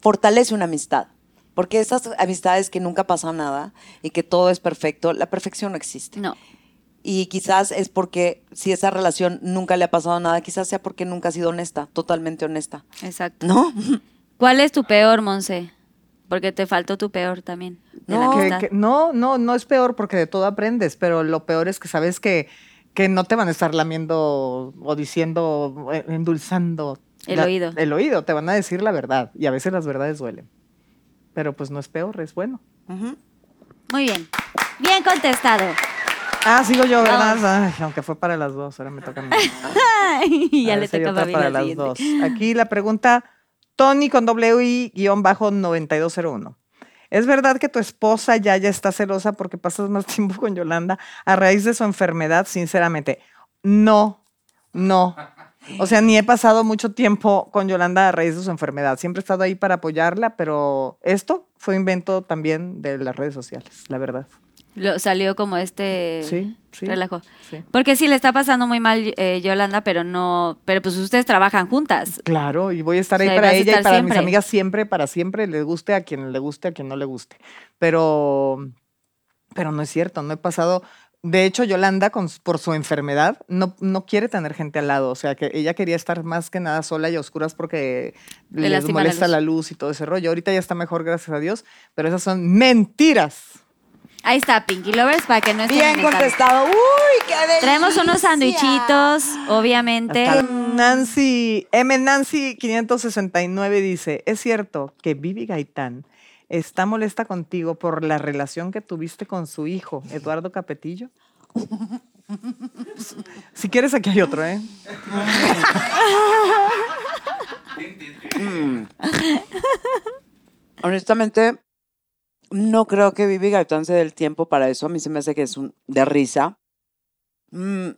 Speaker 9: fortalece una amistad. Porque esas amistades que nunca pasa nada y que todo es perfecto, la perfección no existe.
Speaker 3: No.
Speaker 9: Y quizás es porque si esa relación nunca le ha pasado nada, quizás sea porque nunca ha sido honesta, totalmente honesta.
Speaker 3: Exacto.
Speaker 9: ¿No?
Speaker 3: ¿Cuál es tu peor, Monse? Porque te faltó tu peor también. de la
Speaker 9: No,
Speaker 5: Ah, Que-
Speaker 3: amistad.
Speaker 5: que- no, no, no es peor porque de todo aprendes, pero lo peor es que sabes que, que no te van a estar lamiendo o diciendo, eh, endulzando.
Speaker 3: El oído.
Speaker 5: El oído, te van a decir la verdad y a veces las verdades duelen. Pero pues no es peor, es bueno.
Speaker 9: Ujú.
Speaker 3: Muy bien. Bien contestado.
Speaker 5: Ah, sigo yo, ¿verdad? Ay, aunque fue para las dos, ahora me toca a mí.
Speaker 3: Y ya
Speaker 5: A
Speaker 3: le
Speaker 5: ver si Ah, hay
Speaker 3: toca a
Speaker 5: otra
Speaker 3: Fabi
Speaker 5: para
Speaker 3: la
Speaker 5: las
Speaker 3: siguiente.
Speaker 5: dos. Aquí la pregunta, Tony con WI guión bajo 9201. ¿Es verdad que tu esposa ya ya está celosa porque pasas más tiempo con Yolanda a raíz de su enfermedad? Sinceramente, no, no. O sea, ni he pasado mucho tiempo con Yolanda a raíz de su enfermedad. Siempre he estado ahí para apoyarla, pero esto fue invento también de las redes sociales, la verdad.
Speaker 3: Lo, salió como este
Speaker 5: Sí, sí.
Speaker 3: relajo.
Speaker 5: Sí.
Speaker 3: Porque sí, le está pasando muy mal eh, Yolanda, pero no. Pero pues ustedes trabajan juntas.
Speaker 5: Claro, y voy a estar
Speaker 3: O
Speaker 5: ahí
Speaker 3: sea,
Speaker 5: para
Speaker 3: pues, vas a
Speaker 5: ella y
Speaker 3: estar
Speaker 5: para mis
Speaker 3: siempre.
Speaker 5: amigas siempre, para siempre, le guste a quien le guste, a quien no le guste. Pero, pero no es cierto, no he pasado. De hecho, Yolanda, con s- por su enfermedad, no, no quiere tener gente al lado. O sea, que ella quería estar más que nada sola y a oscuras porque
Speaker 3: Le
Speaker 5: les
Speaker 3: lastima la
Speaker 5: molesta
Speaker 3: luz.
Speaker 5: la luz. y todo ese rollo. Ahorita ya está mejor, gracias a Dios, pero esas son mentiras.
Speaker 3: Ahí está, Pinky Lovers, para que no estén
Speaker 9: Bien
Speaker 3: inventando.
Speaker 9: contestado. Uy, qué delicia.
Speaker 3: Traemos unos sandwichitos,
Speaker 9: ah.
Speaker 3: obviamente.
Speaker 5: Hasta la- Nancy, M Nancy 569 dice, es cierto que Vivi Gaitán está molesta contigo por la relación que tuviste con su hijo, Eduardo Capetillo. si quieres, aquí hay otro, ¿eh?
Speaker 9: Mm. Honestamente, no creo que Vivi Gaitán se dé el tiempo para eso. A mí se me hace que es un de risa. Mm,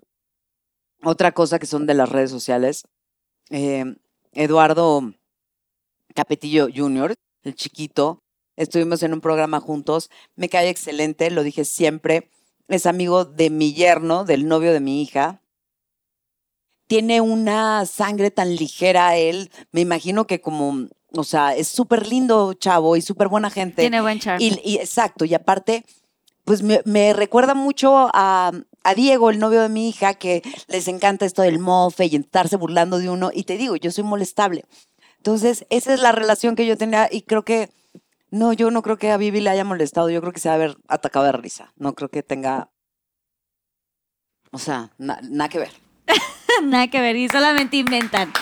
Speaker 9: Otra cosa que son de las redes sociales. eh, Eduardo Capetillo Jr., el chiquito, estuvimos en un programa juntos. Me cae excelente, lo dije siempre. Es amigo de mi yerno, del novio de mi hija. Tiene una sangre tan ligera él. Me imagino que como, o sea, es súper lindo chavo y súper buena gente.
Speaker 3: Tiene buen charme.
Speaker 9: Y, y- exacto, y aparte, pues me, me recuerda mucho a, a Diego, el novio de mi hija, que les encanta esto del mofe y estarse burlando de uno. Y te digo, yo soy molestable. Entonces, esa es la relación que yo tenía y creo que, no, yo no creo que a Vivi le haya molestado, yo creo que se va a haber atacado de risa. No creo que tenga, o sea, na- nada que ver.
Speaker 3: Nada que ver, y solamente inventan.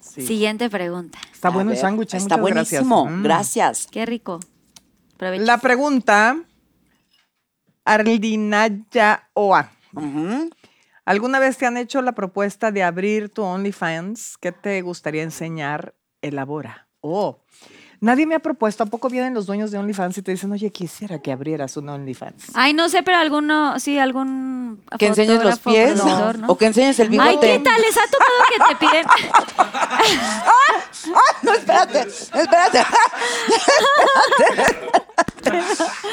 Speaker 5: Sí.
Speaker 3: Siguiente pregunta.
Speaker 5: Está
Speaker 9: A
Speaker 5: bueno el
Speaker 9: ver,
Speaker 5: sándwich, ¿eh?
Speaker 9: Está
Speaker 5: Muchas gracias.
Speaker 9: buenísimo,
Speaker 5: Mm.
Speaker 9: gracias.
Speaker 3: Qué rico. Provecho.
Speaker 5: La pregunta, Arlinaya Oa.
Speaker 9: Ujú.
Speaker 5: ¿Alguna vez te han hecho la propuesta de abrir tu OnlyFans? ¿Qué te gustaría enseñar? Elabora. Oh, nadie me ha propuesto. ¿A poco vienen los dueños de OnlyFans y te dicen, oye, quisiera que abrieras un OnlyFans?
Speaker 9: Ah,
Speaker 3: Ay, no sé, pero alguno, sí, algún.
Speaker 9: Que enseñes los
Speaker 3: fotógrafo,
Speaker 9: pies
Speaker 3: productor, ¿no?
Speaker 9: o que enseñes el bigote.
Speaker 3: Ay, ¿qué tal? ¿Les ha tocado que te piden?
Speaker 9: ¡Ah! No, espérate, espérate.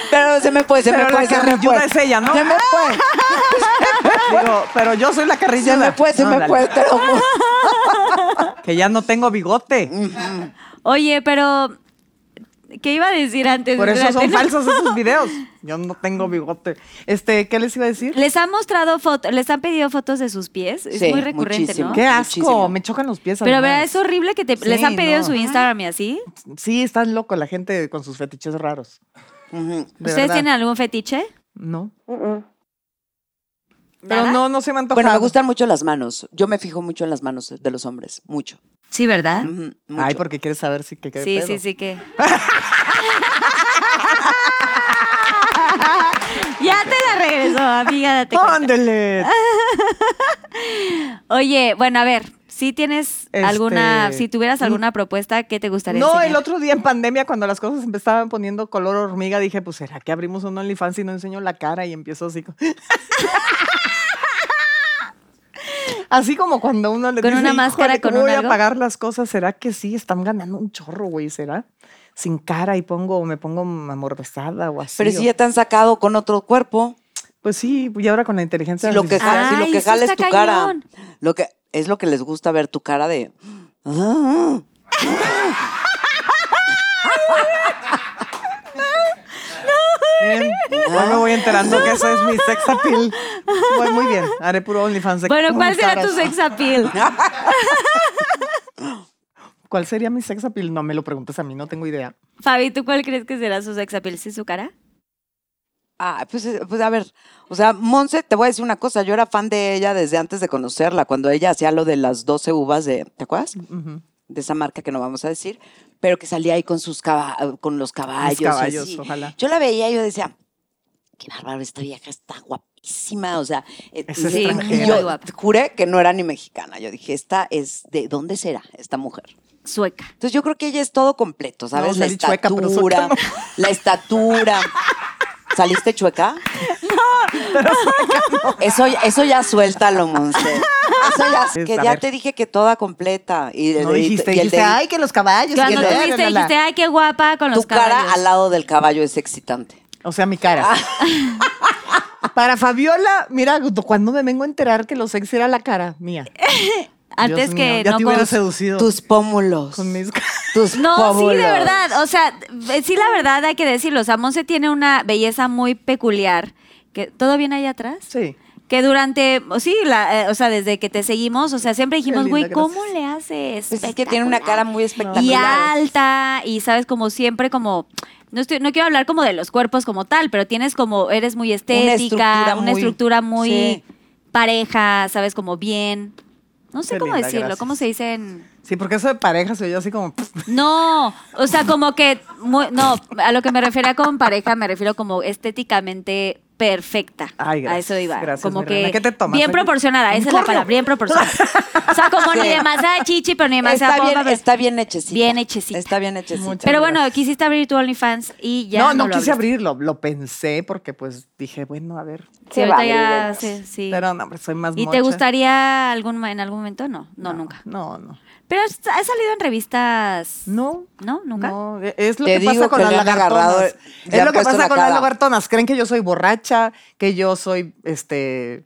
Speaker 9: Pero se me fue, se me
Speaker 5: Pero
Speaker 9: fue,
Speaker 5: la
Speaker 9: se me
Speaker 5: carrilluda
Speaker 9: fue.
Speaker 5: es ella, ¿no?
Speaker 9: Se me fue,
Speaker 5: Digo, pero yo soy la
Speaker 9: se
Speaker 5: carrillera.
Speaker 9: me fue, se
Speaker 5: No,
Speaker 9: me
Speaker 5: dale.
Speaker 9: fue, te lo juro.
Speaker 5: Que ya no tengo bigote.
Speaker 9: Mm.
Speaker 3: Oye, pero. ¿Qué iba a decir antes?
Speaker 5: Por eso son
Speaker 3: Espérate, no.
Speaker 5: falsos esos videos. Yo no tengo bigote. Este, ¿qué les iba a decir?
Speaker 3: ¿Les han mostrado fotos? ¿Les han pedido fotos de sus pies? Es
Speaker 9: Sí,
Speaker 3: muy recurrente,
Speaker 9: muchísimo.
Speaker 3: ¿no?
Speaker 5: Qué asco,
Speaker 9: Muchísimo.
Speaker 5: me chocan los pies.
Speaker 3: Pero verdad,
Speaker 5: además.
Speaker 3: es horrible que te, les
Speaker 5: Sí,
Speaker 3: han pedido en
Speaker 5: no.
Speaker 3: su Instagram y así.
Speaker 5: Sí, están loco la gente con sus fetiches raros.
Speaker 9: Ujú.
Speaker 5: De
Speaker 3: ¿Ustedes
Speaker 5: verdad.
Speaker 3: tienen algún fetiche?
Speaker 5: No.
Speaker 9: Mm,
Speaker 3: ¿Nada?
Speaker 5: Pero no, no se me antoja.
Speaker 9: Bueno, me gustan mucho las manos. Yo me fijo mucho en las manos de los hombres, mucho.
Speaker 3: Sí, ¿verdad?
Speaker 9: Ujú, mucho.
Speaker 5: Ay, porque quieres saber si que Mm, qué
Speaker 3: Sí,
Speaker 5: pedo.
Speaker 3: sí, sí que. ya te Ah, la regresó, Amiga, date cuenta.
Speaker 5: Ándele.
Speaker 3: Oye, bueno, a ver, si tienes
Speaker 5: Este- mm.
Speaker 3: alguna, si tuvieras alguna propuesta, ¿qué te gustaría
Speaker 5: No,
Speaker 3: enseñar?
Speaker 5: el otro día en pandemia, cuando las cosas me estaban poniendo color hormiga, dije, pues, ¿será que abrimos un OnlyFans y no enseño la cara? Y empiezo así. co- así como cuando uno le
Speaker 3: Con
Speaker 5: dice,
Speaker 3: una máscara,
Speaker 5: "Híjole, ¿cómo
Speaker 3: con un
Speaker 5: voy
Speaker 3: algo?"
Speaker 5: a pagar las cosas? ¿Será que sí? Están ganando un chorro, güey, ¿será? Sin cara y pongo, me pongo amorbesada o así.
Speaker 9: Pero
Speaker 5: o-
Speaker 9: si ya te han sacado con otro cuerpo,
Speaker 5: Pues sí, y ahora con la inteligencia
Speaker 9: si lo que,
Speaker 5: artificial.
Speaker 9: ja- si lo
Speaker 3: Ay,
Speaker 9: que
Speaker 3: eso
Speaker 9: jala es
Speaker 3: está
Speaker 9: tu cara,
Speaker 3: cañón.
Speaker 9: lo que, es lo que les gusta ver tu cara de... "Ah".
Speaker 5: Bien, Hoy me voy enterando que ese es mi sex appeal. Voy muy bien, haré puro OnlyFans. de-
Speaker 3: Bueno,
Speaker 5: con
Speaker 3: ¿cuál será
Speaker 5: caras.
Speaker 3: tu sex appeal?
Speaker 5: Ah, ¿Cuál sería mi sex appeal? No me lo preguntes a mí, no tengo idea.
Speaker 3: Fabi, ¿tú cuál crees que será su sex appeal? ¿Sí su cara?
Speaker 9: Ah, pues, eh, pues a ver, o sea, Monse, te voy a decir una cosa, yo era fan de ella desde antes de conocerla, cuando ella hacía lo de las 12 uvas de, ¿te acuerdas? De esa marca que no vamos a decir, pero que salía ahí con sus caba- con los caballos. y
Speaker 5: caballos,
Speaker 9: así.
Speaker 5: ojalá.
Speaker 9: Yo la veía y yo decía, qué bárbaro, esta vieja está guapísima, o sea, eh,
Speaker 5: Es
Speaker 9: y-
Speaker 5: extranjera.
Speaker 9: y yo
Speaker 3: Muy guapa.
Speaker 9: juré que no era ni mexicana, yo dije, esta es, ¿de dónde será esta mujer?
Speaker 3: Sueca.
Speaker 9: Entonces yo creo que ella es todo completo, ¿sabes? la
Speaker 5: salí chueca, pero
Speaker 9: estatura,
Speaker 5: sueca no.
Speaker 9: la estatura. ¿Saliste chueca? No, Eso, eso ya suéltalo, Monse. Eso ya,
Speaker 5: Es,
Speaker 9: que
Speaker 5: a
Speaker 9: ya
Speaker 5: ver.
Speaker 9: te dije que toda completa. Y, el
Speaker 5: No
Speaker 9: dedito-
Speaker 5: dijiste,
Speaker 9: y el
Speaker 5: dijiste,
Speaker 9: dedito-
Speaker 5: ay, que los caballos. que
Speaker 3: Cuando
Speaker 5: la-
Speaker 3: te viste,
Speaker 5: la- la".
Speaker 3: dijiste, ay, qué guapa con
Speaker 9: tu
Speaker 3: los
Speaker 9: cara
Speaker 3: caballos.
Speaker 9: al lado del caballo es excitante.
Speaker 5: O sea, mi cara.
Speaker 9: Ah.
Speaker 5: Para Fabiola, mira, cuando me vengo a enterar que los sex era la cara mía.
Speaker 3: Antes
Speaker 5: Dios
Speaker 3: que
Speaker 5: mío, ya
Speaker 3: no
Speaker 5: te hubiera
Speaker 3: con-
Speaker 5: seducido
Speaker 9: Tus pómulos.
Speaker 5: con mis
Speaker 9: Tus
Speaker 3: No, sí,
Speaker 9: pómulos.
Speaker 3: de verdad. O sea, eh, sí, la verdad hay que decirlo. O sea, Monse tiene una belleza muy peculiar. Que, ¿Todo bien ahí atrás?
Speaker 5: Sí.
Speaker 3: Que durante, o sí, la, eh, o sea, desde que te seguimos, o sea, siempre dijimos,
Speaker 5: linda,
Speaker 3: güey, ¿cómo
Speaker 5: gracias.
Speaker 3: le haces?
Speaker 9: Pues es que tiene una cara muy espectacular.
Speaker 3: y alta y sabes como siempre como no estoy no quiero hablar como de los cuerpos como tal pero tienes como eres muy estética
Speaker 9: estructura
Speaker 3: una
Speaker 9: muy-
Speaker 3: estructura muy,
Speaker 9: sí.
Speaker 3: pareja sabes como bien no sé
Speaker 5: Qué
Speaker 3: cómo
Speaker 5: linda,
Speaker 3: decirlo
Speaker 5: gracias.
Speaker 3: cómo se dicen
Speaker 5: Sí, porque eso de pareja se oyó así como.
Speaker 3: no o sea como que muy- no a lo que me refería con pareja me refiero como estéticamente perfecta
Speaker 5: Ay, gracias,
Speaker 3: a eso iba
Speaker 5: gracias,
Speaker 3: como
Speaker 5: mi
Speaker 3: que
Speaker 5: reina. ¿Qué te tomas?
Speaker 3: bien
Speaker 5: Oye,
Speaker 3: proporcionada esa es la
Speaker 5: unicornio.
Speaker 3: palabra bien proporcionada o sea como ni
Speaker 9: Sí.
Speaker 3: demasiada chichi pero ni demasiada
Speaker 9: Está
Speaker 3: pompa,
Speaker 9: bien,
Speaker 3: pero-
Speaker 9: está bien hechecita.
Speaker 3: Bien hechecita.
Speaker 9: Está bien hechecita.
Speaker 5: Muchas
Speaker 3: Pero bueno,
Speaker 5: gracias.
Speaker 3: quisiste abrir tu OnlyFans y ya.
Speaker 5: no, no,
Speaker 3: lo
Speaker 5: quise
Speaker 3: abriste.
Speaker 5: abrirlo. Lo pensé porque, pues, dije, bueno, a ver.
Speaker 3: Sí, ahorita ya, sí, sí.
Speaker 5: Pero no, hombre, soy más
Speaker 3: ¿Y
Speaker 5: mocha.
Speaker 3: te gustaría algún, ma- en algún momento? No, no, nunca.
Speaker 5: No, no.
Speaker 3: Pero has, has salido en revistas.
Speaker 5: No.
Speaker 3: ¿No? ¿Nunca?
Speaker 5: No, e- es lo
Speaker 9: Te
Speaker 5: que
Speaker 9: digo
Speaker 5: pasa con
Speaker 9: que
Speaker 5: las
Speaker 9: le han agarrado,
Speaker 5: lagartonas.
Speaker 9: le
Speaker 5: Es
Speaker 9: han
Speaker 5: lo que
Speaker 9: puesto
Speaker 5: pasa
Speaker 9: la
Speaker 5: con las
Speaker 9: cara.
Speaker 5: lagartonas. Creen que yo soy borracha, que yo soy, este,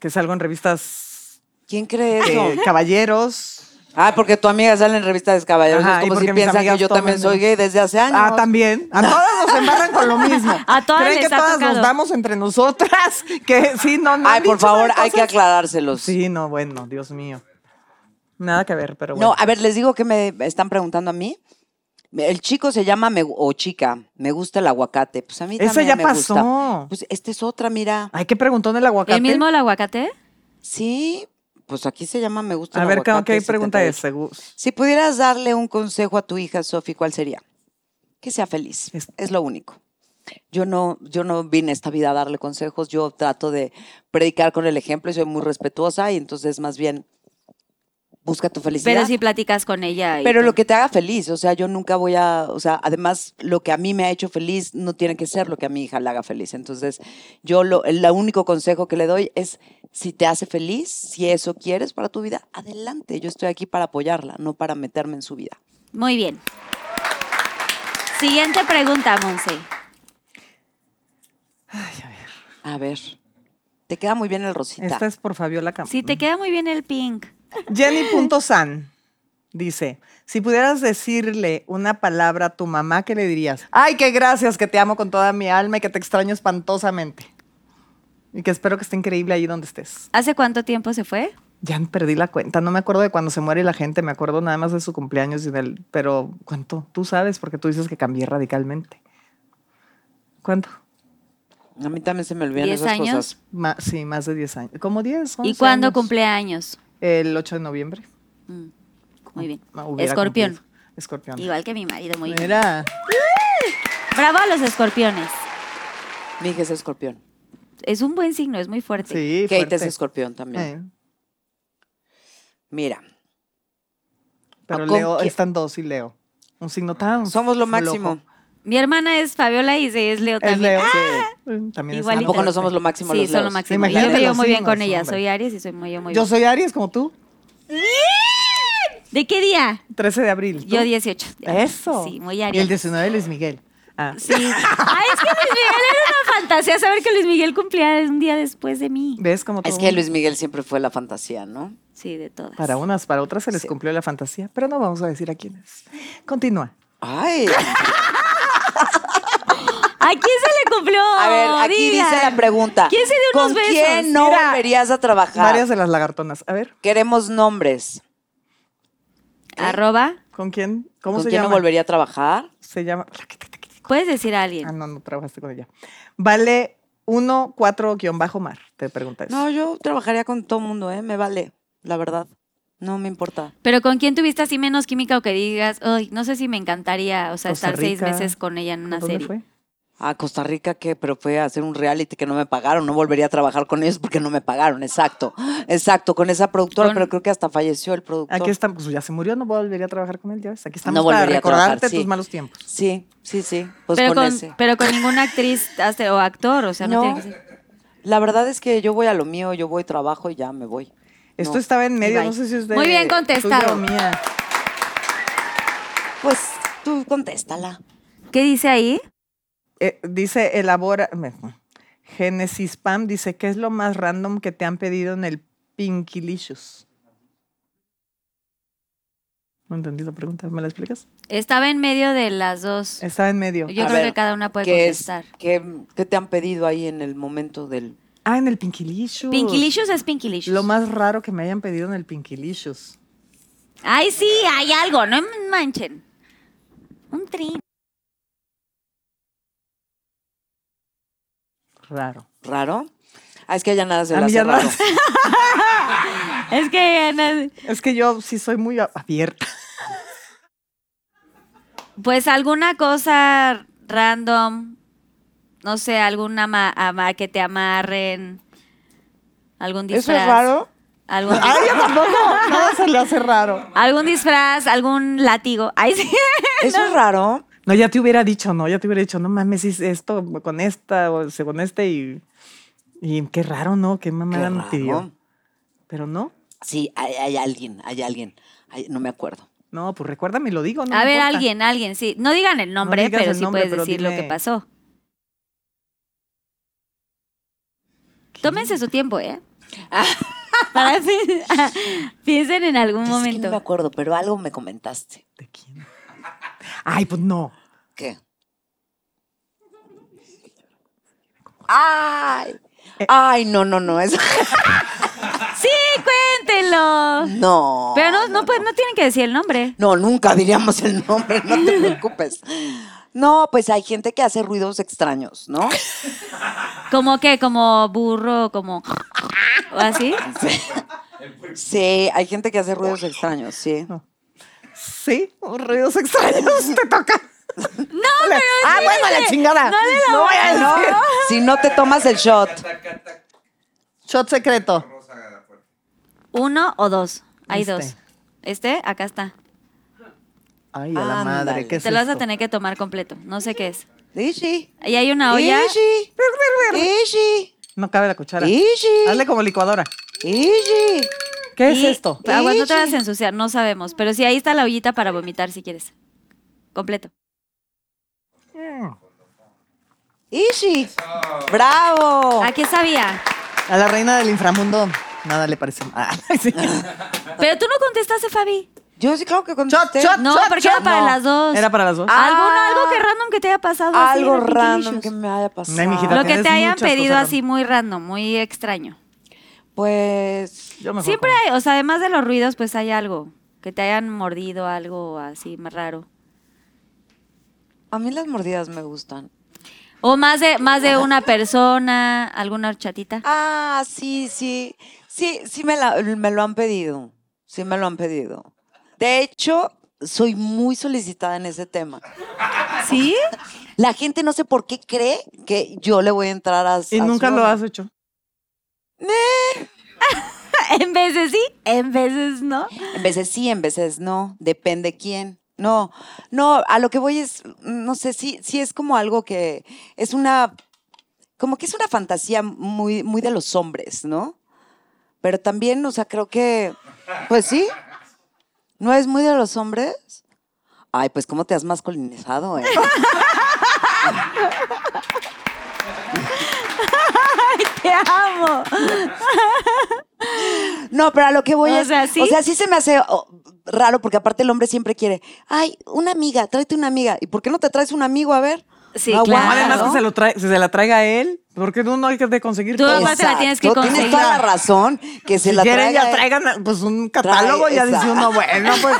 Speaker 5: que salgo en revistas
Speaker 9: ¿Quién cree eso?
Speaker 5: de caballeros.
Speaker 9: Ah, porque tu amiga sale en revistas de caballeros.
Speaker 5: Ajá,
Speaker 9: es
Speaker 5: y
Speaker 9: como si
Speaker 5: porque mis
Speaker 9: piensan que
Speaker 5: amigas
Speaker 9: yo también
Speaker 5: toman-
Speaker 9: soy gay desde hace años.
Speaker 5: Ah, también. A todas nos embarran con lo mismo.
Speaker 3: A todas
Speaker 5: Creen
Speaker 3: les
Speaker 5: que
Speaker 3: ha
Speaker 5: todas
Speaker 3: tocado.
Speaker 5: nos damos entre nosotras. Que sí, no, no.
Speaker 9: Ay,
Speaker 5: han
Speaker 9: por
Speaker 5: dicho
Speaker 9: favor,
Speaker 5: unas
Speaker 9: hay que
Speaker 5: cosas.
Speaker 9: aclarárselos.
Speaker 5: Sí, no, bueno, Dios mío. Nada que ver, pero bueno.
Speaker 9: No, a ver, les digo que me están preguntando a mí. El chico se llama me- o chica, me gusta el aguacate. Pues a mí
Speaker 5: Ese
Speaker 9: también
Speaker 5: ya
Speaker 9: me
Speaker 5: pasó.
Speaker 9: gusta. Pues esta es otra, mira.
Speaker 5: Ay, qué preguntón el aguacate.
Speaker 3: ¿El mismo el aguacate?
Speaker 9: Sí, pues aquí se llama me gusta
Speaker 5: A
Speaker 9: el
Speaker 5: ver, ¿qué-
Speaker 9: aguacate.
Speaker 5: ¿qué pregunta es?
Speaker 9: 78. Si pudieras darle un consejo a tu hija, Sofi, ¿cuál sería? Que sea feliz.
Speaker 5: Es-
Speaker 9: Es lo único. Yo no, yo no vine a esta vida a darle consejos. Yo trato de predicar con el ejemplo y soy muy respetuosa y entonces más bien busca tu
Speaker 5: Pues
Speaker 9: felicidad.
Speaker 3: Pero si platicas con ella. y
Speaker 9: Pero
Speaker 3: todo.
Speaker 9: lo que te haga feliz, o sea, yo nunca voy a, o sea, además lo que a mí me ha hecho feliz no tiene que ser lo que a mi hija le haga feliz. Entonces, yo lo, el único consejo que le doy es, si te hace feliz, si eso quieres para tu vida, adelante. Yo estoy aquí para apoyarla, no para meterme en su vida.
Speaker 3: Muy bien. Siguiente pregunta, Monse.
Speaker 9: A ver, te queda muy bien el rosita.
Speaker 5: Esta es por Fabiola Campos.
Speaker 3: Si te queda muy bien el pink.
Speaker 5: Jenny.san dice, si pudieras decirle una palabra a tu mamá, ¿qué le dirías? Ay, qué gracias, que te amo con toda mi alma y que te extraño espantosamente. Y que espero que esté increíble ahí donde estés.
Speaker 3: ¿Hace cuánto tiempo se fue?
Speaker 5: Ya perdí la cuenta, no me acuerdo de cuando se muere la gente, me acuerdo nada más de su cumpleaños y del... Pero, ¿cuánto? Tú sabes, porque tú dices que cambié radicalmente. ¿Cuánto?
Speaker 9: A mí también se me olvidan
Speaker 3: ¿Diez
Speaker 9: esas
Speaker 3: años?
Speaker 9: cosas.
Speaker 5: Ma- sí, más de 10 años. ¿Como 10?
Speaker 3: ¿Y cuándo
Speaker 5: cumplí?
Speaker 3: cumpleaños?
Speaker 5: El 8 de noviembre.
Speaker 3: Mm, Muy bien.
Speaker 5: Ah, hubiera
Speaker 3: Escorpión.
Speaker 5: cumplido. Escorpión.
Speaker 3: Igual que mi marido, muy bien.
Speaker 5: Mira.
Speaker 3: Bravo a los escorpiones.
Speaker 9: Mi hija es escorpión.
Speaker 3: es un buen signo, es muy fuerte.
Speaker 5: Sí,
Speaker 9: Kate
Speaker 5: fuerte.
Speaker 9: es escorpión también.
Speaker 5: Eh,
Speaker 9: Mira,
Speaker 5: pero
Speaker 9: ¿O con
Speaker 5: Leo,
Speaker 9: quién?
Speaker 5: están dos y Leo. Un signo tan
Speaker 9: somos lo
Speaker 5: flojo.
Speaker 9: máximo.
Speaker 3: Mi hermana es Fabiola y se- es Leo
Speaker 5: Es
Speaker 3: también.
Speaker 5: Leo.
Speaker 3: Ah,
Speaker 5: sí. También es
Speaker 3: Igualito.
Speaker 5: fuerte.
Speaker 9: Tampoco no somos lo máximo
Speaker 3: Sí,
Speaker 9: los
Speaker 3: son lo
Speaker 9: leos.
Speaker 3: máximo. Yo
Speaker 5: Imagínate
Speaker 3: me llevo
Speaker 5: los
Speaker 3: muy bien con
Speaker 5: signos,
Speaker 3: ella.
Speaker 5: hombre.
Speaker 3: Soy Aries y soy muy, yo muy
Speaker 5: Yo
Speaker 3: bien.
Speaker 5: soy Aries, como tú.
Speaker 3: ¿De qué día?
Speaker 5: 13 de abril. ¿Tú?
Speaker 3: Yo 18.
Speaker 5: Eso.
Speaker 3: Sí, muy
Speaker 5: Y el
Speaker 3: Aries.
Speaker 5: 19 de Luis Miguel. Ah.
Speaker 3: Sí. Ay, es que Luis Miguel era una fantasía saber que Luis Miguel cumplía un día después de mí.
Speaker 5: ¿Ves cómo
Speaker 9: Es
Speaker 5: todo
Speaker 9: que
Speaker 5: mundo-
Speaker 9: Luis Miguel siempre fue la fantasía, ¿no?
Speaker 3: Sí, de todas.
Speaker 5: Para unas, para otras se les
Speaker 9: Sí.
Speaker 5: cumplió la fantasía, pero no vamos a decir a quiénes. Continúa.
Speaker 9: Ay.
Speaker 3: ¿A quién se le cumplió?
Speaker 9: A ver, aquí
Speaker 3: Digan.
Speaker 9: dice la pregunta.
Speaker 3: ¿Quién se dio unos
Speaker 9: ¿Con
Speaker 3: besos?
Speaker 9: quién no
Speaker 5: Mira,
Speaker 9: volverías a trabajar?
Speaker 5: Varias de las lagartonas. A ver,
Speaker 9: Queremos nombres.
Speaker 5: ¿Eh?
Speaker 3: Arroba.
Speaker 5: ¿con quién? ¿Cómo
Speaker 9: ¿Con
Speaker 5: se
Speaker 9: quién
Speaker 5: llama?
Speaker 9: no volvería a trabajar?
Speaker 5: Se llama.
Speaker 3: Puedes decir a alguien.
Speaker 5: Ah, no, no trabajaste con ella. Vale 14-mar, te pregunta eso.
Speaker 9: No, yo trabajaría con todo el mundo, ¿eh? Me vale, la verdad. No me importa.
Speaker 3: Pero con quién tuviste así menos química o que digas, ay, no sé si me encantaría, o sea,
Speaker 5: Costa
Speaker 3: estar seis
Speaker 5: Rica.
Speaker 3: meses con ella en una
Speaker 5: ¿Dónde
Speaker 3: serie.
Speaker 5: fue?
Speaker 9: A Ah, Costa Rica, ¿qué? Pero fue a hacer un reality que no me pagaron. No volvería a trabajar con ellos porque no me pagaron. Exacto. Exacto, con esa productora,
Speaker 3: Con-
Speaker 9: pero creo que hasta falleció el productor.
Speaker 5: Aquí estamos, pues ya se murió, no volvería a trabajar con él, ya ves. Aquí estamos
Speaker 9: No
Speaker 5: para
Speaker 9: volvería a
Speaker 5: recordarte
Speaker 9: trabajar, sí.
Speaker 5: tus malos tiempos.
Speaker 9: Sí, sí, sí. Pues
Speaker 3: pero,
Speaker 9: con,
Speaker 3: con,
Speaker 9: ese.
Speaker 3: pero con ninguna actriz hasta- o actor, o sea, no,
Speaker 9: No.
Speaker 3: tiene que ser.
Speaker 9: La verdad es que yo voy a lo mío, yo voy, trabajo y ya me voy.
Speaker 5: Esto
Speaker 9: No.
Speaker 5: estaba en medio,
Speaker 3: bye.
Speaker 5: no sé si es de
Speaker 3: Muy bien
Speaker 5: tuya
Speaker 3: contestado.
Speaker 5: o mía.
Speaker 9: Pues tú contéstala.
Speaker 3: ¿Qué dice ahí?
Speaker 5: Eh, dice, elabora. me- Genesis Pam dice: ¿Qué es lo más random que te han pedido en el Pinkilicious? No entendí la pregunta, ¿me la explicas?
Speaker 3: Estaba en medio de las dos.
Speaker 5: Estaba en medio.
Speaker 3: Yo
Speaker 9: A
Speaker 3: creo
Speaker 9: ver,
Speaker 3: que cada una puede
Speaker 9: ¿Qué, es,
Speaker 3: contestar.
Speaker 9: qué, qué te han pedido ahí en el momento del...
Speaker 5: Ah, en el Pinkilicious.
Speaker 3: Pinkilicious es Pinkilicious.
Speaker 5: Lo más raro que me hayan pedido en el Pinkilicious.
Speaker 3: Ay, sí, hay algo, no manchen. Un trin.
Speaker 5: Raro.
Speaker 9: ¿Raro? Ah, es que ya nada se
Speaker 5: A
Speaker 9: le
Speaker 5: mí ya
Speaker 9: hace
Speaker 5: nada.
Speaker 9: raro.
Speaker 3: Es que Ana,
Speaker 5: Es que yo sí soy muy a- abierta.
Speaker 3: Pues alguna cosa random, no sé, alguna ma- ama- que te amarren, algún disfraz.
Speaker 5: ¿Eso es raro?
Speaker 3: Algún,
Speaker 5: Ay, yo tampoco. Nada se le hace raro.
Speaker 3: algún disfraz, algún látigo. Ay, sí.
Speaker 9: Eso es raro.
Speaker 5: No, ya te hubiera dicho, no, ya te hubiera dicho, no mames, hice esto con esta o se- con este y, y qué raro, ¿no? Qué
Speaker 9: Qué
Speaker 5: mamada me
Speaker 9: raro.
Speaker 5: pidió. Pero no,
Speaker 9: Sí, hay, hay alguien, hay alguien. Hay- no me acuerdo.
Speaker 5: no, pues recuérdame, y lo digo, ¿no?
Speaker 3: A
Speaker 5: me
Speaker 3: ver,
Speaker 5: importa.
Speaker 3: alguien, alguien, sí. No digan el nombre,
Speaker 5: digas
Speaker 3: pero
Speaker 5: el
Speaker 3: sí
Speaker 5: nombre,
Speaker 3: puedes
Speaker 5: pero
Speaker 3: decir lo que
Speaker 5: dime.
Speaker 3: pasó. Tómense su tiempo, ¿eh? Para pi- piensen en algún
Speaker 9: Es que
Speaker 3: momento.
Speaker 9: no me acuerdo, pero algo me comentaste.
Speaker 5: ¿De quién? Ay, pues no.
Speaker 9: ¿Qué? ¡Ay!
Speaker 5: Eh.
Speaker 9: ¡Ay, no, no, no! Eso,
Speaker 3: Sí, cuéntenlo.
Speaker 9: no.
Speaker 3: Pero no, no, pues, no tienen que decir el nombre.
Speaker 9: No, nunca diríamos el nombre, no te preocupes. No, pues hay gente que hace ruidos extraños, ¿no?
Speaker 3: ¿Como qué? ¿Como burro? ¿Como o así?
Speaker 9: Sí, hay gente que hace ruidos extraños, sí.
Speaker 5: Sí, ruidos extraños, te toca.
Speaker 3: No, pero
Speaker 5: ah, bueno, la chingada.
Speaker 3: no le
Speaker 5: No vaya a
Speaker 9: Ay, no,
Speaker 5: decir.
Speaker 9: si no te tomas el shot.
Speaker 5: Shot secreto.
Speaker 3: ¿Uno o dos? Hay
Speaker 5: Este.
Speaker 3: dos. Este, acá está.
Speaker 5: Ay, a la
Speaker 9: Ándale.
Speaker 5: madre, ¿qué es
Speaker 3: Te lo vas a
Speaker 5: esto?
Speaker 3: tener que tomar completo. No sé qué es.
Speaker 9: Ishi.
Speaker 3: Y hay una olla.
Speaker 9: Ishi. Ishi.
Speaker 5: No cabe la cuchara.
Speaker 9: Ishi.
Speaker 5: Hazle como licuadora.
Speaker 9: Ishi.
Speaker 5: ¿Qué es
Speaker 3: y-
Speaker 5: esto?
Speaker 3: Aguas, no te vas a ensuciar, no sabemos. Pero sí, ahí está la ollita para vomitar si quieres. Completo.
Speaker 9: Ishi. Bravo.
Speaker 3: ¿A qué sabía?
Speaker 5: A la reina del inframundo nada le parece. Ah, sí.
Speaker 3: Pero tú no contestaste, Fabi.
Speaker 9: Yo sí creo que
Speaker 5: Shot,
Speaker 9: contesté.
Speaker 5: shot,
Speaker 3: No,
Speaker 5: shot,
Speaker 3: porque
Speaker 5: shot.
Speaker 3: era para
Speaker 5: No,
Speaker 3: las dos.
Speaker 5: Era para las dos.
Speaker 9: Ah,
Speaker 3: ¿Alguno, algo que random que te haya pasado? así
Speaker 9: Algo
Speaker 3: de Pinky
Speaker 9: random
Speaker 3: Licious?
Speaker 9: que me haya pasado.
Speaker 5: Ay, mijita,
Speaker 3: Lo que
Speaker 5: tienes
Speaker 3: te hayan
Speaker 5: muchas
Speaker 3: pedido
Speaker 5: cosas
Speaker 3: así muy random, muy extraño.
Speaker 9: Pues.
Speaker 5: Yo mejor
Speaker 3: Siempre
Speaker 5: como.
Speaker 3: hay, o sea, además de los ruidos, pues hay algo. Que te hayan mordido algo así más raro.
Speaker 9: A mí las mordidas me gustan.
Speaker 3: O más de, más de una persona, alguna horchatita.
Speaker 9: Ah, sí, sí. Sí, sí me, la- me lo han pedido. Sí me lo han pedido. De hecho, soy muy solicitada en ese tema.
Speaker 3: ¿Sí?
Speaker 9: La gente no sé por qué cree que yo le voy a entrar a.
Speaker 5: Y
Speaker 9: a
Speaker 5: nunca
Speaker 9: su
Speaker 5: lo
Speaker 9: onda.
Speaker 5: has hecho.
Speaker 3: En veces sí, en veces no.
Speaker 9: En veces sí, en veces no, depende quién. No, no, a lo que voy es, no sé, sí, sí es como algo que es una, como que es una fantasía muy, muy de los hombres, ¿no? Pero también, o sea, creo que, pues sí, ¿no es muy de los hombres? Ay, pues cómo te has masculinizado, ¿eh?
Speaker 3: Te amo.
Speaker 9: No, pero a lo que voy
Speaker 3: O
Speaker 9: es.
Speaker 3: sea, ¿sí?
Speaker 9: O sea, sí se me hace oh, raro porque aparte el hombre siempre quiere. Ay, una amiga, tráete una amiga. ¿Y por qué no te traes un amigo? A ver.
Speaker 3: Sí,
Speaker 9: No,
Speaker 3: claro.
Speaker 9: guau.
Speaker 5: Además que se, lo trae, se se la traiga a él, porque no, no hay que de conseguir
Speaker 3: Tú
Speaker 5: todo.
Speaker 3: aparte la tienes que
Speaker 9: Exacto,
Speaker 3: conseguir.
Speaker 9: toda la razón que se
Speaker 5: Si
Speaker 9: la
Speaker 5: quieren
Speaker 9: traiga.
Speaker 5: ya
Speaker 9: él.
Speaker 5: traigan pues un catálogo
Speaker 9: Trae
Speaker 5: ya
Speaker 9: esa.
Speaker 5: dice uno, bueno, pues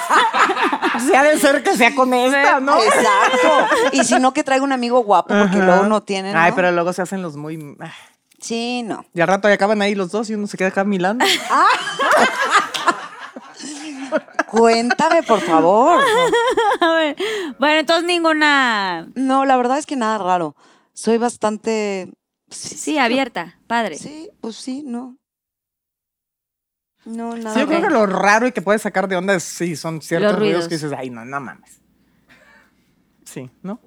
Speaker 5: si ha de ser que sea con esta, ¿no?
Speaker 9: Exacto. Y si no, que traiga un amigo guapo, porque
Speaker 5: Ajá.
Speaker 9: luego no tienen.
Speaker 5: Ay,
Speaker 9: ¿no?
Speaker 5: pero luego se hacen los muy. ah,
Speaker 9: Sí, no.
Speaker 5: Y al rato ya acaban ahí los dos y uno se queda acá milando.
Speaker 9: Cuéntame, por favor.
Speaker 3: A ver, Bueno, entonces ninguna.
Speaker 9: No, la verdad es que nada raro. Soy bastante.
Speaker 3: Sí, abierta, padre.
Speaker 9: Sí, pues sí, no. No, nada.
Speaker 5: Sí, yo creo
Speaker 3: Ok.
Speaker 5: que lo raro y que puedes sacar de onda es, sí, son ciertos
Speaker 3: Los
Speaker 5: ruidos. que
Speaker 3: ruidos.
Speaker 5: dices, ay, no, no mames. Sí, ¿no?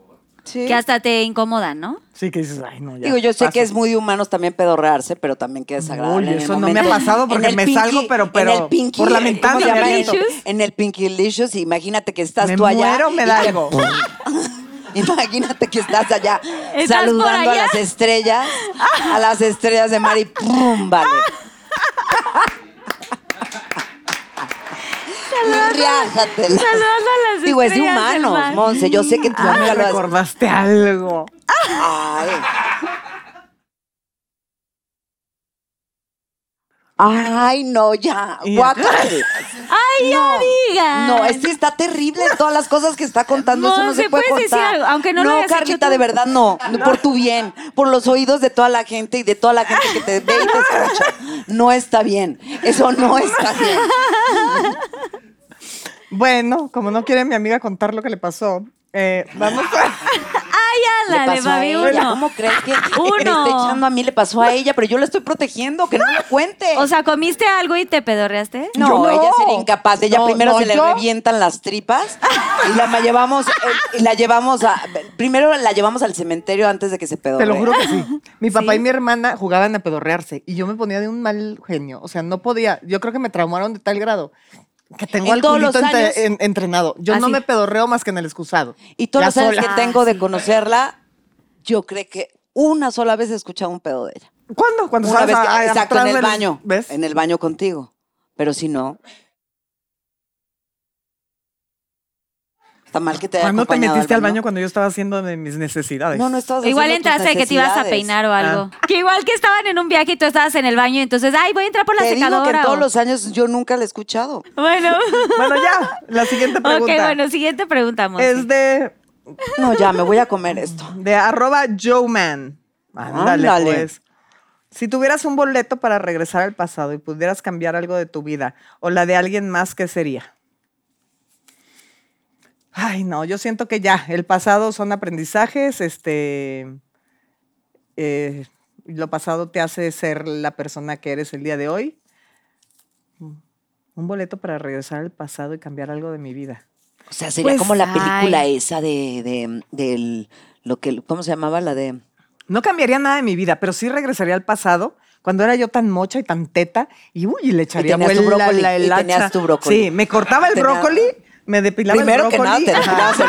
Speaker 9: Sí.
Speaker 3: Que hasta te incomoda, ¿no?
Speaker 5: Sí, que dices, ay, no, ya.
Speaker 9: Digo, yo sé
Speaker 5: paso".
Speaker 9: que es muy de humanos también pedorrearse, pero también que desagradable.
Speaker 5: Uy,
Speaker 9: en el
Speaker 5: eso no me ha
Speaker 9: momento.
Speaker 5: pasado
Speaker 9: En
Speaker 5: porque
Speaker 9: el
Speaker 5: me salgo, pero- pero
Speaker 9: en el pinky,
Speaker 5: por la
Speaker 9: ¿cómo
Speaker 5: ventana
Speaker 9: se
Speaker 5: me
Speaker 9: llama
Speaker 5: meto.
Speaker 9: eso? En el Pinky Licious, imagínate que estás
Speaker 5: Me
Speaker 9: tú allá.
Speaker 5: muero, me
Speaker 9: y
Speaker 5: da
Speaker 9: que-
Speaker 5: algo.
Speaker 9: Imagínate que estás allá
Speaker 3: por
Speaker 9: saludando a
Speaker 3: allá?
Speaker 9: las estrellas, a las estrellas de mar y ¡pum! Vale. Riájate.
Speaker 3: Saludando a las
Speaker 9: Digo, es de
Speaker 3: estrellas del
Speaker 9: humanos,
Speaker 3: mar.
Speaker 9: Monse. Yo sé que
Speaker 5: Ya
Speaker 9: tú
Speaker 5: Ah, me
Speaker 9: nunca lo has
Speaker 5: recordaste algo.
Speaker 9: Ay. Ay, no, ya.
Speaker 5: Y-
Speaker 9: Guácatela.
Speaker 3: ¡Ay, ya diga!
Speaker 9: No, es que está terrible todas las cosas que está contando. eso no
Speaker 3: Monse,
Speaker 9: se puede
Speaker 3: ¿puedes
Speaker 9: contar.
Speaker 3: decir algo? Aunque no lo hayas hecho
Speaker 9: Carlita,
Speaker 3: tú.
Speaker 9: de verdad no. Por tu bien, por los oídos de toda la gente y de toda la gente que te ve y te escucha. No está bien. Eso no está bien.
Speaker 5: Bueno, como no quiere mi amiga contar lo que le pasó, eh, vamos a...
Speaker 3: ¡Ay,
Speaker 9: Le
Speaker 3: ya la de
Speaker 9: pasó a
Speaker 3: Babi
Speaker 9: ella.
Speaker 3: uno!
Speaker 9: ¿Cómo crees que me
Speaker 3: Uno.
Speaker 9: está echando a mí? Le pasó a ella, pero yo la estoy protegiendo. Que no lo cuente.
Speaker 3: O sea, ¿comiste algo y te pedorreaste?
Speaker 9: No,
Speaker 5: Yo no.
Speaker 9: ella sería incapaz. Ella
Speaker 5: No,
Speaker 9: primero
Speaker 5: no,
Speaker 9: se le
Speaker 5: yo.
Speaker 9: revientan las tripas y la ma- llevamos, eh, y la llevamos a. Primero la llevamos al cementerio antes de que se pedorre.
Speaker 5: Te lo juro que sí. Mi papá y mi hermana jugaban a pedorrearse y yo me ponía de un mal genio. O sea, no podía. Yo creo que me traumaron de tal grado que tengo
Speaker 9: En
Speaker 5: al
Speaker 9: todos los
Speaker 5: culito ente-
Speaker 9: años.
Speaker 5: en- entrenado. Yo no
Speaker 3: Así.
Speaker 5: me pedorreo más que en el excusado.
Speaker 9: Y todos
Speaker 5: Ya
Speaker 9: los años
Speaker 5: sola. Ah,
Speaker 9: que tengo de conocerla, yo creo que una sola vez he escuchado un pedo de ella.
Speaker 5: ¿Cuándo? Cuando
Speaker 9: Una
Speaker 5: estabas
Speaker 9: vez que-
Speaker 5: a- a-
Speaker 9: exacto,
Speaker 5: atrás
Speaker 9: en el
Speaker 5: del-
Speaker 9: baño.
Speaker 5: ¿Ves?
Speaker 9: En el baño contigo. Pero si no. Está mal que te haya
Speaker 5: ¿Cuándo te
Speaker 9: acompañado
Speaker 5: metiste al baño cuando yo estaba haciendo de mis necesidades?
Speaker 9: No, no estabas
Speaker 3: Igual
Speaker 9: haciendo tus
Speaker 3: entraste que te ibas a
Speaker 9: necesidades. Ah.
Speaker 3: peinar o algo. Que igual que estaban en un viaje y tú estabas en el baño, entonces, ay, voy a entrar por la
Speaker 9: Te digo
Speaker 3: secadora.
Speaker 9: que
Speaker 3: o-
Speaker 9: en todos los años yo nunca la he escuchado.
Speaker 3: Bueno.
Speaker 5: Bueno, ya. La siguiente
Speaker 3: ok,
Speaker 5: pregunta
Speaker 3: bueno, siguiente pregunta, Monse.
Speaker 5: es de,
Speaker 9: No, ya, me voy a comer esto.
Speaker 5: de arroba Joeman. Ándale,
Speaker 9: Ándale.
Speaker 5: pues. Si tuvieras un boleto para regresar al pasado y pudieras cambiar algo de tu vida o la de alguien más, ¿qué sería? Ay, no, yo siento que ya, el pasado son aprendizajes, este, eh, lo pasado te hace ser la persona que eres el día de hoy. Un boleto para regresar al pasado y cambiar algo de mi vida.
Speaker 9: O sea, sería
Speaker 5: Pues,
Speaker 9: como la película
Speaker 3: ay.
Speaker 9: esa de, de- del- lo que, ¿cómo se llamaba? La de,
Speaker 5: No cambiaría nada de mi vida, pero sí regresaría al pasado, cuando era yo tan mocha y tan teta, y uy, y le echaría
Speaker 9: tenías tu
Speaker 5: vuela
Speaker 9: brócoli,
Speaker 5: la- el
Speaker 9: y tenías
Speaker 5: hacha.
Speaker 9: tu brócoli.
Speaker 5: Sí, me cortaba el
Speaker 9: Tenía-
Speaker 5: brócoli, me depilaba
Speaker 9: primero
Speaker 5: el
Speaker 9: que
Speaker 5: brócoli.
Speaker 9: nada, te
Speaker 5: ajá,
Speaker 9: dejabas el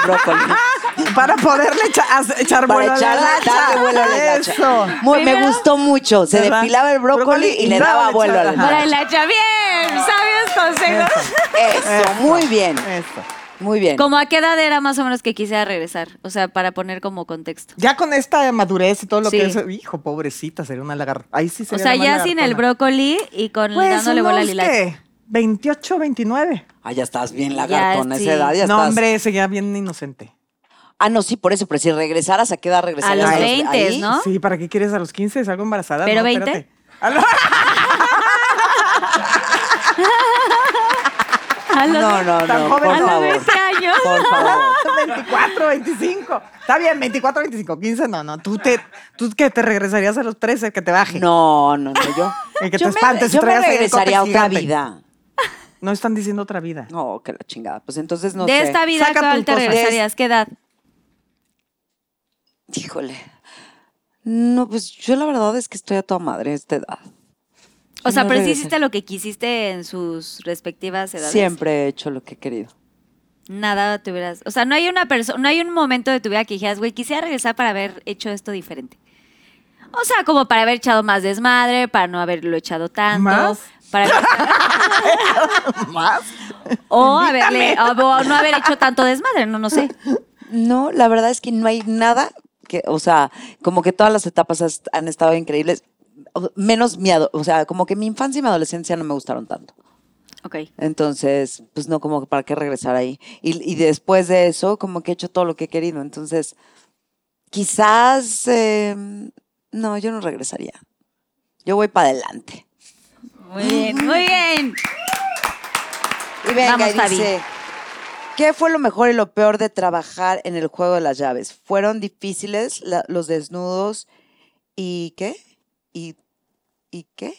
Speaker 9: brócoli.
Speaker 5: Para poderle echa- hacer- echar
Speaker 9: Para
Speaker 5: vuelo a la
Speaker 9: echarla, darle
Speaker 5: hacha.
Speaker 9: vuelo a la hacha.
Speaker 5: Eso.
Speaker 9: Muy- me gustó mucho. Se
Speaker 5: ¿Verdad?
Speaker 9: depilaba el brócoli y le daba vuelo a la
Speaker 5: echaba,
Speaker 3: Para
Speaker 5: ajá.
Speaker 3: el hacha, bien, sabios consejos.
Speaker 9: Eso, muy bien,
Speaker 5: Eso.
Speaker 9: muy bien.
Speaker 3: ¿Como a qué edad era más o menos que quisiera regresar? O sea, para poner como contexto.
Speaker 5: Ya con esta madurez y todo lo
Speaker 3: Sí.
Speaker 5: que es, hijo, pobrecita, sería una lagartona. Ahí sí
Speaker 3: O
Speaker 5: sería
Speaker 3: sea,
Speaker 5: la más
Speaker 3: ya sin el
Speaker 5: lagartona.
Speaker 3: brócoli y con
Speaker 5: Pues,
Speaker 3: dándole bola al
Speaker 5: unos,
Speaker 3: hilacha.
Speaker 5: ¿qué? 28, 29.
Speaker 9: Ah, ya estás bien lagartona a
Speaker 3: sí.
Speaker 9: esa edad, ya
Speaker 5: No,
Speaker 9: estás.
Speaker 5: hombre, seguía bien inocente.
Speaker 9: Ah, no, sí, por eso, pero si regresaras, ¿a qué edad
Speaker 3: A
Speaker 9: regresarías?
Speaker 3: los
Speaker 9: Ahí-
Speaker 3: 20,
Speaker 9: ahí.
Speaker 3: ¿no?
Speaker 5: Sí, ¿para qué quieres a los 15? Salgo embarazada.
Speaker 3: ¿Ah? ¿Pero
Speaker 5: no,
Speaker 3: 20?
Speaker 5: espérate. A los-
Speaker 3: A los,
Speaker 9: No, no,
Speaker 5: Tan
Speaker 9: no,
Speaker 5: joven
Speaker 9: por
Speaker 3: a los
Speaker 9: favor.
Speaker 3: 20 años.
Speaker 9: Por favor.
Speaker 5: 24, 25. Está bien, 24, 25, 15. No, no. Tú, te, tú que te regresarías a los 13, que te baje.
Speaker 9: No, no, no, yo.
Speaker 5: El que
Speaker 9: yo
Speaker 5: te espantes,
Speaker 9: yo me
Speaker 5: traigas ahí el
Speaker 9: regresaría a
Speaker 5: cote
Speaker 9: otra
Speaker 5: gigante.
Speaker 9: vida.
Speaker 5: No están diciendo otra vida.
Speaker 9: No, que la chingada. Pues entonces no
Speaker 3: de
Speaker 9: sé.
Speaker 3: esta vida
Speaker 5: Saca
Speaker 3: actual
Speaker 5: tus
Speaker 3: te
Speaker 5: cosas.
Speaker 3: regresarías, ¿qué edad?
Speaker 9: Híjole. No, pues yo la verdad es que estoy a toda madre a esta edad.
Speaker 3: O sea,
Speaker 9: No
Speaker 3: pero sí
Speaker 9: regresar.
Speaker 3: hiciste lo que quisiste en sus respectivas edades.
Speaker 9: Siempre he hecho lo que he querido.
Speaker 3: Nada te hubieras. O sea, no hay una persona, no hay un momento de tu vida que dijeras, güey, quisiera regresar para haber hecho esto diferente. O sea, como para haber echado más desmadre, para no haberlo echado tanto.
Speaker 5: ¿Más?
Speaker 3: Para
Speaker 5: ¿Más?
Speaker 3: o, haberle, o o no haber hecho tanto desmadre, no, no sé.
Speaker 9: No, la verdad es que no hay nada que, o sea, como que todas las etapas has- han estado increíbles, o- menos mi, ado- o sea, como que mi infancia y mi adolescencia no me gustaron tanto.
Speaker 3: Ok.
Speaker 9: Entonces, pues no, como que para qué regresar ahí. Y, y después de eso, como que he hecho todo lo que he querido. Entonces, quizás, eh, no, yo no regresaría. Yo voy para adelante.
Speaker 3: Muy bien, muy bien.
Speaker 9: Y venga,
Speaker 3: Vamos,
Speaker 9: y
Speaker 3: Tabi.
Speaker 9: dice, ¿qué fue lo mejor y lo peor de trabajar en el juego de las llaves? ¿Fueron difíciles la- los desnudos y qué? ¿Y, ¿Y qué?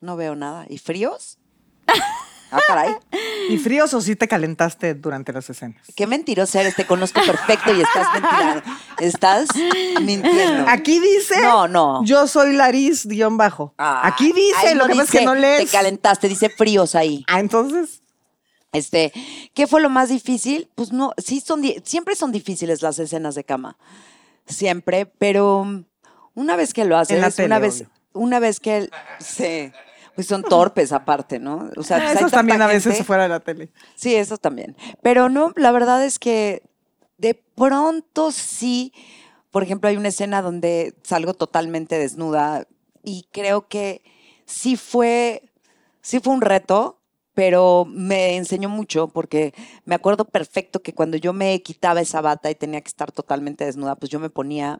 Speaker 9: No veo nada. ¿Y fríos? Ah, caray.
Speaker 5: ¿Y fríos o sí te calentaste durante las escenas?
Speaker 9: Qué mentiroso eres. Te conozco perfecto y estás mentirando. Estás mintiendo.
Speaker 5: Aquí dice.
Speaker 9: No, no.
Speaker 5: Yo soy Laris, guión bajo.
Speaker 9: Ah,
Speaker 5: Aquí dice,
Speaker 9: ahí
Speaker 5: lo que pasa es que
Speaker 9: dice,
Speaker 5: no
Speaker 9: Te
Speaker 5: lees.
Speaker 9: calentaste, dice fríos ahí.
Speaker 5: Ah, entonces.
Speaker 9: Este, ¿qué fue lo más difícil? Pues no, sí son di- siempre son difíciles las escenas de cama. Siempre, pero mm, una vez que lo haces,
Speaker 5: la tele,
Speaker 9: una vez
Speaker 5: obvio.
Speaker 9: una vez que el- sí, pues son torpes aparte, ¿no? O sea, pues hay
Speaker 5: Eso
Speaker 9: tanta
Speaker 5: Ah, también a veces
Speaker 9: gente.
Speaker 5: fuera de la tele.
Speaker 9: Sí, eso también. Pero no, la verdad es que de pronto sí. Por ejemplo, hay una escena donde salgo totalmente desnuda y creo que sí fue, sí fue un reto, pero me enseñó mucho porque me acuerdo perfecto que cuando yo me quitaba esa bata y tenía que estar totalmente desnuda, pues yo me ponía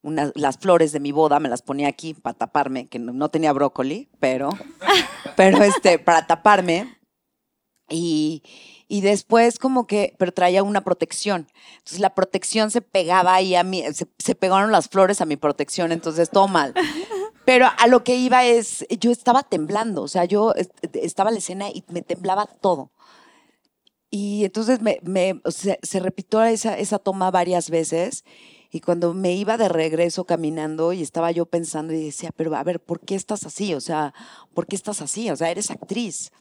Speaker 9: unas- las flores de mi boda, me las ponía aquí para taparme, que no, no tenía brócoli, pero, pero este, para taparme. Y, y después como que, pero traía una protección. Entonces la protección se pegaba ahí a mí, se, se pegaron las flores a mi protección, entonces todo mal. Pero a lo que iba es, yo estaba temblando, o sea, yo est- estaba en la escena y me temblaba todo. Y entonces me, me- o sea, se repitió esa, esa toma varias veces y cuando me iba de regreso caminando y estaba yo pensando y decía, pero a ver, ¿por qué estás así? O sea, ¿por qué estás así? O sea, eres actriz.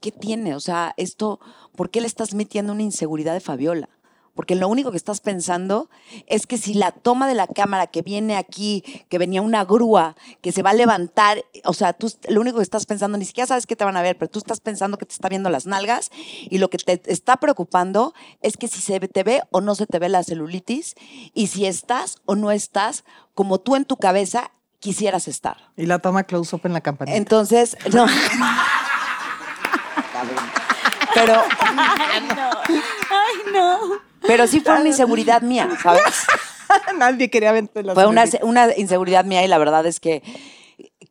Speaker 9: ¿qué tiene? O sea, esto, ¿por qué le estás metiendo una inseguridad de Fabiola? Porque lo único que estás pensando es que si la toma de la cámara que viene aquí, que venía una grúa, que se va a levantar, o sea, tú est- lo único que estás pensando, ni siquiera sabes que te van a ver, pero tú estás pensando que te está viendo las nalgas y lo que te está preocupando es que si se te ve o no se te ve la celulitis y si estás o no estás como tú en tu cabeza quisieras estar.
Speaker 5: Y la toma close up en la campanita.
Speaker 9: Entonces, no. Pero. Pero sí fue una inseguridad mía, ¿sabes?
Speaker 5: Nadie quería verte la
Speaker 9: Fue una,
Speaker 5: celulitis.
Speaker 9: una inseguridad mía y la verdad es que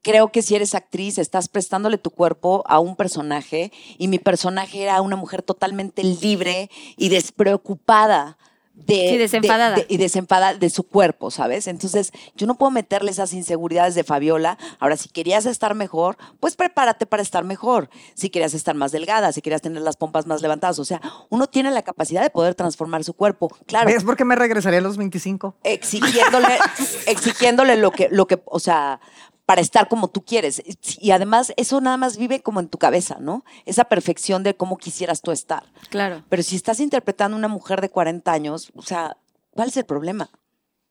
Speaker 9: creo que si eres actriz estás prestándole tu cuerpo a un personaje y mi personaje era una mujer totalmente libre y despreocupada. De,
Speaker 3: Sí, desenfadada.
Speaker 9: de- de- y desenfadada de su cuerpo, ¿sabes? Entonces, yo no puedo meterle esas inseguridades de Fabiola. Ahora, si querías estar mejor, pues prepárate para estar mejor. Si querías estar más delgada, si querías tener las pompas más levantadas. O sea, uno tiene la capacidad de poder transformar su cuerpo. Claro,
Speaker 5: ¿Ves por qué me regresaría a los 25?
Speaker 9: exigiéndole, exigiéndole lo que, lo que, o sea, para estar como tú quieres. Y además, eso nada más vive como en tu cabeza, ¿no? Esa perfección de cómo quisieras tú estar.
Speaker 3: Claro.
Speaker 9: Pero si estás interpretando a una mujer de 40 años, o sea, ¿cuál es el problema?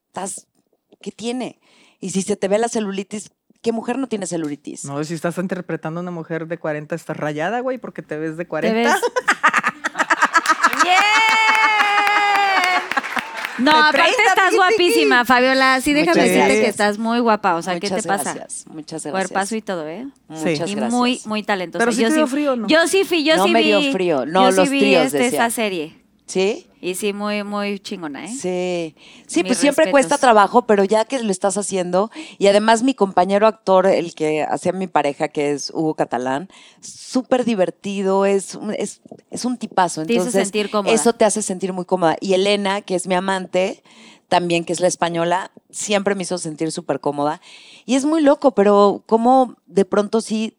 Speaker 9: Estás, ¿qué tiene? Y si se te ve la celulitis, ¿qué mujer no tiene celulitis?
Speaker 5: No, si estás interpretando a una mujer de 40, estás rayada, güey, porque te ves de
Speaker 3: ¿Te
Speaker 5: 40.
Speaker 3: ves?
Speaker 7: ¡Bien!
Speaker 3: No, aparte estás guapísima, Fabiola. Sí, déjame
Speaker 9: Muchas
Speaker 3: decirte que
Speaker 9: gracias.
Speaker 3: estás muy guapa. O sea, ¿qué te
Speaker 9: Muchas
Speaker 3: pasa?
Speaker 9: gracias, Muchas gracias.
Speaker 3: Cuerpazo y todo, ¿eh?
Speaker 5: Sí.
Speaker 9: Muchas
Speaker 3: y
Speaker 9: gracias.
Speaker 3: muy, muy talentosa.
Speaker 5: Pero sí
Speaker 3: yo
Speaker 5: te dio frío, ¿no?
Speaker 3: Yo sí fui, yo
Speaker 9: No
Speaker 3: sí
Speaker 9: me
Speaker 3: vi.
Speaker 9: dio frío. No,
Speaker 3: yo
Speaker 9: los
Speaker 3: sí vi
Speaker 9: tríos,
Speaker 3: este,
Speaker 9: decía.
Speaker 3: esa serie.
Speaker 9: ¿Sí?
Speaker 3: Y sí, muy, muy chingona, ¿eh?
Speaker 9: Sí, sí,
Speaker 3: Mis
Speaker 9: pues siempre cuesta
Speaker 3: respetos.
Speaker 9: trabajo, pero ya que lo estás haciendo, y además mi compañero actor, el que hacía mi pareja, que es Hugo Catalán, súper divertido, es, un- es, es un tipazo.
Speaker 3: Te hizo
Speaker 9: Entonces,
Speaker 3: sentir cómoda.
Speaker 9: Eso te hace sentir muy cómoda. Y Elena, que es mi amante, también, que es la española, siempre me hizo sentir súper cómoda. Y es muy loco, pero como de pronto sí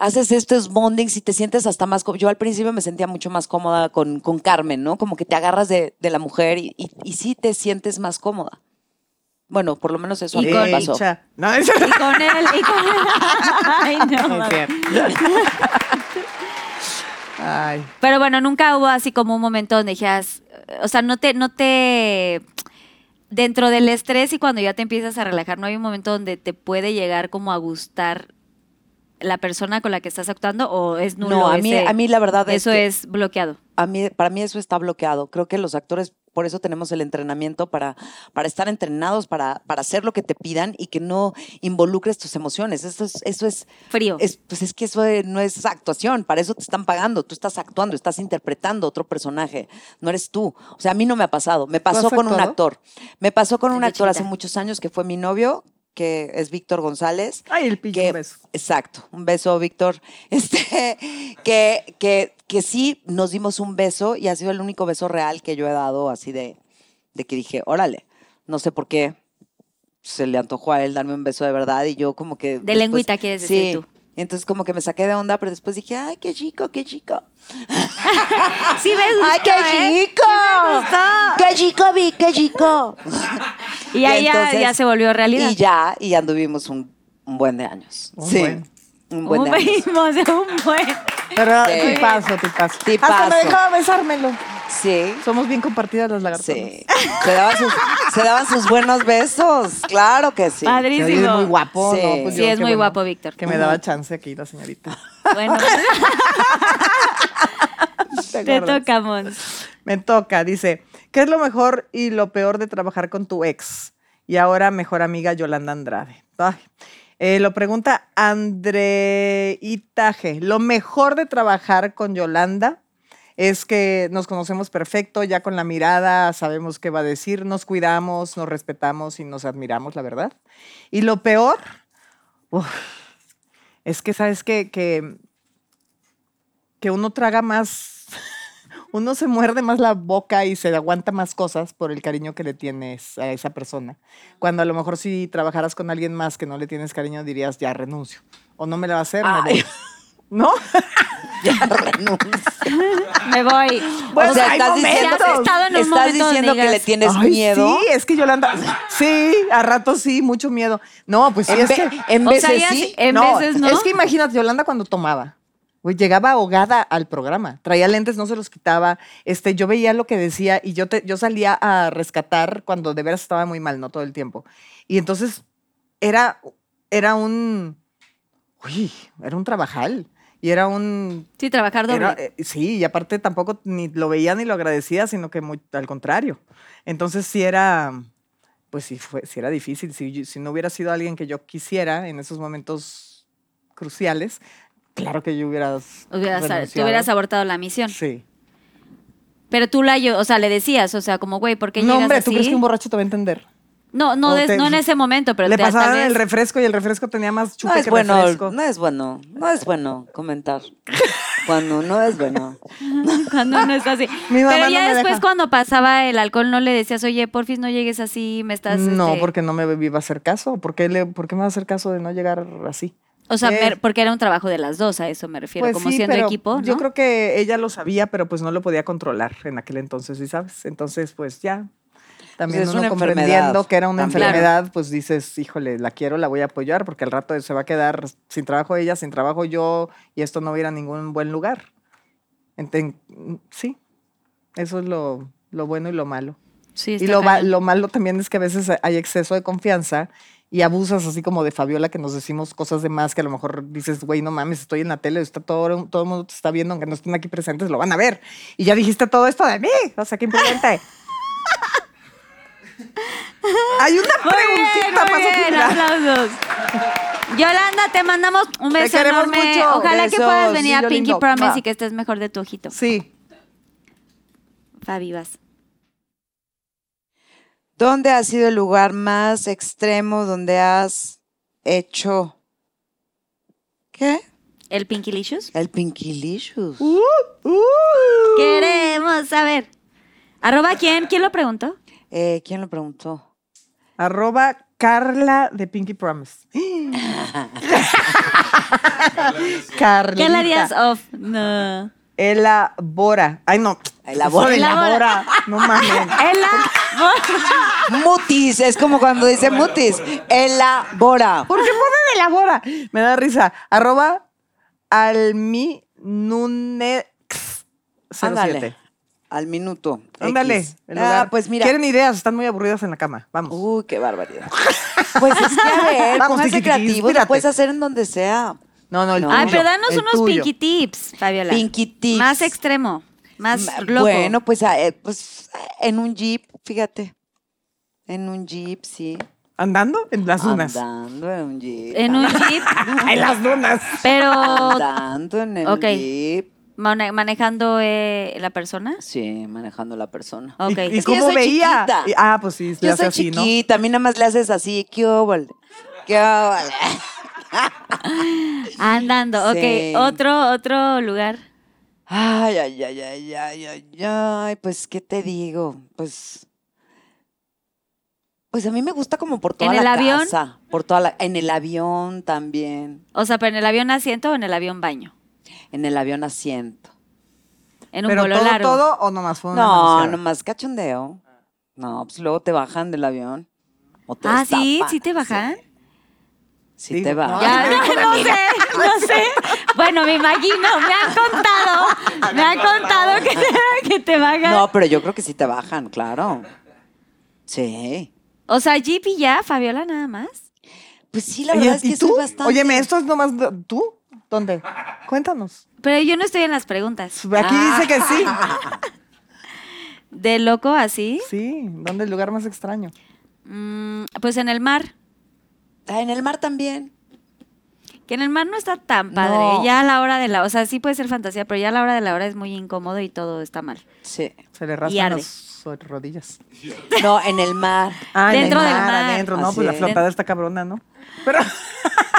Speaker 9: haces estos bondings y te sientes hasta más có- Yo al principio me sentía mucho más cómoda con, con Carmen, ¿no? Como que te agarras de, de la mujer y, y, y sí te sientes más cómoda. Bueno, por lo menos eso a mí me pasó.
Speaker 5: Hecha. No, es-
Speaker 3: Y con él, y con él. Ay, no,
Speaker 5: Muy
Speaker 3: mames.
Speaker 5: bien. Ay,
Speaker 3: Pero bueno, nunca hubo así como un momento donde dijeras, eh, o sea, no te, no te, dentro del estrés y cuando ya te empiezas a relajar, no hay un momento donde te puede llegar como a gustar la persona con la que estás actuando o es nulo.
Speaker 9: No, a mí,
Speaker 3: ese-
Speaker 9: a mí la verdad
Speaker 3: eso
Speaker 9: es, que
Speaker 3: es bloqueado.
Speaker 9: a mí, para mí eso está bloqueado. Creo que los actores, por eso tenemos el entrenamiento para, para estar entrenados, para, para hacer lo que te pidan y que no involucres tus emociones. Eso es, eso es
Speaker 3: Frío.
Speaker 9: Es- pues es que eso eh, no es actuación, para eso te están pagando, tú estás actuando, estás interpretando otro personaje, no eres tú. O sea, a mí no me ha pasado, me
Speaker 5: has
Speaker 9: pasó con un
Speaker 5: actuado?
Speaker 9: actor, me pasó con un
Speaker 3: Desde
Speaker 9: actor hace
Speaker 3: chiquita.
Speaker 9: muchos años que fue mi novio, que es Víctor González.
Speaker 5: ay, el pillo,
Speaker 9: Que-
Speaker 5: un beso.
Speaker 9: Exacto, un beso, Víctor. Este, que, que, que sí nos dimos un beso y ha sido el único beso real que yo he dado, así de, de que dije, órale, no sé por qué se le antojó a él darme un beso de verdad y yo como que...
Speaker 3: De lengüita quieres
Speaker 9: sí,
Speaker 3: decir tú.
Speaker 9: Entonces como que me saqué de onda, pero después dije, ay, qué chico, qué chico.
Speaker 5: Ah,
Speaker 3: ¿Eh? Sí, ves.
Speaker 9: ¡Ay,
Speaker 5: ¿eh?
Speaker 9: qué chico! ¡Qué chico, vi, qué chico!
Speaker 3: Y ahí ya-
Speaker 9: entonces-
Speaker 3: ya se volvió realidad.
Speaker 9: Y ya, y ya anduvimos un, un buen de años.
Speaker 5: Un
Speaker 9: sí,
Speaker 5: buen.
Speaker 9: un buen
Speaker 3: Un
Speaker 9: de años.
Speaker 3: vimos, un buen.
Speaker 5: Pero
Speaker 9: Sí.
Speaker 5: te paso, te paso.
Speaker 9: Tipazo.
Speaker 5: Hasta me dejaba besármelo.
Speaker 9: Sí.
Speaker 5: Somos bien compartidas las lagartonas.
Speaker 9: Sí. Se daban, sus, se daban sus buenos besos. Claro que sí.
Speaker 5: Se
Speaker 3: Padrísimo.
Speaker 5: oye muy guapo,
Speaker 9: Sí.
Speaker 5: ¿no? Pues
Speaker 3: Sí,
Speaker 5: yo,
Speaker 3: es
Speaker 5: qué
Speaker 3: muy
Speaker 5: bueno
Speaker 3: guapo, Víctor.
Speaker 5: Que me daba chance aquí la señorita.
Speaker 3: Bueno,
Speaker 5: ¿Te
Speaker 3: te
Speaker 5: acuerdas?
Speaker 3: toca, Mons.
Speaker 5: Me toca, dice, ¿qué es lo mejor y lo peor de trabajar con tu ex? Y ahora mejor amiga Yolanda Andrade. Ay. Eh, lo pregunta Andreitaje. Lo mejor de trabajar con Yolanda es que nos conocemos perfecto, ya con la mirada sabemos qué va a decir, nos cuidamos, nos respetamos y nos admiramos, la verdad. Y lo peor, uf, es que sabes qué? que, que uno traga más uno se muerde más la boca y se aguanta más cosas por el cariño que le tienes a esa persona. Cuando a lo mejor si trabajaras con alguien más que no le tienes cariño, dirías, ya renuncio. O no me la va a hacer, me
Speaker 9: Ay.
Speaker 5: voy". ¿No?
Speaker 9: Ya renuncio.
Speaker 3: Me voy.
Speaker 5: Bueno,
Speaker 9: o sea,
Speaker 5: hay
Speaker 9: estás
Speaker 5: momentos.
Speaker 9: diciendo,
Speaker 3: Si has estado en un
Speaker 9: estás
Speaker 3: momento donde
Speaker 9: diciendo que le
Speaker 3: digas,
Speaker 9: tienes
Speaker 5: Ay,
Speaker 9: miedo.
Speaker 5: Sí, es que Yolanda. Sí, a rato sí, mucho miedo. No, pues sí,
Speaker 9: En,
Speaker 5: es
Speaker 9: ve-
Speaker 5: que.
Speaker 9: en
Speaker 3: O
Speaker 9: veces
Speaker 3: sea, ya-
Speaker 9: sí.
Speaker 3: en veces no.
Speaker 5: Es que imagínate, Yolanda cuando tomaba. güey, llegaba ahogada al programa, traía lentes, no se los quitaba. Este, yo veía lo que decía y yo, te, yo salía a rescatar cuando de veras estaba muy mal, no todo el tiempo. Y entonces era, era un. Uy, era un trabajal. Y era un
Speaker 3: Sí, trabajar doble.
Speaker 5: era, eh, sí, y aparte tampoco ni lo veía ni lo agradecía, sino que muy- al contrario. Entonces sí era, pues sí, fue, sí era difícil. Si, yo- si no hubiera sido alguien que yo quisiera en esos momentos cruciales, claro que yo hubiera
Speaker 3: Hubieras- te
Speaker 5: renunciado.
Speaker 3: hubieras abortado la misión.
Speaker 5: Sí.
Speaker 3: Pero tú la, yo, o sea, le decías, o sea, como, güey, ¿por qué
Speaker 5: No,
Speaker 3: llegas
Speaker 5: hombre,
Speaker 3: así?
Speaker 5: ¿tú crees que un borracho te va a entender?
Speaker 3: No, no,
Speaker 5: o
Speaker 3: des-
Speaker 5: te-
Speaker 3: no en ese momento, pero
Speaker 5: Le
Speaker 3: te- tal
Speaker 5: pasaban
Speaker 3: vez-
Speaker 5: el refresco y el refresco tenía más chupe
Speaker 9: No es
Speaker 5: que
Speaker 9: bueno,
Speaker 5: refresco.
Speaker 9: no es bueno, no es bueno comentar. Cuando no es bueno.
Speaker 3: cuando no es así.
Speaker 5: Mi mamá
Speaker 3: pero
Speaker 5: no
Speaker 3: ya
Speaker 5: me
Speaker 3: después
Speaker 5: deja.
Speaker 3: cuando pasaba el alcohol no le decías, oye, porfis, no llegues así, me estás...
Speaker 5: No,
Speaker 3: este,
Speaker 5: porque no me iba a hacer caso. ¿Por qué, le, ¿Por qué me va a hacer caso de no llegar así?
Speaker 3: O sea,
Speaker 5: Eh.
Speaker 3: ver- porque era un trabajo de las dos, a eso me refiero,
Speaker 5: Pues
Speaker 3: como
Speaker 5: sí,
Speaker 3: siendo
Speaker 5: pero
Speaker 3: equipo, ¿no?
Speaker 5: Yo creo que ella lo sabía, pero pues no lo podía controlar en aquel entonces, ¿sí sabes? Entonces, pues ya. También
Speaker 9: Pues es
Speaker 5: uno
Speaker 9: una enfermedad
Speaker 5: comprendiendo que era una
Speaker 9: también.
Speaker 5: enfermedad, pues dices, híjole, la quiero, la voy a apoyar, porque al rato se va a quedar sin trabajo ella, sin trabajo yo, y esto no va a ir a ningún buen lugar. Enten- sí, eso es lo, lo bueno y lo malo.
Speaker 3: Sí,
Speaker 5: Y
Speaker 3: está
Speaker 5: lo, va-
Speaker 3: cañón.
Speaker 5: lo malo también es que a veces hay exceso de confianza y abusas así como de Fabiola que nos decimos cosas de más que a lo mejor dices, güey, no mames, estoy en la tele, está todo, todo el mundo te está viendo, aunque no estén aquí presentes, lo van a ver. Y ya dijiste todo esto de mí, o sea, qué imprudente. hay una
Speaker 3: Muy bien,
Speaker 5: preguntita,
Speaker 3: muy
Speaker 5: paso
Speaker 3: bien,
Speaker 5: primero.
Speaker 3: aplausos. Yolanda, te mandamos un
Speaker 5: Te
Speaker 3: beso
Speaker 5: queremos
Speaker 3: enorme.
Speaker 5: mucho.
Speaker 3: Ojalá que
Speaker 9: Besos,
Speaker 3: puedas venir
Speaker 5: sí,
Speaker 3: a Pinky
Speaker 5: Yolindo.
Speaker 3: Promise
Speaker 5: Va.
Speaker 3: y que estés mejor de tu ojito.
Speaker 5: Sí,
Speaker 3: Fabi, vas.
Speaker 9: ¿Dónde ha sido el lugar más extremo donde has hecho qué?
Speaker 3: ¿El Pinkylicious?
Speaker 9: El Pinkylicious.
Speaker 3: Uh. Queremos saber. ¿Arroba quién? ¿Quién lo preguntó?
Speaker 9: Eh, ¿Quién lo preguntó?
Speaker 5: Arroba Carla de Pinky Promise. Carla.
Speaker 3: Carla Díaz Off. No.
Speaker 5: Elabora. Ay, no.
Speaker 9: Elabora.
Speaker 5: Elabora. No mames.
Speaker 9: Mutis, es como cuando dice mutis. Elabora.
Speaker 5: ¿Por qué ponen elabora? Me da risa. Arroba alminunex07.
Speaker 9: Ándale. Al minuto.
Speaker 5: Ándale.
Speaker 9: X.
Speaker 5: el
Speaker 9: Ah,
Speaker 5: lugar.
Speaker 9: pues mira. Uh.
Speaker 5: Quieren ideas, están muy aburridas en la cama. Vamos.
Speaker 9: Uy, qué barbaridad. Pues es que a ver,
Speaker 5: Vamos, tiqui,
Speaker 9: pónganse
Speaker 5: tiqui,
Speaker 9: creativos, lo
Speaker 5: inspírate.
Speaker 9: puedes hacer en donde sea.
Speaker 5: no, no, el
Speaker 9: No.
Speaker 5: tuyo,
Speaker 3: Ay, pero danos
Speaker 5: el
Speaker 3: unos
Speaker 5: tuyo.
Speaker 3: Pinky Tips, Fabiola.
Speaker 9: Pinky tips.
Speaker 3: Más extremo. Más
Speaker 9: Ma-
Speaker 3: loco.
Speaker 9: Bueno, pues, ah, eh, pues en un jeep, fíjate. En un jeep, sí.
Speaker 5: ¿Andando? En las dunas. Ah,
Speaker 9: Andando en un jeep.
Speaker 3: En un jeep,
Speaker 5: En las dunas.
Speaker 3: pero
Speaker 9: Andando en el
Speaker 3: Ok.
Speaker 9: jeep.
Speaker 3: mane- manejando eh, la persona.
Speaker 9: Sí, manejando la persona.
Speaker 3: Ok.
Speaker 5: ¿Y- ¿Y,
Speaker 9: Es que yo
Speaker 5: cómo
Speaker 9: soy
Speaker 5: veía?
Speaker 9: chiquita.
Speaker 5: Y- ah, pues sí, le
Speaker 9: Yo
Speaker 5: hace
Speaker 9: soy
Speaker 5: así, ¿no?
Speaker 9: chiquita, a mí nada más le haces así, qué óvole, qué óvole.
Speaker 3: Andando.
Speaker 9: Sí.
Speaker 3: Ok, otro, otro lugar.
Speaker 9: Ay, ay, ay, ay, ay, ay, ay, pues, ¿qué te digo? Pues, pues a mí me gusta como por toda
Speaker 3: ¿En
Speaker 9: la
Speaker 3: el avión?
Speaker 9: casa, por toda la, en el avión también,
Speaker 3: O sea, pero en el avión asiento o en el avión baño.
Speaker 9: en el avión asiento.
Speaker 3: En un
Speaker 5: Pero
Speaker 3: vuelo
Speaker 5: todo,
Speaker 3: largo.
Speaker 5: todo o nomás fue una
Speaker 9: No,
Speaker 5: manoseada?
Speaker 9: nomás cachondeo. No, pues luego te bajan del avión. o te
Speaker 3: ah, sí,
Speaker 9: destapan,
Speaker 3: sí te bajan.
Speaker 9: Sí,
Speaker 5: Digo,
Speaker 9: te
Speaker 5: no,
Speaker 9: bajan.
Speaker 3: Ya, no, no sé, no sé. Bueno, me imagino, me han contado, me han contado que te, que te bajan.
Speaker 9: No, pero yo creo que sí te bajan, claro. Sí.
Speaker 3: O sea, Jeep y ya, Fabiola nada más.
Speaker 9: Pues sí, la
Speaker 5: Oye,
Speaker 9: verdad es
Speaker 5: ¿y
Speaker 9: que
Speaker 5: tú?
Speaker 9: soy bastante.
Speaker 5: Óyeme, esto es nomás de- tú. ¿Dónde? Cuéntanos.
Speaker 3: Pero yo no estoy en las preguntas.
Speaker 5: Pues
Speaker 3: Ah,
Speaker 5: Aquí dice que sí.
Speaker 3: ¿De loco así?
Speaker 5: Sí, ¿dónde el lugar más extraño?
Speaker 3: Mm, pues en el mar.
Speaker 9: Ah, en el mar también.
Speaker 3: Que en el mar no está tan padre.
Speaker 9: No.
Speaker 3: Ya a la hora de la... O sea, sí puede ser fantasía, pero ya a la hora de la hora es muy incómodo y todo está mal.
Speaker 9: Sí.
Speaker 5: Se le
Speaker 3: Y
Speaker 5: raspan
Speaker 3: arde.
Speaker 5: las rodillas.
Speaker 9: No, en el mar.
Speaker 5: Ah, en el
Speaker 3: Dentro del mar.
Speaker 5: Adentro, no,
Speaker 9: Así
Speaker 5: pues la
Speaker 9: es.
Speaker 5: flotada está cabrona, ¿no? Pero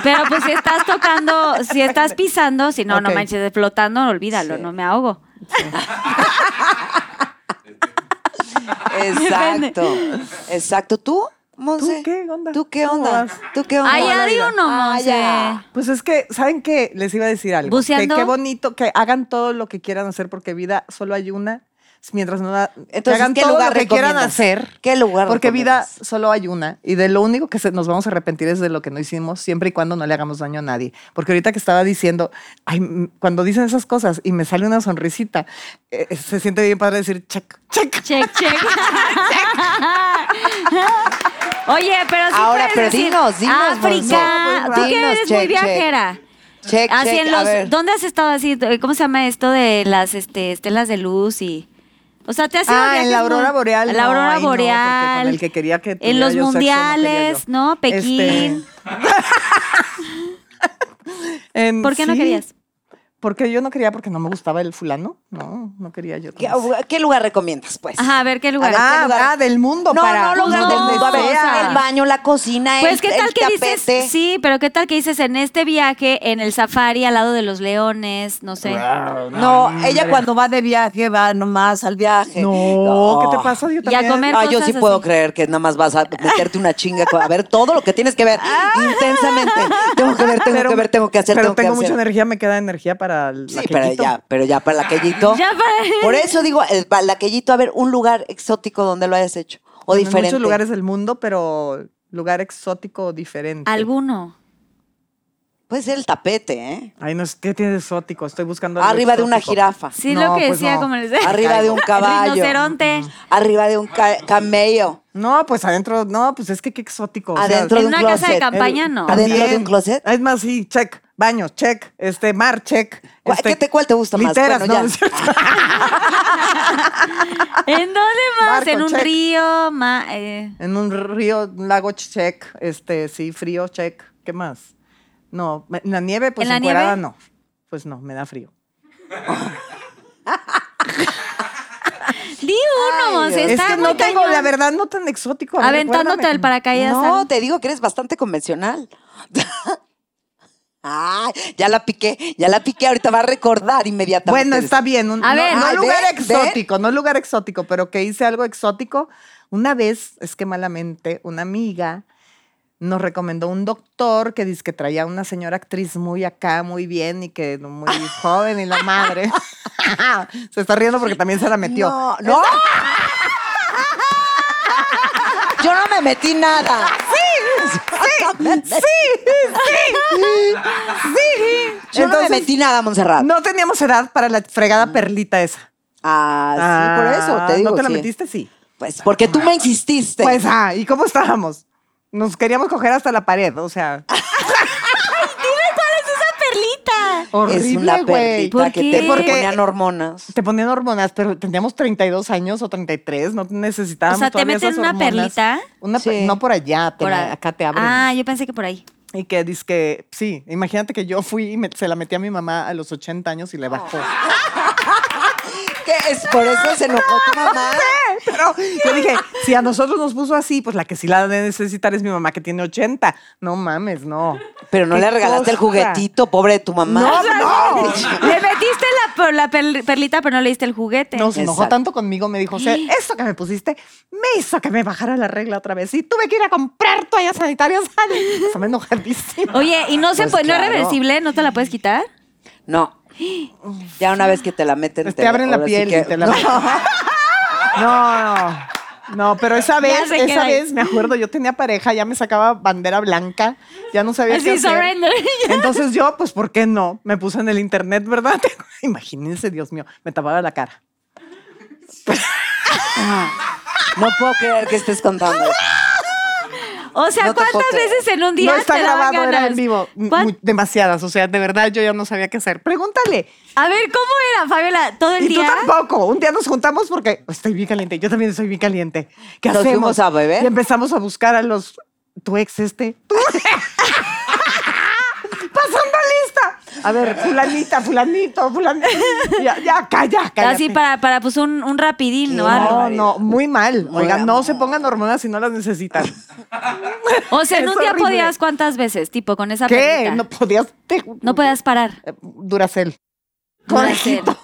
Speaker 3: Pero pues si estás tocando, si estás pisando, si no, no
Speaker 5: Ok.
Speaker 3: manches, flotando, olvídalo,
Speaker 9: Sí.
Speaker 3: no me ahogo.
Speaker 5: Ah,
Speaker 9: Exacto. Exacto. ¿Tú, Monse?
Speaker 5: ¿Tú qué onda?
Speaker 9: ¿Tú qué
Speaker 5: ¿Cómo
Speaker 9: onda?
Speaker 5: vas?
Speaker 9: ¿Tú qué onda?
Speaker 3: Ay, ya
Speaker 9: Hola,
Speaker 3: di
Speaker 9: vida.
Speaker 3: uno,
Speaker 9: Ah, ya.
Speaker 3: Monse.
Speaker 5: Pues es que, ¿saben qué? Les iba a decir algo.
Speaker 3: Buceando.
Speaker 5: Que qué bonito, que hagan todo lo que quieran hacer porque vida solo hay una. Mientras no da, que
Speaker 9: Entonces,
Speaker 5: hagan
Speaker 9: ¿qué
Speaker 5: todo lo
Speaker 9: lugar
Speaker 5: que quieran
Speaker 9: recomiendas?
Speaker 5: hacer.
Speaker 9: ¿Qué lugar
Speaker 5: Porque vida
Speaker 9: recomiendas?
Speaker 5: solo hay una. Y de lo único que se- nos vamos a arrepentir es de lo que no hicimos, siempre y cuando no le hagamos daño a nadie. Porque ahorita que estaba diciendo, ay, m- cuando dicen esas cosas y me sale una sonrisita, eh, eh, se siente bien padre decir, check, check.
Speaker 3: Check, check. Oye, pero sí
Speaker 9: Ahora,
Speaker 3: puedes
Speaker 9: pero
Speaker 3: decir,
Speaker 9: dinos, dinos,
Speaker 3: África,
Speaker 9: Monse.
Speaker 3: tú que
Speaker 9: Dinos,
Speaker 3: eres
Speaker 9: check,
Speaker 3: muy
Speaker 9: check.
Speaker 3: viajera.
Speaker 9: Check,
Speaker 3: Así
Speaker 9: check,
Speaker 3: Ah, en
Speaker 9: a
Speaker 3: los,
Speaker 9: ver.
Speaker 3: ¿Dónde has estado así? ¿Cómo se llama esto de las este, estelas de luz y...? O sea, te has ido a
Speaker 5: Ah,
Speaker 3: viajes
Speaker 5: en la
Speaker 3: muy-
Speaker 5: aurora boreal.
Speaker 3: En la
Speaker 5: no,
Speaker 3: aurora
Speaker 5: ay, no, porque
Speaker 3: boreal.
Speaker 5: con el que quería que
Speaker 3: En
Speaker 5: tuviera
Speaker 3: los
Speaker 5: yo sexo, no quería
Speaker 3: mundiales,
Speaker 5: yo.
Speaker 3: ¿no?
Speaker 5: Este,
Speaker 3: Pekín.
Speaker 5: en-
Speaker 3: ¿Por qué no
Speaker 5: sí,
Speaker 3: querías?
Speaker 5: Porque yo no quería porque no me gustaba el fulano. No, no quería yo.
Speaker 9: ¿Qué, ah,
Speaker 5: con ese.
Speaker 9: qué lugar recomiendas, pues?
Speaker 3: Ajá, a ver qué lugar.
Speaker 9: ver,
Speaker 5: ah,
Speaker 9: ¿qué lugar?
Speaker 5: ah, del mundo.
Speaker 9: no,
Speaker 5: para,
Speaker 9: no, lugar
Speaker 3: no,
Speaker 9: del mundo. A ver,
Speaker 3: o sea,
Speaker 9: el baño, la cocina,
Speaker 3: Pues
Speaker 9: el,
Speaker 3: qué
Speaker 9: el
Speaker 3: tal que
Speaker 9: tapete.
Speaker 3: dices, sí, pero qué tal que dices en este viaje, en el safari al lado de los leones, no sé.
Speaker 9: No, ella cuando va de viaje va nomás al viaje.
Speaker 5: No, ¿qué te
Speaker 9: Oh.
Speaker 5: pasa? Yo
Speaker 3: Y a
Speaker 5: también.
Speaker 3: comer.
Speaker 9: Ah, yo
Speaker 3: cosas
Speaker 9: sí puedo
Speaker 3: así.
Speaker 9: creer que nada más vas a meterte una chinga con- a ver todo lo que tienes que ver
Speaker 3: Ah.
Speaker 9: intensamente. Tengo que ver, tengo
Speaker 5: Pero-
Speaker 9: que ver, tengo que hacer,
Speaker 5: Pero
Speaker 9: tengo,
Speaker 5: tengo,
Speaker 9: que hacer.
Speaker 5: mucha energía, me queda energía para el
Speaker 9: Sí, pero ya, pero ya para la aquellito.
Speaker 3: Ya para-
Speaker 9: Por eso digo, el, para la aquellito, a ver, un lugar exótico donde lo hayas hecho o
Speaker 5: En
Speaker 9: diferente.
Speaker 5: muchos lugares del mundo, pero lugar exótico diferente.
Speaker 3: Alguno.
Speaker 9: Puede ser el tapete, ¿eh?
Speaker 5: Ay, no, es- ¿qué tiene de exótico? Estoy buscando algo
Speaker 9: Arriba de una
Speaker 5: exótico.
Speaker 9: jirafa,
Speaker 3: Sí,
Speaker 5: No,
Speaker 3: lo que
Speaker 5: pues
Speaker 3: decía,
Speaker 5: no.
Speaker 3: como les decía.
Speaker 9: arriba de un caballo,
Speaker 3: Rinoceronte.
Speaker 9: arriba de un ca- camello,
Speaker 5: No, pues adentro, no, pues es que qué exótico. o sea,
Speaker 9: adentro
Speaker 3: En
Speaker 9: de un
Speaker 3: una casa de
Speaker 9: closet.
Speaker 3: campo. Campaña, no.
Speaker 9: ¿Adentro de un
Speaker 5: También.
Speaker 9: closet?
Speaker 5: Es más, sí, check. Baño, check. Este, mar, check.
Speaker 9: ¿Cuál-
Speaker 5: Este,
Speaker 9: qué te- cuál te gusta más?
Speaker 5: literas,
Speaker 9: Bueno,
Speaker 5: no,
Speaker 9: ya.
Speaker 5: no es cierto.
Speaker 3: ¿En dónde más?
Speaker 5: Barco,
Speaker 3: en un
Speaker 5: check.
Speaker 3: río. ma- eh,
Speaker 5: En un río, un lago, check. Este, sí, frío, check. ¿Qué más? No, me- en la nieve, pues
Speaker 3: ¿En la
Speaker 5: encuerada,
Speaker 3: nieve?
Speaker 5: no. Pues no, me da frío.
Speaker 3: Di uno,
Speaker 9: Ay,
Speaker 3: Monse,
Speaker 5: Es
Speaker 9: Dios.
Speaker 3: está
Speaker 5: que
Speaker 3: muy
Speaker 5: no tengo,
Speaker 3: cañón.
Speaker 5: la verdad, no tan exótico. A ver,
Speaker 3: Aventándote
Speaker 5: recuérdame.
Speaker 3: al paracaídas.
Speaker 9: No,
Speaker 3: Sam.
Speaker 9: te digo que eres bastante convencional. Ay, ya la piqué, ya la piqué, ahorita va a recordar inmediatamente.
Speaker 5: Bueno, está bien. Un,
Speaker 3: A
Speaker 5: no,
Speaker 3: ver.
Speaker 5: no
Speaker 9: Ay,
Speaker 5: lugar
Speaker 9: ve, ve.
Speaker 5: exótico, no lugar exótico, pero que hice algo exótico. Una vez, es que malamente, una amiga nos recomendó un doctor que dice que traía una señora actriz muy acá, muy bien y que muy joven y la madre. se está riendo porque también se la metió.
Speaker 9: No, no. Yo no me metí nada.
Speaker 5: Ah,
Speaker 9: Sí, Yo no
Speaker 5: Entonces,
Speaker 9: me metí nada, Montserrat.
Speaker 5: No teníamos edad para la fregada perlita esa.
Speaker 9: Ah, sí, por eso
Speaker 5: Ah,
Speaker 9: te digo.
Speaker 5: ¿No te la
Speaker 9: sí.
Speaker 5: metiste? Sí.
Speaker 9: Pues porque tú me insististe.
Speaker 5: Pues, ah, ¿y cómo estábamos? Nos queríamos coger hasta la pared, o sea. Dime cuál es
Speaker 9: es
Speaker 5: esa perlita.
Speaker 9: una
Speaker 5: Horrible, güey.
Speaker 9: perrita
Speaker 3: ¿Por
Speaker 9: que
Speaker 3: qué?
Speaker 9: te
Speaker 5: Porque-
Speaker 9: ponían hormonas.
Speaker 5: Te ponían hormonas, pero teníamos 32 años o 33, no necesitábamos.
Speaker 3: O sea, ¿te
Speaker 5: todavía
Speaker 3: meten
Speaker 5: esas
Speaker 3: una
Speaker 5: hormonas.
Speaker 3: perlita?
Speaker 5: Una per-
Speaker 9: Sí.
Speaker 5: No por allá, te
Speaker 3: Por
Speaker 5: la-
Speaker 3: a-
Speaker 5: acá te abren.
Speaker 3: Ah, yo pensé que por ahí.
Speaker 5: Y que dice que, sí, imagínate que yo fui y me- se la metí a mi mamá a los 80 años y le bajó.
Speaker 9: ¿Qué es? Por eso se enojó tu mamá.
Speaker 5: Pero yo dije, si a nosotros nos puso así, pues la que sí la de necesitar es mi mamá que tiene 80. No mames, no.
Speaker 9: Pero no
Speaker 5: Qué
Speaker 9: le regalaste el
Speaker 5: cosa.
Speaker 9: juguetito, pobre de tu mamá.
Speaker 5: No, no.
Speaker 3: Le metiste la, per- la per- perlita, pero no le diste el juguete.
Speaker 5: No, se enojó
Speaker 9: Exacto.
Speaker 5: tanto conmigo, me dijo, o sea, esto que me pusiste me hizo que me bajara la regla otra vez y tuve que ir a comprar toallas sanitarias. Se me enojadísima.
Speaker 3: Oye, ¿y no se
Speaker 9: Pues
Speaker 3: puede, no es
Speaker 9: claro.
Speaker 3: reversible? ¿No te la puedes quitar?
Speaker 9: No. Ya una vez que te la meten.
Speaker 5: Pues te abren la
Speaker 9: ahora sí
Speaker 5: piel
Speaker 9: que-
Speaker 5: y te la
Speaker 9: No.
Speaker 5: No, no. No, pero esa vez,
Speaker 3: se queda
Speaker 5: esa
Speaker 3: ahí.
Speaker 5: vez, me acuerdo, yo tenía pareja, ya me sacaba bandera blanca, ya no sabía qué
Speaker 3: Así,
Speaker 5: hacer.
Speaker 3: surrender.
Speaker 5: Entonces yo, pues, ¿por qué no? Me puse en el internet, ¿verdad? Imagínense, Dios mío, me tapaba la cara.
Speaker 9: No puedo creer que estés contando. esto.
Speaker 3: O sea,
Speaker 9: No te puedo
Speaker 3: ¿cuántas
Speaker 9: creer.
Speaker 3: veces en un día
Speaker 5: no está
Speaker 3: te daban
Speaker 5: grabado, era
Speaker 3: ganas?
Speaker 5: en vivo. M-
Speaker 3: ¿Cuán-
Speaker 5: mu- Demasiadas, o sea, de verdad yo ya no sabía qué hacer. Pregúntale.
Speaker 3: A ver, ¿cómo era, Fabiola? ¿Todo el
Speaker 5: Y tú
Speaker 3: día?
Speaker 5: tampoco. Un día nos juntamos porque estoy bien caliente. Yo también estoy bien caliente. ¿Qué
Speaker 9: Nos
Speaker 5: hacemos?
Speaker 9: fuimos a beber.
Speaker 5: Y empezamos a buscar a los. Tu ex este. Tu- Pasando lista. A ver, fulanita, fulanito, fulanito. Ya, ya, calla, calla.
Speaker 3: Así para, para pues un, un rapidín, ¿no? Algo.
Speaker 5: No, no, muy mal.
Speaker 9: Muy
Speaker 5: Oigan,
Speaker 9: mal.
Speaker 5: no se pongan hormonas si no las necesitan.
Speaker 3: O sea, en
Speaker 5: Es
Speaker 3: un día
Speaker 5: horrible.
Speaker 3: podías cuántas veces, tipo, con esa
Speaker 5: ¿Qué?
Speaker 3: perlita.
Speaker 5: No podías. te-
Speaker 3: No podías parar.
Speaker 5: Eh, Duracel.
Speaker 3: Duracell.
Speaker 5: Conejito.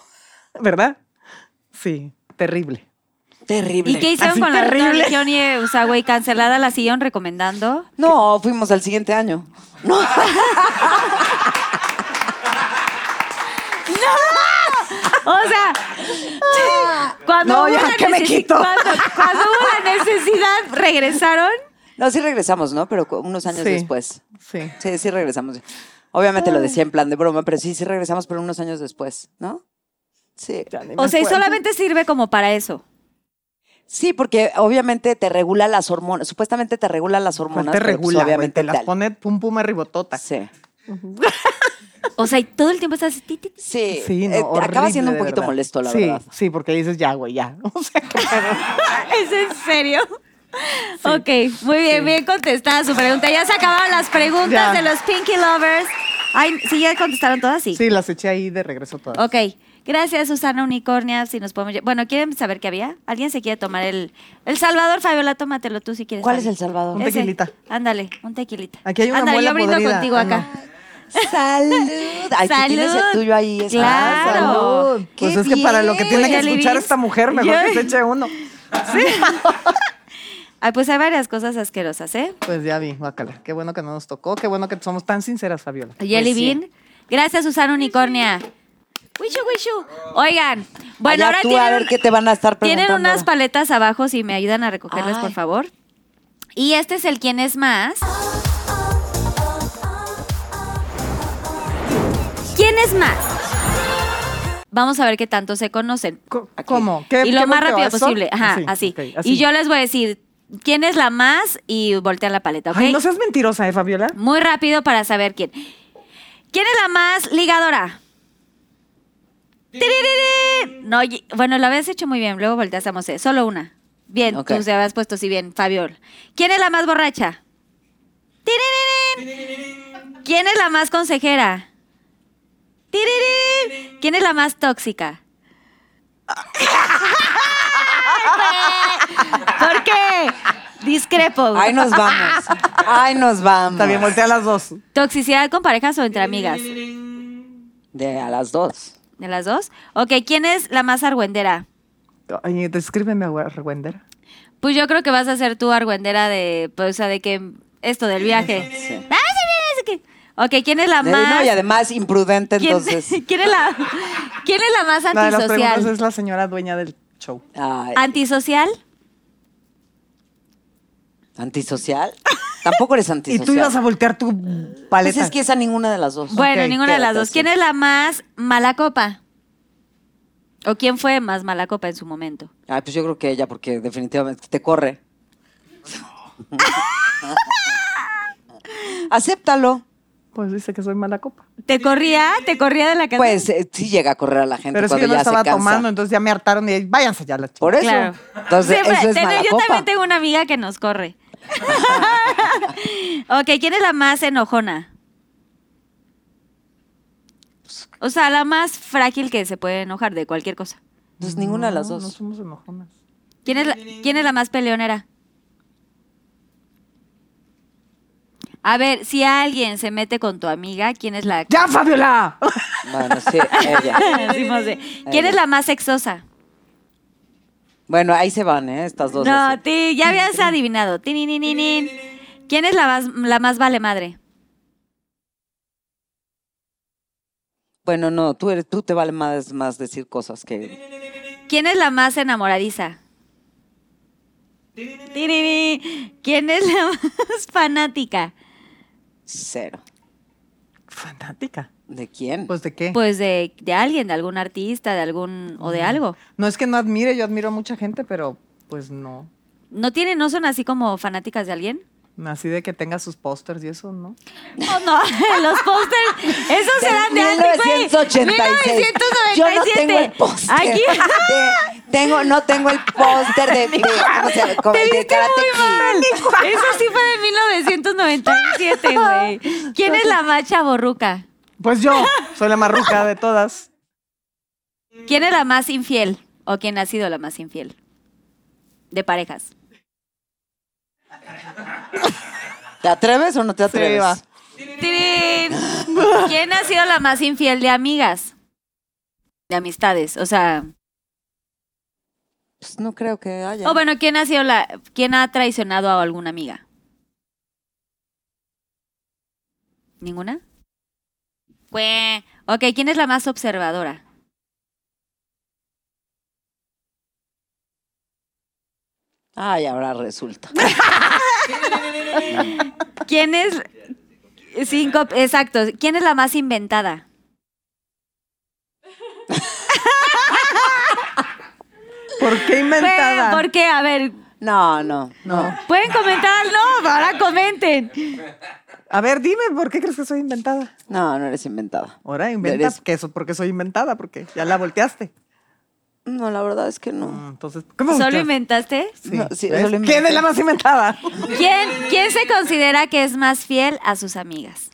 Speaker 5: ¿Verdad? Sí, terrible.
Speaker 9: Terrible.
Speaker 3: ¿Y qué hicieron
Speaker 5: Así
Speaker 3: con la
Speaker 5: terrible.
Speaker 3: religión? Y, eh, o sea, güey, cancelada la sillón recomendando.
Speaker 9: No, fuimos al siguiente año. No.
Speaker 3: O sea, cuando,
Speaker 5: No,
Speaker 3: hubo,
Speaker 5: ya,
Speaker 3: la
Speaker 5: que me
Speaker 3: necesi-
Speaker 5: quito.
Speaker 3: cuando, cuando hubo la necesidad, regresaron.
Speaker 9: No, sí regresamos, ¿no? Pero cu- unos años
Speaker 5: Sí.
Speaker 9: después.
Speaker 5: Sí.
Speaker 9: Sí, sí regresamos. Obviamente lo decía en plan de broma, pero sí, sí regresamos, pero unos años después, ¿no? Sí.
Speaker 5: Ya ni me
Speaker 3: O sea, y
Speaker 5: acuerdo.
Speaker 3: solamente sirve como para eso.
Speaker 9: Sí, porque obviamente te regula las hormonas. Supuestamente te regula las
Speaker 5: Pues
Speaker 9: hormonas.
Speaker 5: te
Speaker 9: pero, pues,
Speaker 5: regula, güey,
Speaker 9: obviamente
Speaker 5: te las
Speaker 9: tal.
Speaker 5: pone pum pum arribotota.
Speaker 9: Sí.
Speaker 3: O sea, y todo el tiempo estás así. ti, ti, ti.
Speaker 9: Sí.
Speaker 5: Sí, no,
Speaker 9: Eh, acaba
Speaker 5: horrible,
Speaker 9: siendo un
Speaker 5: de
Speaker 9: poquito
Speaker 5: verdad.
Speaker 9: molesto, la
Speaker 5: sí,
Speaker 9: verdad.
Speaker 5: Sí, porque dices ya, güey, ya. O sea, qué pedo.
Speaker 3: ¿Es en serio? Ok, muy bien, bien contestada su pregunta. Ya se acabaron las preguntas
Speaker 5: Ya.
Speaker 3: de los Pinky Lovers. Ay, ¿sí ya contestaron todas? Sí.
Speaker 5: Sí, las eché ahí de regreso todas.
Speaker 3: Ok, gracias Susana Unicornia, si nos podemos... lle- Bueno, ¿quieren saber qué había? ¿Alguien se quiere tomar el... El Salvador, Fabiola, tómatelo tú si quieres.
Speaker 9: ¿Cuál es
Speaker 3: Fabi.
Speaker 9: el Salvador?
Speaker 5: Un
Speaker 3: Ese.
Speaker 5: tequilita.
Speaker 3: Ándale, un tequilita.
Speaker 5: Aquí hay una
Speaker 3: Ándale,
Speaker 5: muela
Speaker 3: yo brindo
Speaker 5: podrida.
Speaker 3: contigo
Speaker 5: Ah, no.
Speaker 3: acá.
Speaker 9: Salud. Ay, tú tienes el
Speaker 3: Salud.
Speaker 9: tuyo ahí. es-
Speaker 3: Claro.
Speaker 9: Ah, salud.
Speaker 5: Pues
Speaker 9: Qué
Speaker 5: es que para lo que
Speaker 9: bien.
Speaker 5: tiene que
Speaker 3: Jelly
Speaker 5: escuchar
Speaker 3: beans.
Speaker 5: esta mujer, mejor
Speaker 3: Yo-
Speaker 5: que se eche uno.
Speaker 3: Ay, pues hay varias cosas asquerosas, ¿eh?
Speaker 5: Pues ya vi, guácala. Qué bueno que no nos tocó. Qué bueno que somos tan sinceras, Fabiola.
Speaker 3: Jelly
Speaker 9: Pues sí.
Speaker 3: Bean. Gracias Susana Unicornia. Wishu, wishu. Oigan, bueno,
Speaker 9: Allá
Speaker 3: ahora
Speaker 9: tú
Speaker 3: tienen-
Speaker 9: a ver qué te van a estar preguntando.
Speaker 3: Tienen unas
Speaker 9: ahora.
Speaker 3: paletas abajo si me ayudan a recogerlas,
Speaker 9: Ay.
Speaker 3: por favor. Y este es el quién es más.
Speaker 7: ¿Quién es más?
Speaker 3: Vamos a ver qué tanto se conocen.
Speaker 5: Co- ¿Cómo? ¿Qué,
Speaker 3: y
Speaker 5: qué
Speaker 3: lo más rápido
Speaker 5: volteabas?
Speaker 3: posible. Ajá, así.
Speaker 5: Ah, ok,
Speaker 3: Y yo les voy a decir quién es la más y voltean la paleta, ¿ok?
Speaker 5: Ay, no seas mentirosa, ¿eh, Fabiola?
Speaker 3: Muy rápido para saber quién. ¿Quién es la más ligadora? ¡Tiririrí! No, y- bueno, lo habías hecho muy bien. Luego volteas a Mosé. Solo una. Bien,
Speaker 9: Ok.
Speaker 3: tú se habías puesto si bien, Fabiol. ¿Quién es la más borracha? ¡Tiririrín! ¿Quién es la más consejera? ¡Tiririrín! ¿Quién es la más tóxica? ¿Por qué? Discrepo. güey.
Speaker 9: Ahí nos vamos. Ahí nos vamos.
Speaker 5: Está bien, voltea las dos.
Speaker 3: ¿Toxicidad con parejas o entre amigas?
Speaker 9: De a las dos.
Speaker 3: ¿De las dos? Ok, ¿quién es la más argüendera?
Speaker 5: Oye, descríbeme a Wender.
Speaker 3: Pues yo creo que vas a ser tú argüendera de, pues, o sea, de que esto del viaje.
Speaker 9: Sí.
Speaker 3: Ah, sí, sí, sí, sí. Ok, ¿quién es la
Speaker 9: De-
Speaker 3: más?
Speaker 9: no, y además imprudente,
Speaker 3: ¿quién,
Speaker 9: entonces.
Speaker 3: ¿quién es la, ¿Quién es la más
Speaker 5: La de las preguntas
Speaker 3: antisocial?
Speaker 5: es la señora dueña del show.
Speaker 9: Ay,
Speaker 3: ¿Antisocial?
Speaker 9: ¿Antisocial? Tampoco eres
Speaker 5: Y
Speaker 9: antisocial.
Speaker 5: tú ibas a voltear tu paleta.
Speaker 9: Pues es que esa ninguna de las dos.
Speaker 3: Bueno,
Speaker 5: Ok,
Speaker 3: ninguna de las
Speaker 9: quédate
Speaker 3: dos.
Speaker 9: así.
Speaker 3: ¿Quién es la más mala copa? ¿O quién fue más mala copa en su momento?
Speaker 9: Ay, pues yo creo que ella, porque definitivamente te corre. Acéptalo.
Speaker 5: Pues dice que soy mala copa.
Speaker 3: ¿Te corría? ¿Te corría de la casa?
Speaker 9: Pues eh, sí llega a correr a la gente
Speaker 5: Pero es que
Speaker 9: cuando
Speaker 5: yo no
Speaker 9: ya
Speaker 5: estaba
Speaker 9: se cansa.
Speaker 5: tomando, entonces ya me hartaron y váyanse ya la chica.
Speaker 9: Por eso.
Speaker 3: Claro.
Speaker 9: Entonces,
Speaker 3: Siempre-
Speaker 9: eso es
Speaker 3: tengo-
Speaker 9: mala
Speaker 3: yo
Speaker 9: copa.
Speaker 3: también tengo una amiga que nos corre. ok, ¿quién es la más enojona? O sea, la más frágil que se puede enojar de cualquier cosa.
Speaker 9: Pues ninguna de las
Speaker 5: No
Speaker 9: dos.
Speaker 5: somos enojonas.
Speaker 3: ¿Quién es la, quién es la más peleonera? A ver, si alguien se mete con tu amiga, ¿quién es la
Speaker 5: ¡Ya, Fabiola!
Speaker 9: Bueno, sí, ella.
Speaker 3: Decimos de- ¿Quién es la más sexosa?
Speaker 9: Bueno, ahí se van, ¿eh? Estas dos.
Speaker 3: No,
Speaker 9: así.
Speaker 3: ti, ya habías adivinado. Tinininin. ¿Quién es la más, la más vale madre?
Speaker 9: Bueno, no, tú, eres, tú te vale más, más decir cosas que...
Speaker 3: ¿Quién es la más enamoradiza? Tiriri. ¿Quién es la más fanática?
Speaker 9: Cero.
Speaker 5: Fanática.
Speaker 9: ¿De quién?
Speaker 5: ¿Pues de qué?
Speaker 3: Pues de, de alguien, de algún artista, de algún o de algo.
Speaker 5: no es que no admire, yo admiro a mucha gente, pero pues no.
Speaker 3: ¿No tienen, no son así como fanáticas de alguien?
Speaker 5: Así de que tenga sus pósters y eso, ¿no?
Speaker 3: Oh, no, los pósters, esos se dan de antes, güey.
Speaker 9: 1986. Yo no tengo el
Speaker 3: 1997.
Speaker 9: póster.
Speaker 3: Aquí.
Speaker 9: de- tengo, no tengo el póster de, de, ¿cómo se llama? Como
Speaker 3: Te
Speaker 9: el de
Speaker 3: viste
Speaker 9: Karate
Speaker 3: muy mal. Eso sí fue de 1997, güey. ¿Quién es la más chaborruca?
Speaker 5: Pues yo, soy la marruca de todas.
Speaker 3: ¿Quién es la más infiel? ¿O quién ha sido la más infiel? De parejas.
Speaker 9: Kid. ¿Te atreves o no te atreves?
Speaker 5: va.
Speaker 3: ¡Tirín! ¿Quién ha sido la más infiel de amigas? De amistades, o sea.
Speaker 9: Pues no creo que haya.
Speaker 3: O bueno, ¿quién ha sido la. ¿Quién ha traicionado a alguna amiga? ¿Ninguna? Cue. Ok, ¿quién es la más observadora?
Speaker 9: Ay, ahora resulta.
Speaker 3: ¿Quién es. Cinco, exacto. ¿Quién es la más inventada?
Speaker 5: ¿Por qué inventada?
Speaker 3: Cue, ¿Por qué? A ver,
Speaker 9: No, no.
Speaker 5: No.
Speaker 3: Pueden comentar, no, ahora comenten.
Speaker 5: A ver, dime, ¿por qué crees que soy inventada?
Speaker 9: No, no eres inventada.
Speaker 5: Ahora inventa
Speaker 9: Eres-
Speaker 5: que eso, porque soy inventada, porque ya la volteaste.
Speaker 9: No, la verdad es que no.
Speaker 5: Mm, Entonces, ¿cómo
Speaker 3: ¿Solo
Speaker 5: volteaste?
Speaker 3: inventaste?
Speaker 5: Sí,
Speaker 9: No, sí,
Speaker 5: ¿ves?
Speaker 9: solo inventé.
Speaker 5: ¿Quién es la más inventada?
Speaker 3: ¿Quién, ¿Quién se considera que es más fiel a sus amigas?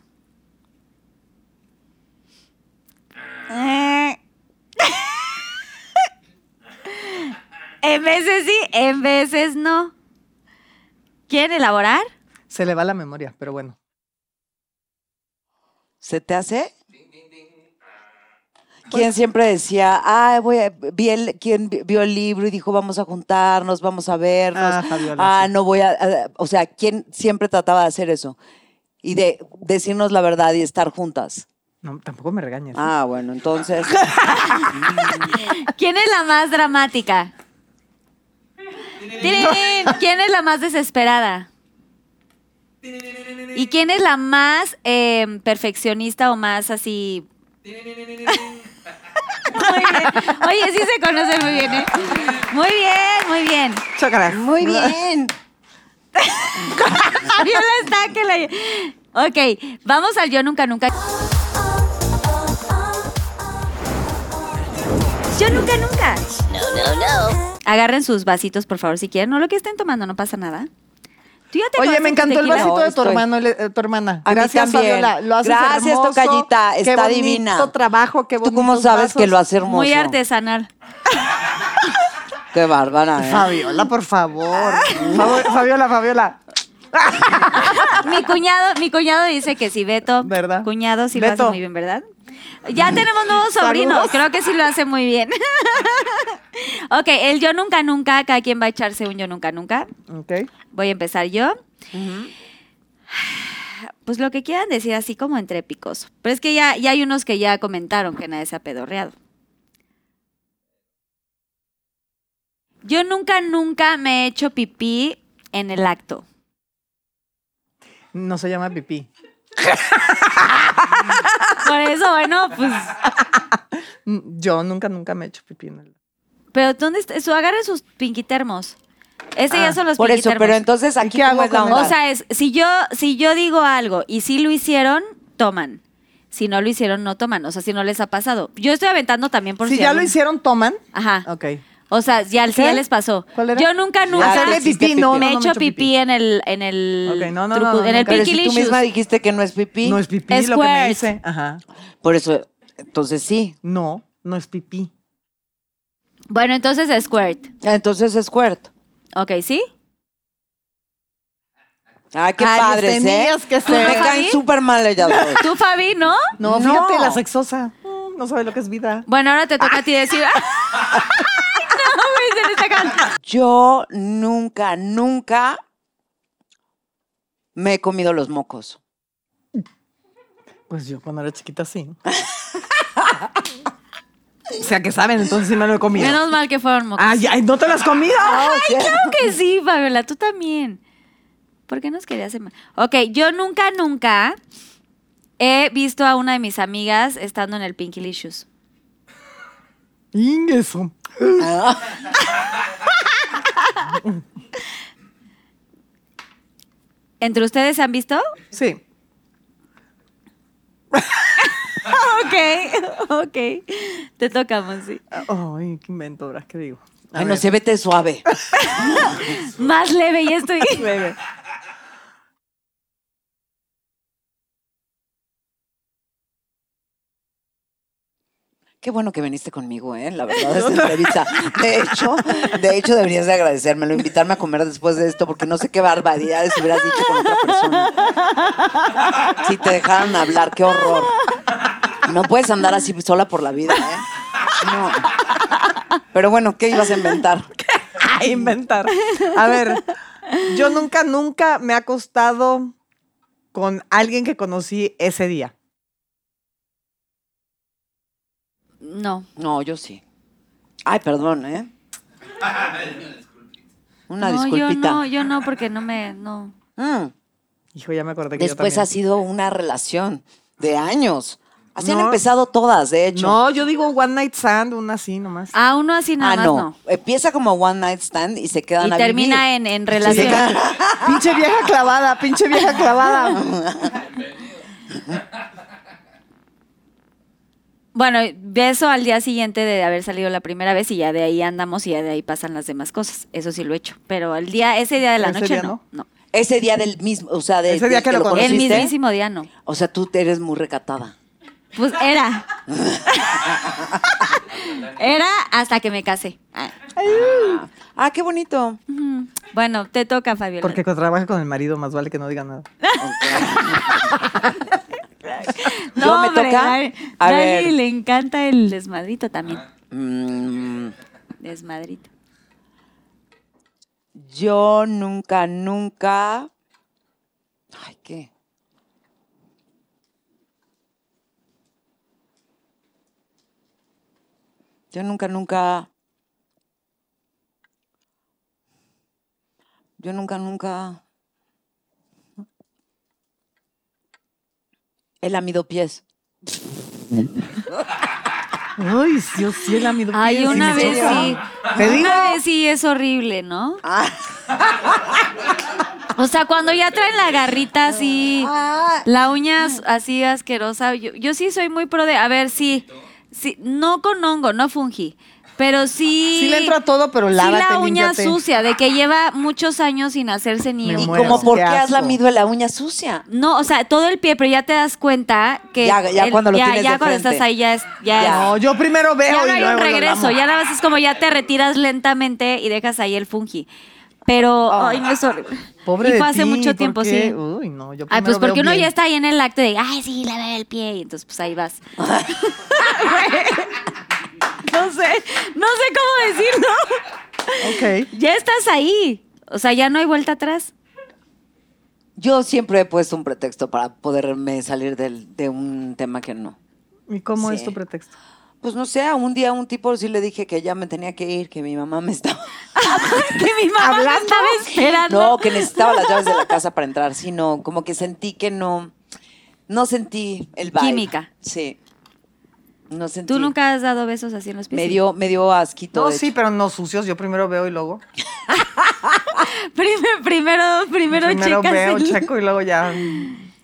Speaker 3: Eh. en veces sí, en veces no. ¿Quieren elaborar?
Speaker 5: Se le va la memoria, pero bueno.
Speaker 9: ¿Se te hace? Quien siempre decía, ay, voy a, vi el, quien vi- vio el libro y dijo, vamos a juntarnos, vamos a vernos.
Speaker 5: Ah,
Speaker 9: Ah,
Speaker 5: Fabiola, sí.
Speaker 9: no voy a, a- O sea, ¿quién siempre trataba de hacer eso? Y de decirnos la verdad y estar juntas.
Speaker 5: No, tampoco me regañes.
Speaker 9: Ah, bueno, entonces.
Speaker 3: ¿Quién es la más dramática? ¡Tirín! ¿Quién es la más desesperada? ¿Y quién es la más eh, perfeccionista o más así? Muy bien. Oye, sí se conocen muy bien, ¿eh? Muy bien, muy bien.
Speaker 5: Chócala.
Speaker 9: Muy bien.
Speaker 3: Fabiola está que la... Ok, vamos al Yo Nunca Nunca.
Speaker 7: Yo nunca, nunca.
Speaker 3: Agarren sus vasitos, por favor, si quieren. No lo que estén tomando, no pasa nada. Tú ya te
Speaker 5: Oye,
Speaker 3: acabaste
Speaker 5: me
Speaker 3: tu
Speaker 5: encantó el
Speaker 3: tequila.
Speaker 5: vasito
Speaker 9: No,
Speaker 5: de tu
Speaker 9: estoy-
Speaker 5: hermano, el- eh, tu hermana.
Speaker 9: A mí
Speaker 5: Gracias,
Speaker 9: también.
Speaker 5: Fabiola. Lo haces
Speaker 9: Gracias,
Speaker 5: hermoso.
Speaker 9: tocallita.
Speaker 5: Qué
Speaker 9: Está
Speaker 5: bonito
Speaker 9: divina.
Speaker 5: trabajo, qué
Speaker 9: ¿Tú cómo
Speaker 5: bonitos
Speaker 9: sabes que
Speaker 5: vasos.
Speaker 9: lo hace hermoso?
Speaker 3: Muy artesanal.
Speaker 9: Qué bárbara, ¿eh?
Speaker 5: Fabiola, por favor. Favo- Fabiola, Fabiola.
Speaker 3: Mi cuñado, mi cuñado dice que sí, Beto.
Speaker 5: ¿Verdad?
Speaker 3: Cuñado sí lo
Speaker 5: Beto.
Speaker 3: hace muy bien, ¿verdad? Ya tenemos nuevos sobrinos.
Speaker 5: Saludos.
Speaker 3: Creo que sí lo hace muy bien. ok, el yo nunca nunca. Cada quien va a echarse un yo nunca nunca.
Speaker 5: Ok.
Speaker 3: Voy a empezar yo. Pues lo que quieran decir así como entre picoso. Pero es que ya, ya hay unos que ya comentaron que nadie se ha pedorreado. Yo nunca, nunca me he hecho pipí en el acto.
Speaker 5: No se llama pipí.
Speaker 3: Por eso, bueno, pues.
Speaker 5: Mm, Yo nunca, nunca me he hecho pipí en el.
Speaker 3: Pero ¿dónde está? Eso, agarren sus pinquitermos. Ese ya son los
Speaker 9: Ah, Por eso,
Speaker 3: pinquitermos.
Speaker 9: pero entonces
Speaker 5: qué
Speaker 9: aquí cómo
Speaker 5: hago
Speaker 9: es la
Speaker 5: con
Speaker 9: onda?
Speaker 3: O sea, es, si yo, si yo digo algo y si lo hicieron, toman. Si no lo hicieron, no toman. O sea, si no les ha pasado. Yo estoy aventando también por si.
Speaker 5: si ya lo
Speaker 3: algún-
Speaker 5: hicieron, toman. Ah,
Speaker 3: Ajá.
Speaker 5: Ok.
Speaker 3: O sea, ya, si
Speaker 5: ¿Qué?
Speaker 3: ya les pasó.
Speaker 5: ¿Cuál era?
Speaker 3: Yo nunca, nunca.
Speaker 5: Hacerle
Speaker 9: hiciste
Speaker 5: pipí, no, no,
Speaker 3: me he
Speaker 5: no
Speaker 3: hecho pipí, en el. En el
Speaker 5: Ok, no, no, no, no,
Speaker 3: en el
Speaker 5: nunca.
Speaker 9: Pero
Speaker 3: Pinky
Speaker 9: si tú misma dijiste que no es pipí,
Speaker 5: No es pipí lo que
Speaker 3: Squirt.
Speaker 5: me hice. Ajá.
Speaker 9: por eso, entonces sí.
Speaker 5: No, no es pipí.
Speaker 3: Bueno, entonces Squirt.
Speaker 9: Ah, Entonces es cuerto.
Speaker 3: Ok, ¿sí?
Speaker 9: Ay, qué
Speaker 5: Ay, las
Speaker 9: padres, ¿eh?
Speaker 5: semillas que se-
Speaker 9: Me caen
Speaker 3: ¿Fabi?
Speaker 9: súper mal ellas dos.
Speaker 3: ¿Tú, Fabi, no?
Speaker 5: No,
Speaker 9: No.
Speaker 5: fíjate, la sexosa. Mm, No sabe lo que es vida.
Speaker 3: Bueno, ahora te toca a ti decir. ¡Ay, no, güey! Se le sacan.
Speaker 9: Yo nunca, nunca me he comido los mocos.
Speaker 5: Pues yo cuando era chiquita sí. o sea que saben, entonces sí me lo he comido.
Speaker 3: Menos mal que fueron mocos.
Speaker 5: Ay, ay, ¿no te lo has comido?
Speaker 3: Claro que sí, Fabiola, tú también. ¿Por qué nos querías hacer mal? Ok, yo nunca, nunca he visto a una de mis amigas estando en el Pinkylicious.
Speaker 5: Ingeso.
Speaker 3: ¿Entre ustedes han visto?
Speaker 5: Sí.
Speaker 3: Ok, ok. Te tocamos, sí.
Speaker 5: Ay, qué invento, ¿verdad? ¿Qué digo? A
Speaker 9: Ay, no
Speaker 5: ver.
Speaker 9: sé, vete suave.
Speaker 3: Más leve, ya estoy.
Speaker 5: Bebe.
Speaker 9: Qué bueno que viniste conmigo, ¿eh? La verdad, esta entrevista. De hecho, de hecho, deberías de agradecérmelo, invitarme a comer después de esto, porque no sé qué barbaridades hubieras dicho con otra persona. Si te dejaran hablar, qué horror. No puedes andar así sola por la vida, ¿eh? No. Pero bueno, ¿qué ibas a inventar?
Speaker 5: A inventar. A ver, yo nunca, nunca me he acostado con alguien que conocí ese día.
Speaker 3: No.
Speaker 9: No, yo sí. Ay, perdón, ¿eh? Una
Speaker 3: no, yo
Speaker 9: disculpita.
Speaker 3: no, yo no, porque no me. No.
Speaker 9: Mm.
Speaker 5: Hijo, ya me acordé que
Speaker 9: Después
Speaker 5: yo
Speaker 9: ha
Speaker 5: también.
Speaker 9: sido una relación de años. Así han
Speaker 5: No.
Speaker 9: empezado todas, de hecho.
Speaker 5: No, yo digo one night stand, una así nomás.
Speaker 3: A uno así nada
Speaker 9: ah,
Speaker 3: más
Speaker 9: no.
Speaker 3: no.
Speaker 9: Empieza como one night stand y se quedan
Speaker 3: Y
Speaker 9: a
Speaker 3: termina en,
Speaker 9: vivir.
Speaker 3: en relación.
Speaker 5: pinche vieja clavada, pinche vieja clavada.
Speaker 3: Bueno, beso al día siguiente de haber salido la primera vez y ya de ahí andamos y ya de ahí pasan las demás cosas. Eso sí lo he hecho. Pero el día, ese día de la
Speaker 5: Ese
Speaker 3: noche
Speaker 5: día
Speaker 3: no. no.
Speaker 9: Ese día del mismo, o sea, de,
Speaker 5: Ese día
Speaker 9: del
Speaker 5: que lo
Speaker 3: El
Speaker 5: conociste?
Speaker 3: mismísimo día no.
Speaker 9: O sea, tú te eres muy recatada.
Speaker 3: Pues era. era hasta que me casé. Ah.
Speaker 9: Ah, qué bonito.
Speaker 3: Ujú. Bueno, te toca, Fabiola.
Speaker 5: Porque cuando trabaja con el marido, más vale que no diga nada.
Speaker 3: no,
Speaker 9: yo me
Speaker 3: hombre,
Speaker 9: toca.
Speaker 3: Dani-
Speaker 9: A
Speaker 3: Dani
Speaker 9: ver.
Speaker 3: le encanta el desmadrito también.
Speaker 9: Mm,
Speaker 3: Desmadrito.
Speaker 9: yo nunca, nunca. Ay, ¿qué? Yo nunca, nunca. Yo nunca, nunca. He lamido pies.
Speaker 5: Ay, Dios, sí, el amigo.
Speaker 3: Ay, una vez sí.
Speaker 5: Te digo.
Speaker 3: Una vez sí es horrible, ¿no? O sea, cuando ya traen la garrita así,
Speaker 5: Ah,
Speaker 3: la uña as- así asquerosa, yo, yo sí soy muy pro de, a ver, sí, sí, no con hongo, no fungi, Pero sí.
Speaker 5: Sí le entro a todo, pero
Speaker 3: sí
Speaker 5: lávate,
Speaker 3: la uña
Speaker 5: límpiate.
Speaker 3: sucia, de que lleva muchos años sin hacerse ni.
Speaker 5: Me
Speaker 9: Y
Speaker 3: ni
Speaker 5: muero.
Speaker 9: como, ¿por qué
Speaker 5: Qué
Speaker 9: has
Speaker 5: asco.
Speaker 9: lamido la uña sucia?
Speaker 3: No, o sea, todo el pie, pero ya te das cuenta que.
Speaker 9: Ya- ya
Speaker 3: el-
Speaker 9: cuando lo
Speaker 3: ya,
Speaker 9: tienes
Speaker 3: ya
Speaker 9: de
Speaker 3: cuando
Speaker 9: frente.
Speaker 3: estás ahí ya es. Ya, es-
Speaker 5: No, yo primero veo
Speaker 3: ya
Speaker 5: y
Speaker 3: no hay
Speaker 5: luego
Speaker 3: un
Speaker 5: lo
Speaker 3: regreso,
Speaker 5: lamo.
Speaker 3: ya nada más es como ya te retiras lentamente y dejas ahí el fungi. Pero, ay, no es horrible.
Speaker 5: Pobre
Speaker 3: y
Speaker 5: de
Speaker 3: fue hace
Speaker 5: ti,
Speaker 3: mucho
Speaker 5: ¿por
Speaker 3: tiempo,
Speaker 5: qué?
Speaker 3: sí.
Speaker 5: Uy, no, yo
Speaker 3: Ay,
Speaker 5: primero
Speaker 3: pues porque
Speaker 5: veo
Speaker 3: uno
Speaker 5: bien.
Speaker 3: ya está ahí en el acto de, ay, sí, lavar el pie, y entonces pues ahí vas. no sé, no sé cómo decirlo.
Speaker 5: Ok.
Speaker 3: Ya estás ahí. O sea, ya no hay vuelta atrás.
Speaker 9: Yo siempre he puesto un pretexto para poderme salir del- de un tema que no.
Speaker 5: ¿Y cómo
Speaker 9: Sí.
Speaker 5: es tu pretexto?
Speaker 9: Pues no sé, a un día a un tipo sí le dije que ya me tenía que ir, que mi mamá me estaba...
Speaker 3: que mi mamá me
Speaker 9: ¿Hablando?
Speaker 3: estaba esperando.
Speaker 9: No, que necesitaba las llaves de la casa para entrar, sino como que sentí que no... No sentí el vibe.
Speaker 3: Química.
Speaker 9: Sí. No sentí.
Speaker 3: ¿Tú nunca has dado besos así en los pies?
Speaker 9: Me dio, me dio asquito.
Speaker 5: No,
Speaker 9: de
Speaker 5: sí,
Speaker 9: hecho.
Speaker 5: pero no sucios. Yo primero veo y luego.
Speaker 3: Primero, primero, primero,
Speaker 5: primero
Speaker 3: checas
Speaker 5: veo,
Speaker 3: el-
Speaker 5: checo y luego ya.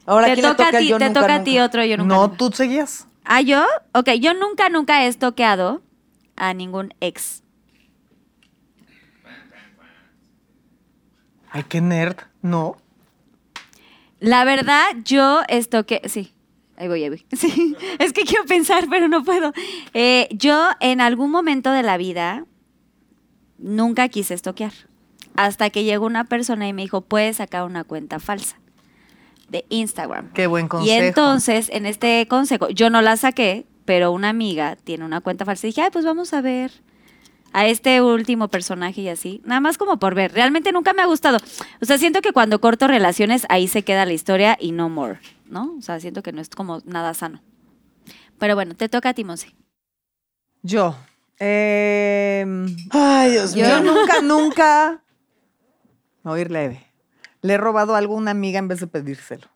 Speaker 9: Ahora,
Speaker 3: Te
Speaker 9: ¿quién le
Speaker 3: toca a
Speaker 9: toca el
Speaker 3: ti,
Speaker 9: yo
Speaker 3: te
Speaker 9: nunca,
Speaker 3: toca a
Speaker 9: nunca?
Speaker 3: ti otro, yo nunca.
Speaker 5: no,
Speaker 3: nunca.
Speaker 5: tú seguías.
Speaker 3: Ah, yo, ok, yo nunca, nunca he estoqueado a ningún ex.
Speaker 5: Ay, qué nerd. No.
Speaker 3: La verdad, yo estoqué, sí, ahí voy, ahí voy. Sí, es que quiero pensar, pero no puedo. Eh, yo en algún momento de la vida nunca quise estoquear. Hasta que llegó una persona y me dijo, puedes sacar una cuenta falsa de Instagram.
Speaker 5: Qué buen consejo.
Speaker 3: Y entonces, en este consejo, yo no la saqué, pero una amiga tiene una cuenta falsa. Y dije, ay, pues vamos a ver a este último personaje y así. Nada más como por ver. Realmente nunca me ha gustado. O sea, siento que cuando corto relaciones, ahí se queda la historia y no more, ¿no? O sea, siento que no es como nada sano. Pero bueno, te toca a ti, Monse.
Speaker 5: Yo. em,
Speaker 9: Ay, Dios mío.
Speaker 5: yo nunca, nunca. Me voy a ir leve. Le he robado algo a una amiga en vez de pedírselo.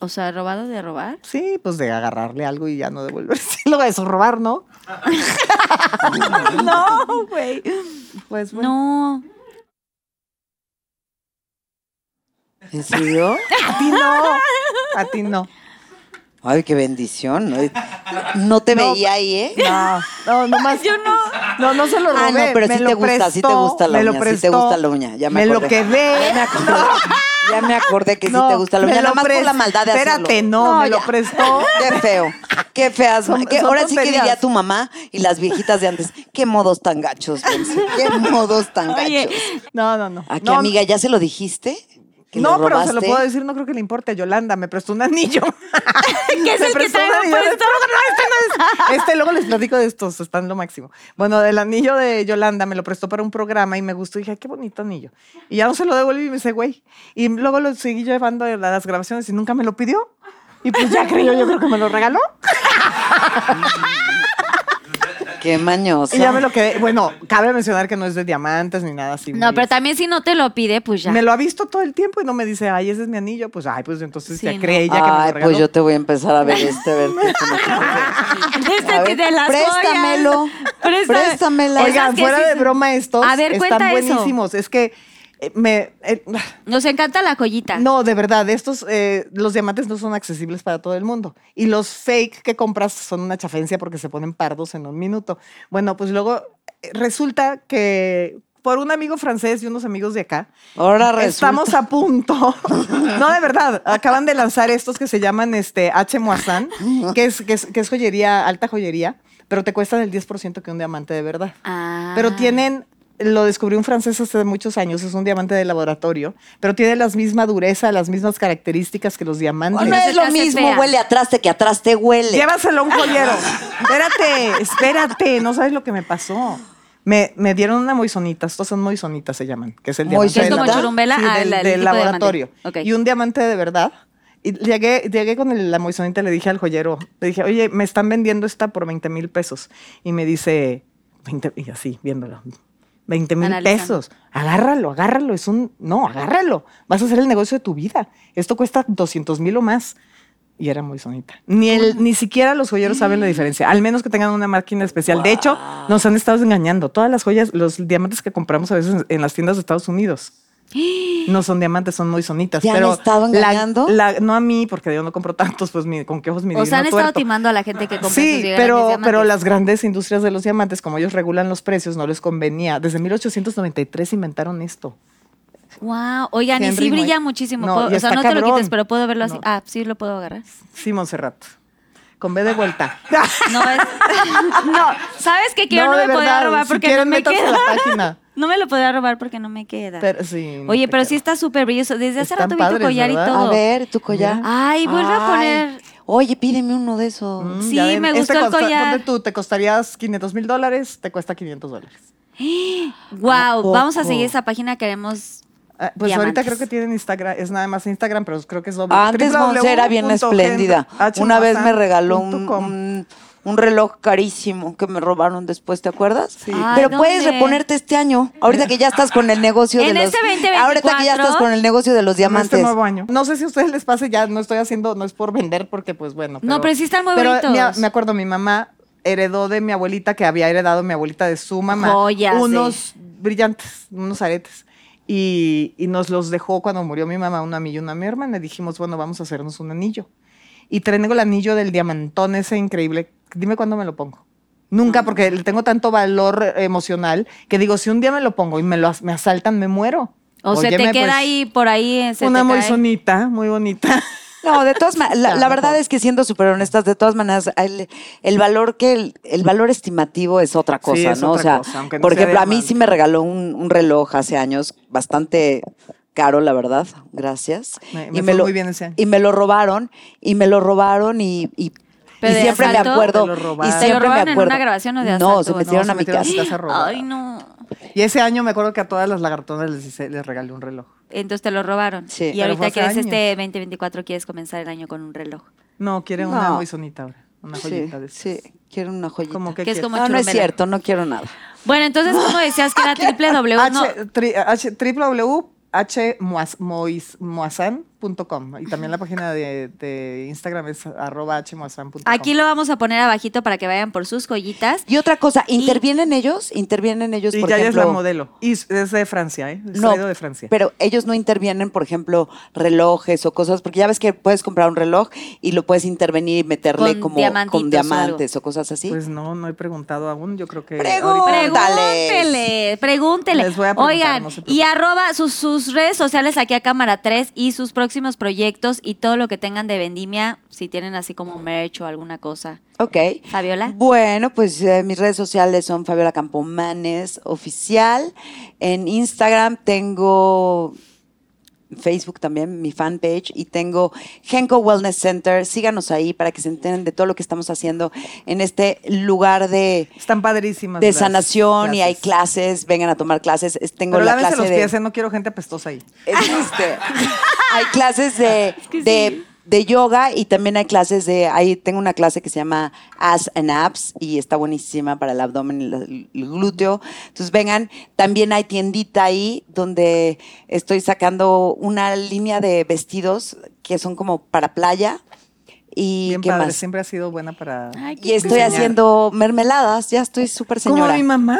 Speaker 3: O sea, robado de robar.
Speaker 5: Sí, pues de agarrarle algo y ya no devolvérselo. Eso, robar, ¿no?
Speaker 3: No, güey.
Speaker 5: Pues bueno.
Speaker 3: No.
Speaker 9: ¿En serio?
Speaker 5: A ti no. A ti no.
Speaker 9: Ay, qué bendición. No, No te veía ahí, ¿eh?
Speaker 5: No, no, nomás. Yo no. No, no se lo robé.
Speaker 9: Ah, no, pero
Speaker 5: me
Speaker 9: sí
Speaker 5: lo
Speaker 9: te gusta, sí te
Speaker 5: prestó,
Speaker 9: gusta la
Speaker 5: me lo
Speaker 9: uña, sí te
Speaker 5: prestó,
Speaker 9: gusta la uña, ya me
Speaker 5: lo
Speaker 9: acordé.
Speaker 5: quedé.
Speaker 9: Ya me acordé, ya me acordé que sí te gusta la
Speaker 5: me
Speaker 9: uña, nada
Speaker 5: lo
Speaker 9: más por la
Speaker 5: pres-
Speaker 9: maldad de
Speaker 5: Espérate,
Speaker 9: hacerlo.
Speaker 5: no, me lo
Speaker 9: ya.
Speaker 5: prestó.
Speaker 9: Qué feo, qué feas.
Speaker 5: Son-
Speaker 9: qué-
Speaker 5: son
Speaker 9: ahora sí que
Speaker 5: tonterías.
Speaker 9: diría tu mamá y las viejitas de antes, qué modos tan gachos, Benzi, qué modos tan
Speaker 3: Oye.
Speaker 9: gachos.
Speaker 5: No, no, no.
Speaker 9: ¿A qué
Speaker 5: No,
Speaker 9: amiga ya se lo dijiste? ¿Que
Speaker 5: No,
Speaker 9: lo
Speaker 5: pero se lo
Speaker 9: robaste?
Speaker 5: puedo decir, no creo que le importe. Yolanda me prestó un anillo.
Speaker 3: ¿Qué es
Speaker 5: Me
Speaker 3: el que
Speaker 5: prestó un
Speaker 3: traigo
Speaker 5: anillo.
Speaker 3: puesto?
Speaker 5: No, este no es. Este luego les platico de estos, están lo máximo. Bueno, del anillo de Yolanda me lo prestó para un programa y me gustó. Y dije, "Ay, qué bonito anillo. Y ya no se lo devolví y me dice, güey. Y luego lo seguí llevando a las grabaciones y nunca me lo pidió. Y pues ya creyó, yo creo que me lo regaló.
Speaker 9: Qué mañoso.
Speaker 5: Y ya me lo quedé. Bueno, cabe mencionar que no es de diamantes ni nada así.
Speaker 3: No,
Speaker 5: muy-
Speaker 3: pero también si no te lo pide, pues ya.
Speaker 5: Me lo ha visto todo el tiempo y no me dice, ay, ese es mi anillo. Pues, ay, pues entonces
Speaker 3: Sí,
Speaker 5: ya
Speaker 3: no.
Speaker 5: cree ella que me lo
Speaker 9: Ay,
Speaker 5: regaló.
Speaker 9: pues yo te voy a empezar a ver este, a ver qué tú me
Speaker 3: Este
Speaker 9: A
Speaker 3: que
Speaker 9: ver,
Speaker 3: de las
Speaker 9: préstamelo,
Speaker 3: joyas. Préstame-
Speaker 9: préstamela.
Speaker 3: Esas
Speaker 5: Oigan,
Speaker 3: que
Speaker 5: fuera
Speaker 3: sí
Speaker 5: de
Speaker 3: son-
Speaker 5: broma estos
Speaker 3: A ver,
Speaker 5: están
Speaker 3: cuenta eso.
Speaker 5: buenísimos. Es que eh, me... eh,
Speaker 3: Nos encanta la joyita.
Speaker 5: no, de verdad, estos, eh, los diamantes no son accesibles para todo el mundo. Y los fake que compras son una chafencia porque se ponen pardos en un minuto. Bueno, pues luego eh, resulta que por un amigo francés y unos amigos de acá,
Speaker 9: Ahora
Speaker 3: Ah,
Speaker 9: resulta.
Speaker 5: Estamos a punto. No, de verdad. Acaban de lanzar estos que se llaman este H. Moazán, que es, que, es, que es joyería, alta joyería, pero te cuestan el 10% que un diamante de verdad.
Speaker 3: Ah.
Speaker 5: Pero tienen, lo descubrió un francés hace muchos años, es un diamante de laboratorio, pero tiene la misma dureza, las mismas características que los diamantes.
Speaker 9: No
Speaker 3: se
Speaker 9: es
Speaker 3: te
Speaker 9: lo
Speaker 3: hace
Speaker 9: mismo
Speaker 3: fea.
Speaker 9: huele atrás te que atrás te huele.
Speaker 5: Llévaselo a un joyero. espérate, espérate. No sabes lo que me pasó. Me, me dieron una moisonita, estos son moisonitas se llaman, que es el diamante.
Speaker 9: ¿Que es como
Speaker 5: ¿verdad?
Speaker 3: churumbela?
Speaker 5: Sí,
Speaker 3: Ah,
Speaker 5: del,
Speaker 3: la- el
Speaker 5: del
Speaker 3: tipo de
Speaker 5: laboratorio.
Speaker 3: diamante. Ok.
Speaker 5: Y un diamante de verdad. Y llegué, llegué con el- la moisonita, le dije al joyero, le dije, oye, me están vendiendo esta por 20 mil pesos. Y me dice, 20, y así, viéndolo, 20 mil
Speaker 3: Analizando.
Speaker 5: pesos. Agárralo, agárralo, es un, no, agárralo. Vas a hacer el negocio de tu vida. Esto cuesta 200 mil o más. Y era muy sonita. Ni, el, ni siquiera los joyeros saben
Speaker 3: Mm.
Speaker 5: la diferencia, al menos que tengan una máquina especial. De hecho, nos han estado engañando. Todas las joyas, los diamantes que compramos a veces en las tiendas de Estados Unidos, No son diamantes, son muy sonitas.
Speaker 9: ¿Te han
Speaker 5: pero
Speaker 9: estado
Speaker 5: la-
Speaker 9: engañando?
Speaker 5: la- no a mí, porque yo no compro tantos, pues mi, con qué ojos mi
Speaker 3: O sea, han
Speaker 5: divino
Speaker 3: estado
Speaker 5: tuerto.
Speaker 3: timando a la gente que compra sus
Speaker 5: Sí,
Speaker 3: grandes
Speaker 5: pero,
Speaker 3: diamantes.
Speaker 5: pero las grandes industrias de los diamantes, como ellos regulan los precios, no les convenía. Desde 1893 inventaron esto.
Speaker 3: Wow, oigan, y
Speaker 5: Henry
Speaker 3: sí brilla
Speaker 5: Moy-
Speaker 3: muchísimo.
Speaker 5: No,
Speaker 3: Puedo-
Speaker 5: y
Speaker 3: o sea,
Speaker 5: está
Speaker 3: no te lo
Speaker 5: cabrón.
Speaker 3: quites, pero puedo verlo así.
Speaker 5: No.
Speaker 3: Ah, sí, lo puedo agarrar.
Speaker 5: Sí, Montserrat. Con B de vuelta.
Speaker 3: No, es, no ¿sabes qué quiero? No,
Speaker 5: de
Speaker 3: me podía
Speaker 5: verdad,
Speaker 3: robar
Speaker 5: si
Speaker 3: porque
Speaker 5: quieren,
Speaker 3: no me
Speaker 5: métanse
Speaker 3: queda.
Speaker 5: a la página.
Speaker 3: No me lo podía robar porque no me queda.
Speaker 5: Pero, sí, no
Speaker 3: Oye,
Speaker 5: te
Speaker 3: pero
Speaker 5: creo.
Speaker 3: sí está súper brilloso. Desde hace
Speaker 5: Están
Speaker 3: rato vi tu
Speaker 5: padres,
Speaker 3: collar y
Speaker 5: ¿verdad?
Speaker 3: todo.
Speaker 9: A ver, tu collar.
Speaker 3: Ay, vuelve a poner.
Speaker 9: Oye, pídeme uno de esos.
Speaker 5: Mm,
Speaker 3: sí,
Speaker 5: ya ven,
Speaker 3: me
Speaker 5: este
Speaker 3: gustó el
Speaker 5: costa-
Speaker 3: collar.
Speaker 5: ponte tú, te costarías 500 mil dólares, te cuesta 500 dólares.
Speaker 3: Wow,
Speaker 9: poco?
Speaker 3: vamos a seguir esa página. Queremos.
Speaker 5: Ah, Pues ahorita
Speaker 3: Diamantes.
Speaker 5: creo que tienen Instagram, es nada más Instagram, pero creo que es doble.
Speaker 9: Ah, Antes Monse era bien espléndida.
Speaker 5: ah,
Speaker 9: Una vez me regaló un, un- un reloj carísimo que me robaron después, ¿te acuerdas?
Speaker 3: Ay,
Speaker 9: Pero puedes
Speaker 3: ¿dónde?
Speaker 9: reponerte este año, ahorita que ya estás con el negocio de
Speaker 3: En
Speaker 9: los
Speaker 3: este 2024.
Speaker 9: Ahorita que ya estás con el negocio de los
Speaker 5: Este
Speaker 9: diamantes.
Speaker 5: nuevo año. No sé si a ustedes les pase, ya no estoy haciendo, no es por vender, porque pues bueno.
Speaker 3: No, pero sí están muy
Speaker 5: pero
Speaker 3: bonitos.
Speaker 5: mi a- me acuerdo, mi mamá heredó de mi abuelita, que había heredado mi abuelita de su mamá,
Speaker 3: Joyas,
Speaker 5: unos brillantes, unos aretes. Y, y nos los dejó cuando murió mi mamá, uno a mí y uno a mi hermana. Y dijimos, bueno, vamos a hacernos un anillo. Y tengo el anillo del diamantón ese increíble. Dime cuándo me lo pongo. Nunca, porque le tengo tanto valor emocional que digo, si un día me lo pongo y me lo as- me asaltan, me muero.
Speaker 3: O se te
Speaker 5: Óyeme,
Speaker 3: queda
Speaker 5: pues,
Speaker 3: ahí por ahí. eh, se
Speaker 5: Una
Speaker 3: te
Speaker 5: muy
Speaker 3: cae.
Speaker 5: sonita, muy bonita.
Speaker 9: No, de todas maneras, la, la verdad es que siendo súper honestas, de todas maneras, el, el valor que el, el valor estimativo es otra cosa,
Speaker 5: es
Speaker 9: ¿no?
Speaker 5: otra
Speaker 9: o sea,
Speaker 5: cosa, aunque no
Speaker 9: por
Speaker 5: sea
Speaker 9: ejemplo, a mí
Speaker 5: diamante.
Speaker 9: sí me regaló un, un reloj hace años bastante caro, la verdad. Gracias.
Speaker 5: Me- me fue
Speaker 9: lo,
Speaker 5: muy bien ese año.
Speaker 9: y me lo robaron, y me lo robaron y, y-
Speaker 3: ¿Pero
Speaker 9: y
Speaker 3: de
Speaker 9: siempre me
Speaker 3: asalto?
Speaker 9: acuerdo.
Speaker 5: Te lo
Speaker 9: y
Speaker 5: robaron.
Speaker 9: siempre
Speaker 3: ¿Te lo
Speaker 9: me
Speaker 3: robaron en
Speaker 9: acuerdo.
Speaker 3: una grabación o de
Speaker 9: No,
Speaker 3: asalto?
Speaker 9: se
Speaker 3: o
Speaker 9: metieron
Speaker 5: No, se
Speaker 9: a mi
Speaker 5: metieron a
Speaker 9: casa.
Speaker 5: su casa a robar.
Speaker 3: Ay, no.
Speaker 5: Y ese año me acuerdo que a todas las lagartonas les, hice- les regalé un reloj.
Speaker 3: Entonces te lo robaron.
Speaker 9: Sí.
Speaker 3: y
Speaker 9: Pero
Speaker 3: ahorita
Speaker 5: fue hace
Speaker 3: que es
Speaker 5: años.
Speaker 3: este 2024, quieres comenzar el año con un reloj.
Speaker 5: No, quiere una
Speaker 9: No.
Speaker 5: muy sonita ahora. Una
Speaker 9: Sí,
Speaker 5: joyita de esas.
Speaker 9: sí, quiero una joyita.
Speaker 5: Como que
Speaker 3: Que es
Speaker 5: quieres?
Speaker 3: como
Speaker 9: no, no es
Speaker 3: churumbela.
Speaker 9: cierto, no quiero nada.
Speaker 3: Bueno, entonces, ¿cómo decías que era triple W? No,
Speaker 5: H, tri- H, www.hmoazan.com y también la página de, de Instagram es arroba hmoazan.com.
Speaker 3: aquí lo vamos a poner abajito para que vayan por sus joyitas.
Speaker 9: Y otra cosa, ¿intervienen ellos? ¿Intervienen ellos,
Speaker 5: y
Speaker 9: por
Speaker 5: ya, ya es
Speaker 9: ejemplo?
Speaker 5: la modelo. Y es de Francia, ¿eh? Es traído de Francia.
Speaker 9: Pero ellos no intervienen, por ejemplo, relojes o cosas, porque ya ves que puedes comprar un reloj y lo puedes intervenir y meterle
Speaker 3: Con
Speaker 9: como
Speaker 3: diamantitos o
Speaker 9: con diamantes o, cosas así.
Speaker 5: Pues no, no he preguntado aún. Yo creo que. ahorita-
Speaker 9: Pregun- Pregúntales.
Speaker 3: Pregúntele, pregúntele.
Speaker 5: Les voy a preguntar,
Speaker 3: Oigan,
Speaker 5: no se
Speaker 3: y
Speaker 5: preocupen.
Speaker 3: arroba sus, sus redes sociales aquí a Cámara 3 y sus próximos proyectos y todo lo que tengan de vendimia, si tienen así como merch o alguna cosa.
Speaker 9: Ok.
Speaker 3: Fabiola.
Speaker 9: Bueno, pues eh, mis redes sociales son Fabiola Campomanes Oficial. En Instagram tengo Facebook también, mi fanpage, y tengo Genco Wellness Center. Síganos ahí para que se enteren de todo lo que estamos haciendo en este lugar de,
Speaker 5: Están padrísimas.
Speaker 9: de
Speaker 5: las
Speaker 9: sanación y hay
Speaker 5: clases.
Speaker 9: clases, vengan a tomar clases. Es- Tengo
Speaker 5: Pero
Speaker 9: la
Speaker 5: lávense
Speaker 9: clase
Speaker 5: los
Speaker 9: de
Speaker 5: pies, ¿eh? no quiero gente apestosa ahí.
Speaker 9: existe. hay clases de, de, de yoga y también hay clases de, ahí tengo una clase que se llama Ass and Abs y está buenísima para el abdomen y el, el glúteo. Entonces vengan, también hay tiendita ahí donde estoy sacando una línea de vestidos que son como para playa y
Speaker 5: Bien
Speaker 9: qué
Speaker 5: padre,
Speaker 9: más.
Speaker 5: siempre ha sido buena para.
Speaker 9: Y estoy
Speaker 5: señora.
Speaker 9: haciendo mermeladas, ya estoy súper
Speaker 5: Como
Speaker 9: señora.
Speaker 5: mi mamá.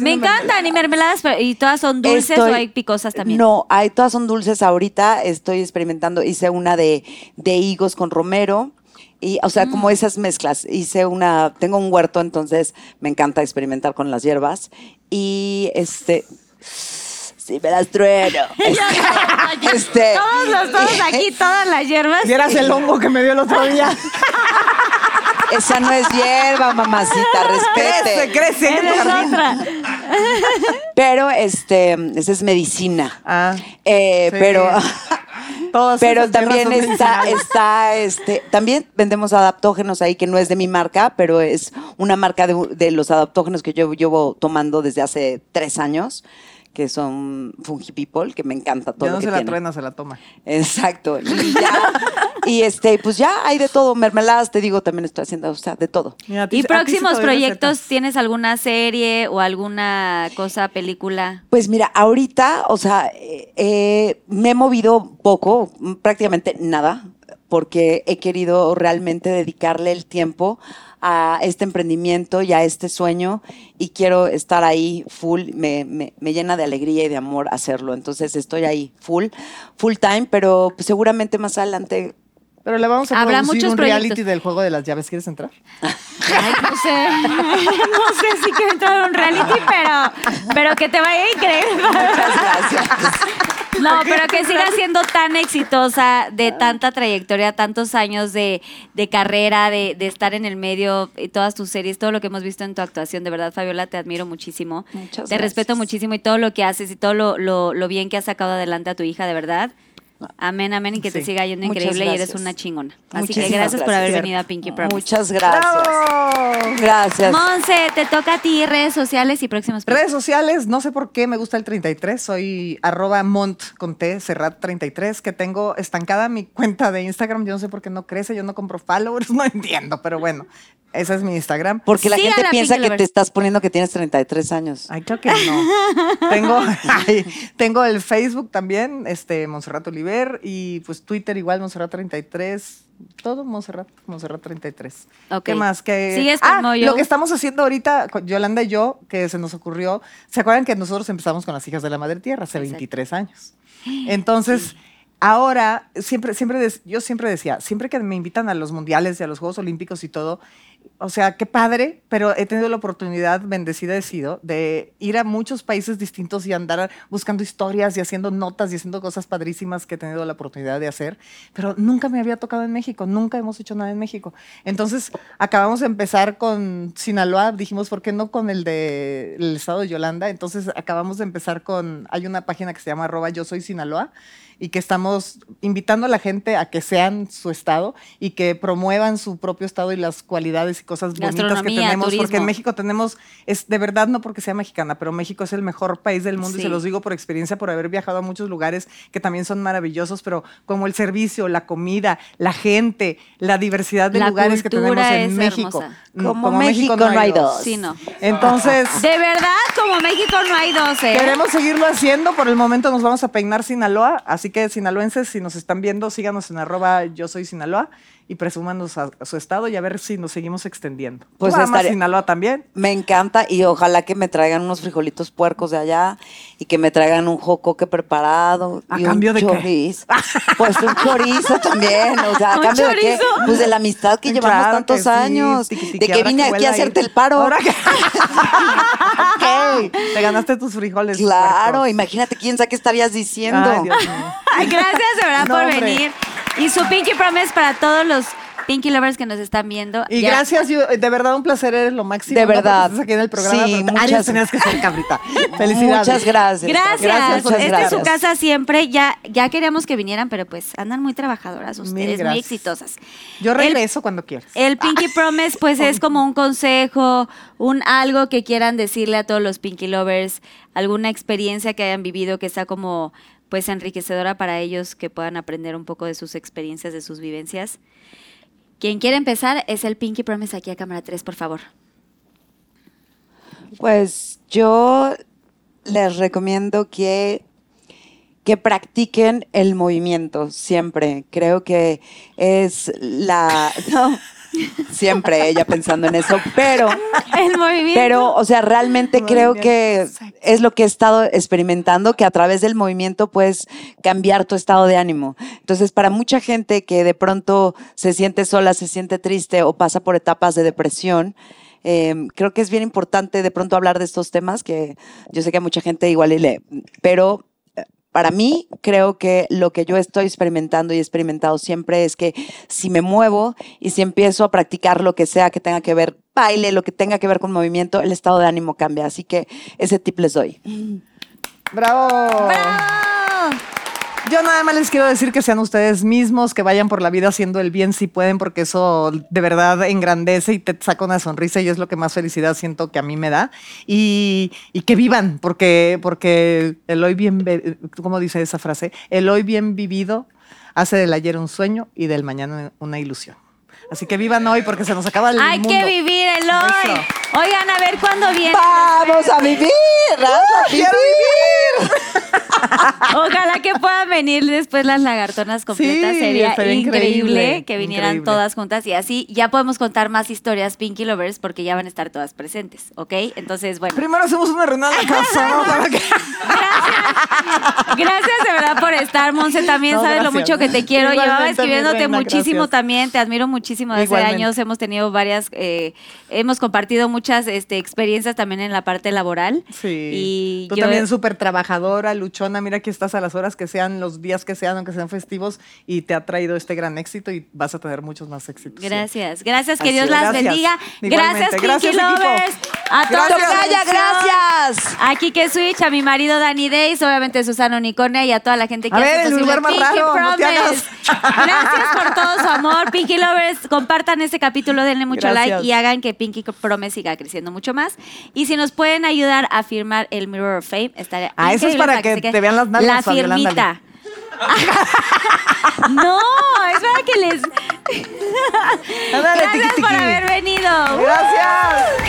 Speaker 3: Me encantan y mermeladas, pero- y todas son dulces
Speaker 9: Estoy-
Speaker 3: o hay picosas también.
Speaker 9: No, hay, todas son dulces ahorita. Estoy experimentando. Hice una de, de higos con romero. Y, o sea,
Speaker 3: Mm.
Speaker 9: como esas mezclas. Hice una, tengo un huerto, entonces me encanta experimentar con las hierbas. Y este. Sí, me las trueno. Este-
Speaker 3: Todos los, todos
Speaker 5: eh,
Speaker 3: aquí, todas las hierbas.
Speaker 5: Vieras el hongo que me dio el otro día.
Speaker 9: Esa no es hierba, mamacita,
Speaker 5: crece,
Speaker 9: respete.
Speaker 5: crece. en tu
Speaker 3: Eres
Speaker 5: jardín.
Speaker 3: otra.
Speaker 9: Pero este, esa es medicina.
Speaker 5: Ah,
Speaker 9: Eh,
Speaker 5: sí.
Speaker 9: Pero.
Speaker 5: Todas
Speaker 9: pero
Speaker 5: esas tierras
Speaker 9: también
Speaker 5: son
Speaker 9: está,
Speaker 5: medicinales.
Speaker 9: está, este, también vendemos adaptógenos ahí que no es de mi marca, pero es una marca de, de los adaptógenos que yo llevo tomando desde hace tres años, que son Fungi People, que me encanta todo
Speaker 5: Ya
Speaker 9: lo
Speaker 5: no
Speaker 9: que
Speaker 5: se la
Speaker 9: tiene.
Speaker 5: truena, se la toma.
Speaker 9: Exacto. Y, ya- y, este, pues ya hay de todo, mermeladas, te digo, también estoy haciendo, o sea, de todo.
Speaker 5: Mira, a ti-
Speaker 3: ¿Y
Speaker 5: a ti sí te
Speaker 3: próximos
Speaker 5: doy
Speaker 3: proyectos?
Speaker 5: recetas.
Speaker 3: ¿Tienes alguna serie o alguna cosa, película?
Speaker 9: Pues mira, ahorita, o sea, eh, eh, me he movido poco, prácticamente nada. porque he querido realmente dedicarle el tiempo a este emprendimiento y a este sueño y quiero estar ahí full, me, me- me llena de alegría y de amor hacerlo, entonces estoy ahí full, full time, pero pues, seguramente más adelante
Speaker 5: Pero le vamos a
Speaker 3: Habrá
Speaker 5: producir
Speaker 3: muchos
Speaker 5: un
Speaker 3: proyectos.
Speaker 5: reality del juego de las llaves. ¿Quieres entrar?
Speaker 3: Ay, no sé. No sé si quiero entrar a un reality, pero, pero que te vaya increíble.
Speaker 9: Muchas pues, gracias.
Speaker 3: No, pero que siga siendo tan exitosa, de tanta trayectoria, tantos años de, de carrera, de, de estar en el medio, y todas tus series, todo lo que hemos visto en tu actuación. De verdad, Fabiola, te admiro muchísimo.
Speaker 9: Muchas
Speaker 3: te respeto
Speaker 9: gracias.
Speaker 3: muchísimo y todo lo que haces y todo lo, lo- lo bien que has sacado adelante a tu hija, de verdad. Amén, amén, y que te
Speaker 5: Sí.
Speaker 3: siga yendo
Speaker 9: Muchas
Speaker 3: increíble y eres
Speaker 9: gracias.
Speaker 3: una chingona. Así
Speaker 9: Muchísimas
Speaker 3: que gracias, por haber
Speaker 9: gracias.
Speaker 3: venido a Pinky Promise.
Speaker 9: Muchas gracias.
Speaker 5: ¡Bravo!
Speaker 9: Gracias.
Speaker 3: Monse, te toca a ti redes sociales y próximos
Speaker 5: Redes sociales, no sé por qué me gusta el 33, soy arroba mont con T, Serrat 33, que tengo estancada mi cuenta de Instagram, yo no sé por qué no crece, yo no compro followers, no entiendo, pero bueno, ese es mi Instagram.
Speaker 9: Porque la
Speaker 3: Sigan
Speaker 9: gente
Speaker 3: a
Speaker 9: piensa
Speaker 3: Pinky
Speaker 9: que te
Speaker 3: Lovers.
Speaker 9: estás poniendo que tienes 33 años.
Speaker 5: Ay, creo que no. tengo, ay, tengo el Facebook también, este, Monserrat Oliver, y pues Twitter igual, Monserrat 33, todo Monserrat, Monserrat 33.
Speaker 3: Ok.
Speaker 5: ¿Qué más? que
Speaker 3: ¿Sigues
Speaker 5: ah,
Speaker 3: como yo?
Speaker 5: Lo que estamos haciendo ahorita, con Yolanda y yo, que se nos ocurrió, ¿se acuerdan que nosotros empezamos con las hijas de la madre tierra hace
Speaker 3: Exacto.
Speaker 5: 23 años? Entonces, ahora, siempre, siempre, des- yo siempre decía, siempre que me invitan a los mundiales y a los Juegos Olímpicos y todo, o sea, qué padre, pero he tenido la oportunidad, bendecida he sido, de ir a muchos países distintos y andar buscando historias y haciendo notas y haciendo cosas padrísimas que he tenido la oportunidad de hacer, pero nunca me había tocado en México, nunca hemos hecho nada en México. Entonces, acabamos de empezar con Sinaloa, dijimos, ¿por qué no con el de el estado de Yolanda? Entonces, acabamos de empezar con, hay una página que se llama arroba yo soy Sinaloa, y que estamos invitando a la gente a que sean su estado y que promuevan su propio estado y las cualidades y cosas bonitas que
Speaker 3: Gastronomía,
Speaker 5: tenemos, porque
Speaker 3: turismo.
Speaker 5: en México tenemos, es de verdad no porque sea mexicana, pero México es el mejor país del mundo y
Speaker 3: Sí.
Speaker 5: se los digo por experiencia, por haber viajado a muchos lugares que también son maravillosos, pero como el servicio, la comida, la gente, la diversidad de
Speaker 3: La
Speaker 5: lugares que
Speaker 3: cultura
Speaker 5: tenemos en
Speaker 3: es
Speaker 5: México.
Speaker 3: hermosa.
Speaker 5: Mm,
Speaker 9: Como México no hay dos.
Speaker 3: Sí, no.
Speaker 5: Entonces,
Speaker 3: De verdad, como México no hay 12.
Speaker 5: Queremos seguirlo haciendo. Por el momento nos vamos a peinar Sinaloa. Así que, sinaloenses, si nos están viendo, síganos en arroba yo soy Sinaloa y presúmanos a, a su estado y a ver si nos seguimos extendiendo.
Speaker 9: Pues
Speaker 5: Pues ¿Tú amas
Speaker 9: estaré-
Speaker 5: Sinaloa también.
Speaker 9: Me encanta y ojalá que me traigan unos frijolitos puercos de allá y que me traigan un jocoque preparado.
Speaker 5: ¿A
Speaker 9: y
Speaker 5: cambio
Speaker 9: un
Speaker 5: de qué?
Speaker 9: chorizo. Pues un chorizo también, o sea, ¿a
Speaker 3: ¿Un
Speaker 9: cambio de qué?
Speaker 3: chorizo?
Speaker 9: Pues de la amistad que llevamos
Speaker 5: Claro
Speaker 9: tantos
Speaker 5: que sí,
Speaker 9: años,
Speaker 5: tiquitiqui,
Speaker 9: de que
Speaker 5: ahora
Speaker 9: vine aquí
Speaker 5: huela
Speaker 9: a
Speaker 5: ahí.
Speaker 9: hacerte el paro.
Speaker 5: Ahora que- Ok, Te ganaste tus frijoles.
Speaker 9: Claro,
Speaker 5: puerco.
Speaker 9: imagínate quién sabe qué estarías diciendo.
Speaker 5: Ay, Dios mío.
Speaker 3: Ay, gracias de verdad
Speaker 5: No,
Speaker 3: por
Speaker 5: hombre.
Speaker 3: venir. Y su Pinky Promise para todos los Pinky Lovers que nos están viendo.
Speaker 5: Y
Speaker 3: Ya.
Speaker 5: gracias, yo- de verdad un placer, eres lo máximo.
Speaker 9: De
Speaker 5: ¿no? Porque
Speaker 9: verdad.
Speaker 5: Estás aquí en el programa.
Speaker 9: Sí,
Speaker 5: pero te-
Speaker 9: muchas-
Speaker 5: Arias tenías que ser cabrita. Felicidades.
Speaker 9: Muchas gracias.
Speaker 3: Gracias.
Speaker 9: muchas
Speaker 3: Esta es su
Speaker 9: gracias.
Speaker 3: casa siempre. Ya, ya queríamos que vinieran, pero pues andan muy trabajadoras
Speaker 5: Mil
Speaker 3: ustedes, muy
Speaker 5: gracias.
Speaker 3: exitosas.
Speaker 5: Yo
Speaker 3: El-
Speaker 5: regreso cuando quieras.
Speaker 3: El Pinky Promise, pues es como un consejo, un algo que quieran decirle a todos los Pinky Lovers, alguna experiencia que hayan vivido que sea como pues enriquecedora para ellos, que puedan aprender un poco de sus experiencias, de sus vivencias. Quien quiera empezar es el Pinky Promise aquí a cámara 3, por favor.
Speaker 9: Pues yo les recomiendo que, que practiquen el movimiento siempre. Creo que es la... no, siempre ella pensando en eso, pero...
Speaker 3: El movimiento.
Speaker 9: Pero, o sea, realmente creo que es lo que he estado experimentando, que a través del movimiento puedes cambiar tu estado de ánimo. Entonces, para mucha gente que de pronto se siente sola, se siente triste o pasa por etapas de depresión, eh, creo que es bien importante de pronto hablar de estos temas, que yo sé que a mucha gente igual y le... Pero para mí, creo que lo que yo estoy experimentando y he experimentado siempre es que si me muevo y si empiezo a practicar lo que sea que tenga que ver baile, lo que tenga que ver con movimiento, el estado de ánimo cambia. Así que ese tip les doy.
Speaker 5: ¡Bravo! Yo nada más les quiero decir que sean ustedes mismos, que vayan por la vida haciendo el bien si pueden, porque eso de verdad engrandece y te saca una sonrisa y es lo que más felicidad siento que a mí me da. Y, y que vivan, porque, porque el hoy bien, ve- ¿cómo dice esa frase? El hoy bien vivido hace del ayer un sueño y del mañana una ilusión. Así que vivan hoy porque se nos acaba el
Speaker 3: Hay
Speaker 5: mundo.
Speaker 3: que vivir el hoy. Oigan, a ver cuándo viene.
Speaker 9: ¡Vamos a vivir! ¡Vamos a vivir!
Speaker 3: Ojalá que puedan venir después las lagartonas completas.
Speaker 5: Sí,
Speaker 3: Sería
Speaker 5: estaría
Speaker 3: increíble,
Speaker 5: increíble,
Speaker 3: que vinieran
Speaker 5: increíble.
Speaker 3: todas juntas y así ya podemos contar más historias Pinky Lovers porque ya van a estar todas presentes, ¿ok? Entonces, bueno.
Speaker 5: Primero hacemos una reunión de casa, ¿no? Para que-
Speaker 3: Gracias de verdad por estar, Monse. También
Speaker 5: No,
Speaker 3: sabes lo
Speaker 5: gracias.
Speaker 3: mucho que te quiero. Llevaba
Speaker 5: Igualmente, mi
Speaker 3: escribiéndote
Speaker 5: reina,
Speaker 3: muchísimo
Speaker 5: gracias.
Speaker 3: también. Te admiro muchísimo desde
Speaker 5: Igualmente.
Speaker 3: años. Hemos tenido varias, eh, hemos compartido muchas este, experiencias también en la parte laboral.
Speaker 5: Sí.
Speaker 3: Y
Speaker 5: Tú
Speaker 3: yo-
Speaker 5: también súper trabajadora, luchona. Mira que estás a las horas que sean, los días que sean, aunque sean festivos, y te ha traído este gran éxito y vas a tener muchos más éxitos.
Speaker 3: Gracias, gracias,
Speaker 5: Así
Speaker 3: que Dios
Speaker 5: es.
Speaker 3: las
Speaker 5: Gracias.
Speaker 3: bendiga.
Speaker 5: Igualmente.
Speaker 3: Gracias, Pinky
Speaker 5: Gracias, equipo.
Speaker 3: Lovers. A todos.
Speaker 5: Gracias.
Speaker 9: Tocaya, gracias.
Speaker 3: A Kike Switch, a mi marido Dani Days, obviamente Susana Unicornia y a toda la gente que
Speaker 5: A
Speaker 3: hace
Speaker 5: ver, el
Speaker 3: posible
Speaker 5: lugar más
Speaker 3: Pinky
Speaker 5: raro, no te
Speaker 3: Promise. Gracias por todo su amor, Pinky Lovers. Compartan este capítulo, denle mucho
Speaker 5: Gracias.
Speaker 3: like y hagan que Pinky Promise siga creciendo mucho más. Y si nos pueden ayudar a firmar el Mirror of Fame, estaré
Speaker 5: Ah, eso es
Speaker 3: increíble
Speaker 5: para que
Speaker 3: se quede-
Speaker 5: te vean las nalgas,
Speaker 3: La
Speaker 5: Fabiola,
Speaker 3: firmita.
Speaker 5: ándale.
Speaker 3: no, es para que les.
Speaker 5: Ándale,
Speaker 3: Gracias
Speaker 5: tiqui,
Speaker 3: por
Speaker 5: tiqui.
Speaker 3: haber venido.
Speaker 5: Gracias.